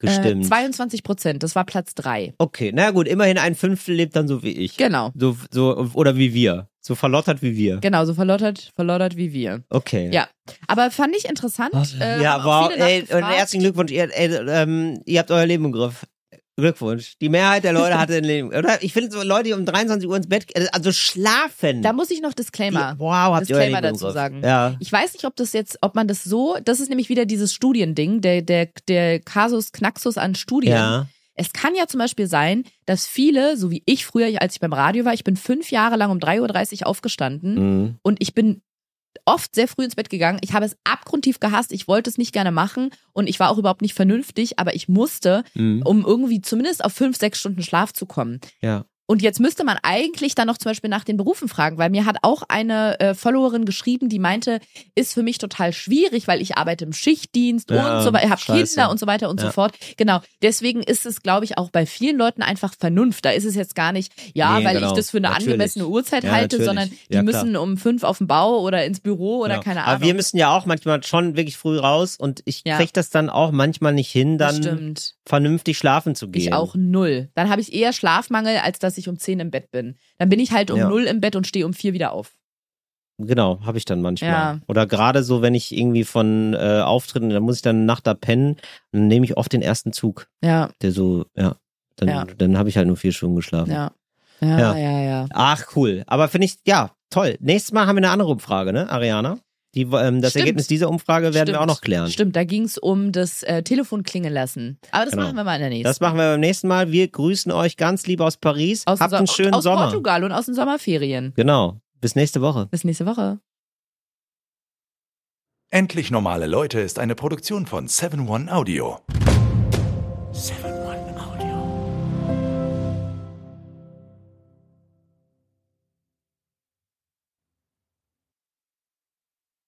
Speaker 3: gestimmt.
Speaker 2: Äh, 22 Prozent, das war Platz drei.
Speaker 3: okay, na gut, immerhin ein Fünftel lebt dann so wie ich.
Speaker 2: Genau.
Speaker 3: So, so, oder wie wir. So verlottert wie wir.
Speaker 2: Genau, so verlottert, verlottert wie wir.
Speaker 3: Okay.
Speaker 2: Ja. Aber fand ich interessant. Äh,
Speaker 3: ja,
Speaker 2: haben auch
Speaker 3: wow.
Speaker 2: viele
Speaker 3: Ey, und
Speaker 2: nachgefragt.
Speaker 3: herzlichen Glückwunsch. Ihr, ey, ähm, ihr habt euer Leben im Griff. Glückwunsch. Die Mehrheit
Speaker 2: (laughs)
Speaker 3: der Leute hatte ein Leben. Oder? Ich finde so Leute, die um 23 Uhr ins Bett, äh, also schlafen.
Speaker 2: Da muss ich noch
Speaker 3: die,
Speaker 2: Disclaimer.
Speaker 3: wow, habt ihr euer Leben
Speaker 2: Disclaimer
Speaker 3: im
Speaker 2: dazu
Speaker 3: Griff.
Speaker 2: sagen.
Speaker 3: Ja.
Speaker 2: Ich weiß nicht, ob das jetzt, ob man das so, das ist nämlich wieder dieses Studiending, der, der, der Kasus Knaxus an Studien.
Speaker 3: Ja.
Speaker 2: Es kann ja zum Beispiel sein, dass viele, so wie ich früher, als ich beim Radio war, ich bin fünf Jahre lang um 3.30 Uhr aufgestanden
Speaker 3: Mhm.
Speaker 2: und ich bin oft sehr früh ins Bett gegangen. Ich habe es abgrundtief gehasst, ich wollte es nicht gerne machen und ich war auch überhaupt nicht vernünftig, aber ich musste,
Speaker 3: Mhm.
Speaker 2: um irgendwie zumindest auf fünf, sechs Stunden Schlaf zu kommen.
Speaker 3: Ja.
Speaker 2: Und jetzt müsste man eigentlich dann noch zum Beispiel nach den Berufen fragen, weil mir hat auch eine äh, Followerin geschrieben, die meinte, ist für mich total schwierig, weil ich arbeite im Schichtdienst
Speaker 3: Ja,
Speaker 2: und so weiter, habe
Speaker 3: scheiße.
Speaker 2: Kinder und so weiter und
Speaker 3: Ja.
Speaker 2: so fort. Genau. Deswegen ist es, glaube ich, auch bei vielen Leuten einfach Vernunft. Da ist es jetzt gar nicht, ja,
Speaker 3: Nee,
Speaker 2: weil
Speaker 3: genau.
Speaker 2: ich das für eine
Speaker 3: Natürlich.
Speaker 2: angemessene Uhrzeit
Speaker 3: Ja,
Speaker 2: halte,
Speaker 3: natürlich.
Speaker 2: sondern die
Speaker 3: Ja, klar.
Speaker 2: müssen um fünf auf den Bau oder ins Büro oder
Speaker 3: Ja.
Speaker 2: keine
Speaker 3: Aber wir
Speaker 2: Ahnung.
Speaker 3: müssen ja auch manchmal schon wirklich früh raus und ich
Speaker 2: Ja.
Speaker 3: krieg das dann auch manchmal nicht hin,
Speaker 2: Das
Speaker 3: dann
Speaker 2: stimmt.
Speaker 3: vernünftig schlafen zu gehen.
Speaker 2: Ich auch null. Dann habe ich eher Schlafmangel, als dass ich um 10 im Bett bin. Dann bin ich halt um
Speaker 3: Ja.
Speaker 2: null im Bett und stehe um vier wieder auf.
Speaker 3: Genau, habe ich dann manchmal.
Speaker 2: Ja.
Speaker 3: Oder gerade so, wenn ich irgendwie von äh, Auftritten, dann muss ich dann eine Nacht da pennen, dann nehme ich oft den ersten Zug,
Speaker 2: Ja,
Speaker 3: der so, ja, dann,
Speaker 2: Ja.
Speaker 3: dann habe ich halt nur vier Stunden geschlafen.
Speaker 2: ja. Ja,
Speaker 3: Ja.
Speaker 2: ja, ja. ja.
Speaker 3: Ach, cool. Aber finde ich, ja, toll. Nächstes Mal haben wir eine andere Umfrage, ne, Ariana? Die, ähm, das
Speaker 2: Stimmt.
Speaker 3: Ergebnis dieser Umfrage werden wir
Speaker 2: Stimmt.
Speaker 3: auch noch klären.
Speaker 2: Stimmt, da ging es um das äh, Telefon klingeln lassen. Aber das
Speaker 3: Genau.
Speaker 2: machen wir mal in der nächsten.
Speaker 3: Das machen wir beim nächsten Mal. Wir grüßen euch ganz lieb aus Paris.
Speaker 2: aus dem
Speaker 3: Habt
Speaker 2: Sa-
Speaker 3: einen schönen
Speaker 2: aus
Speaker 3: Sommer.
Speaker 2: Portugal und aus den Sommerferien.
Speaker 3: Genau. Bis nächste Woche.
Speaker 2: Bis nächste Woche.
Speaker 5: Endlich normale Leute ist eine Produktion von 7-One Audio. 7-One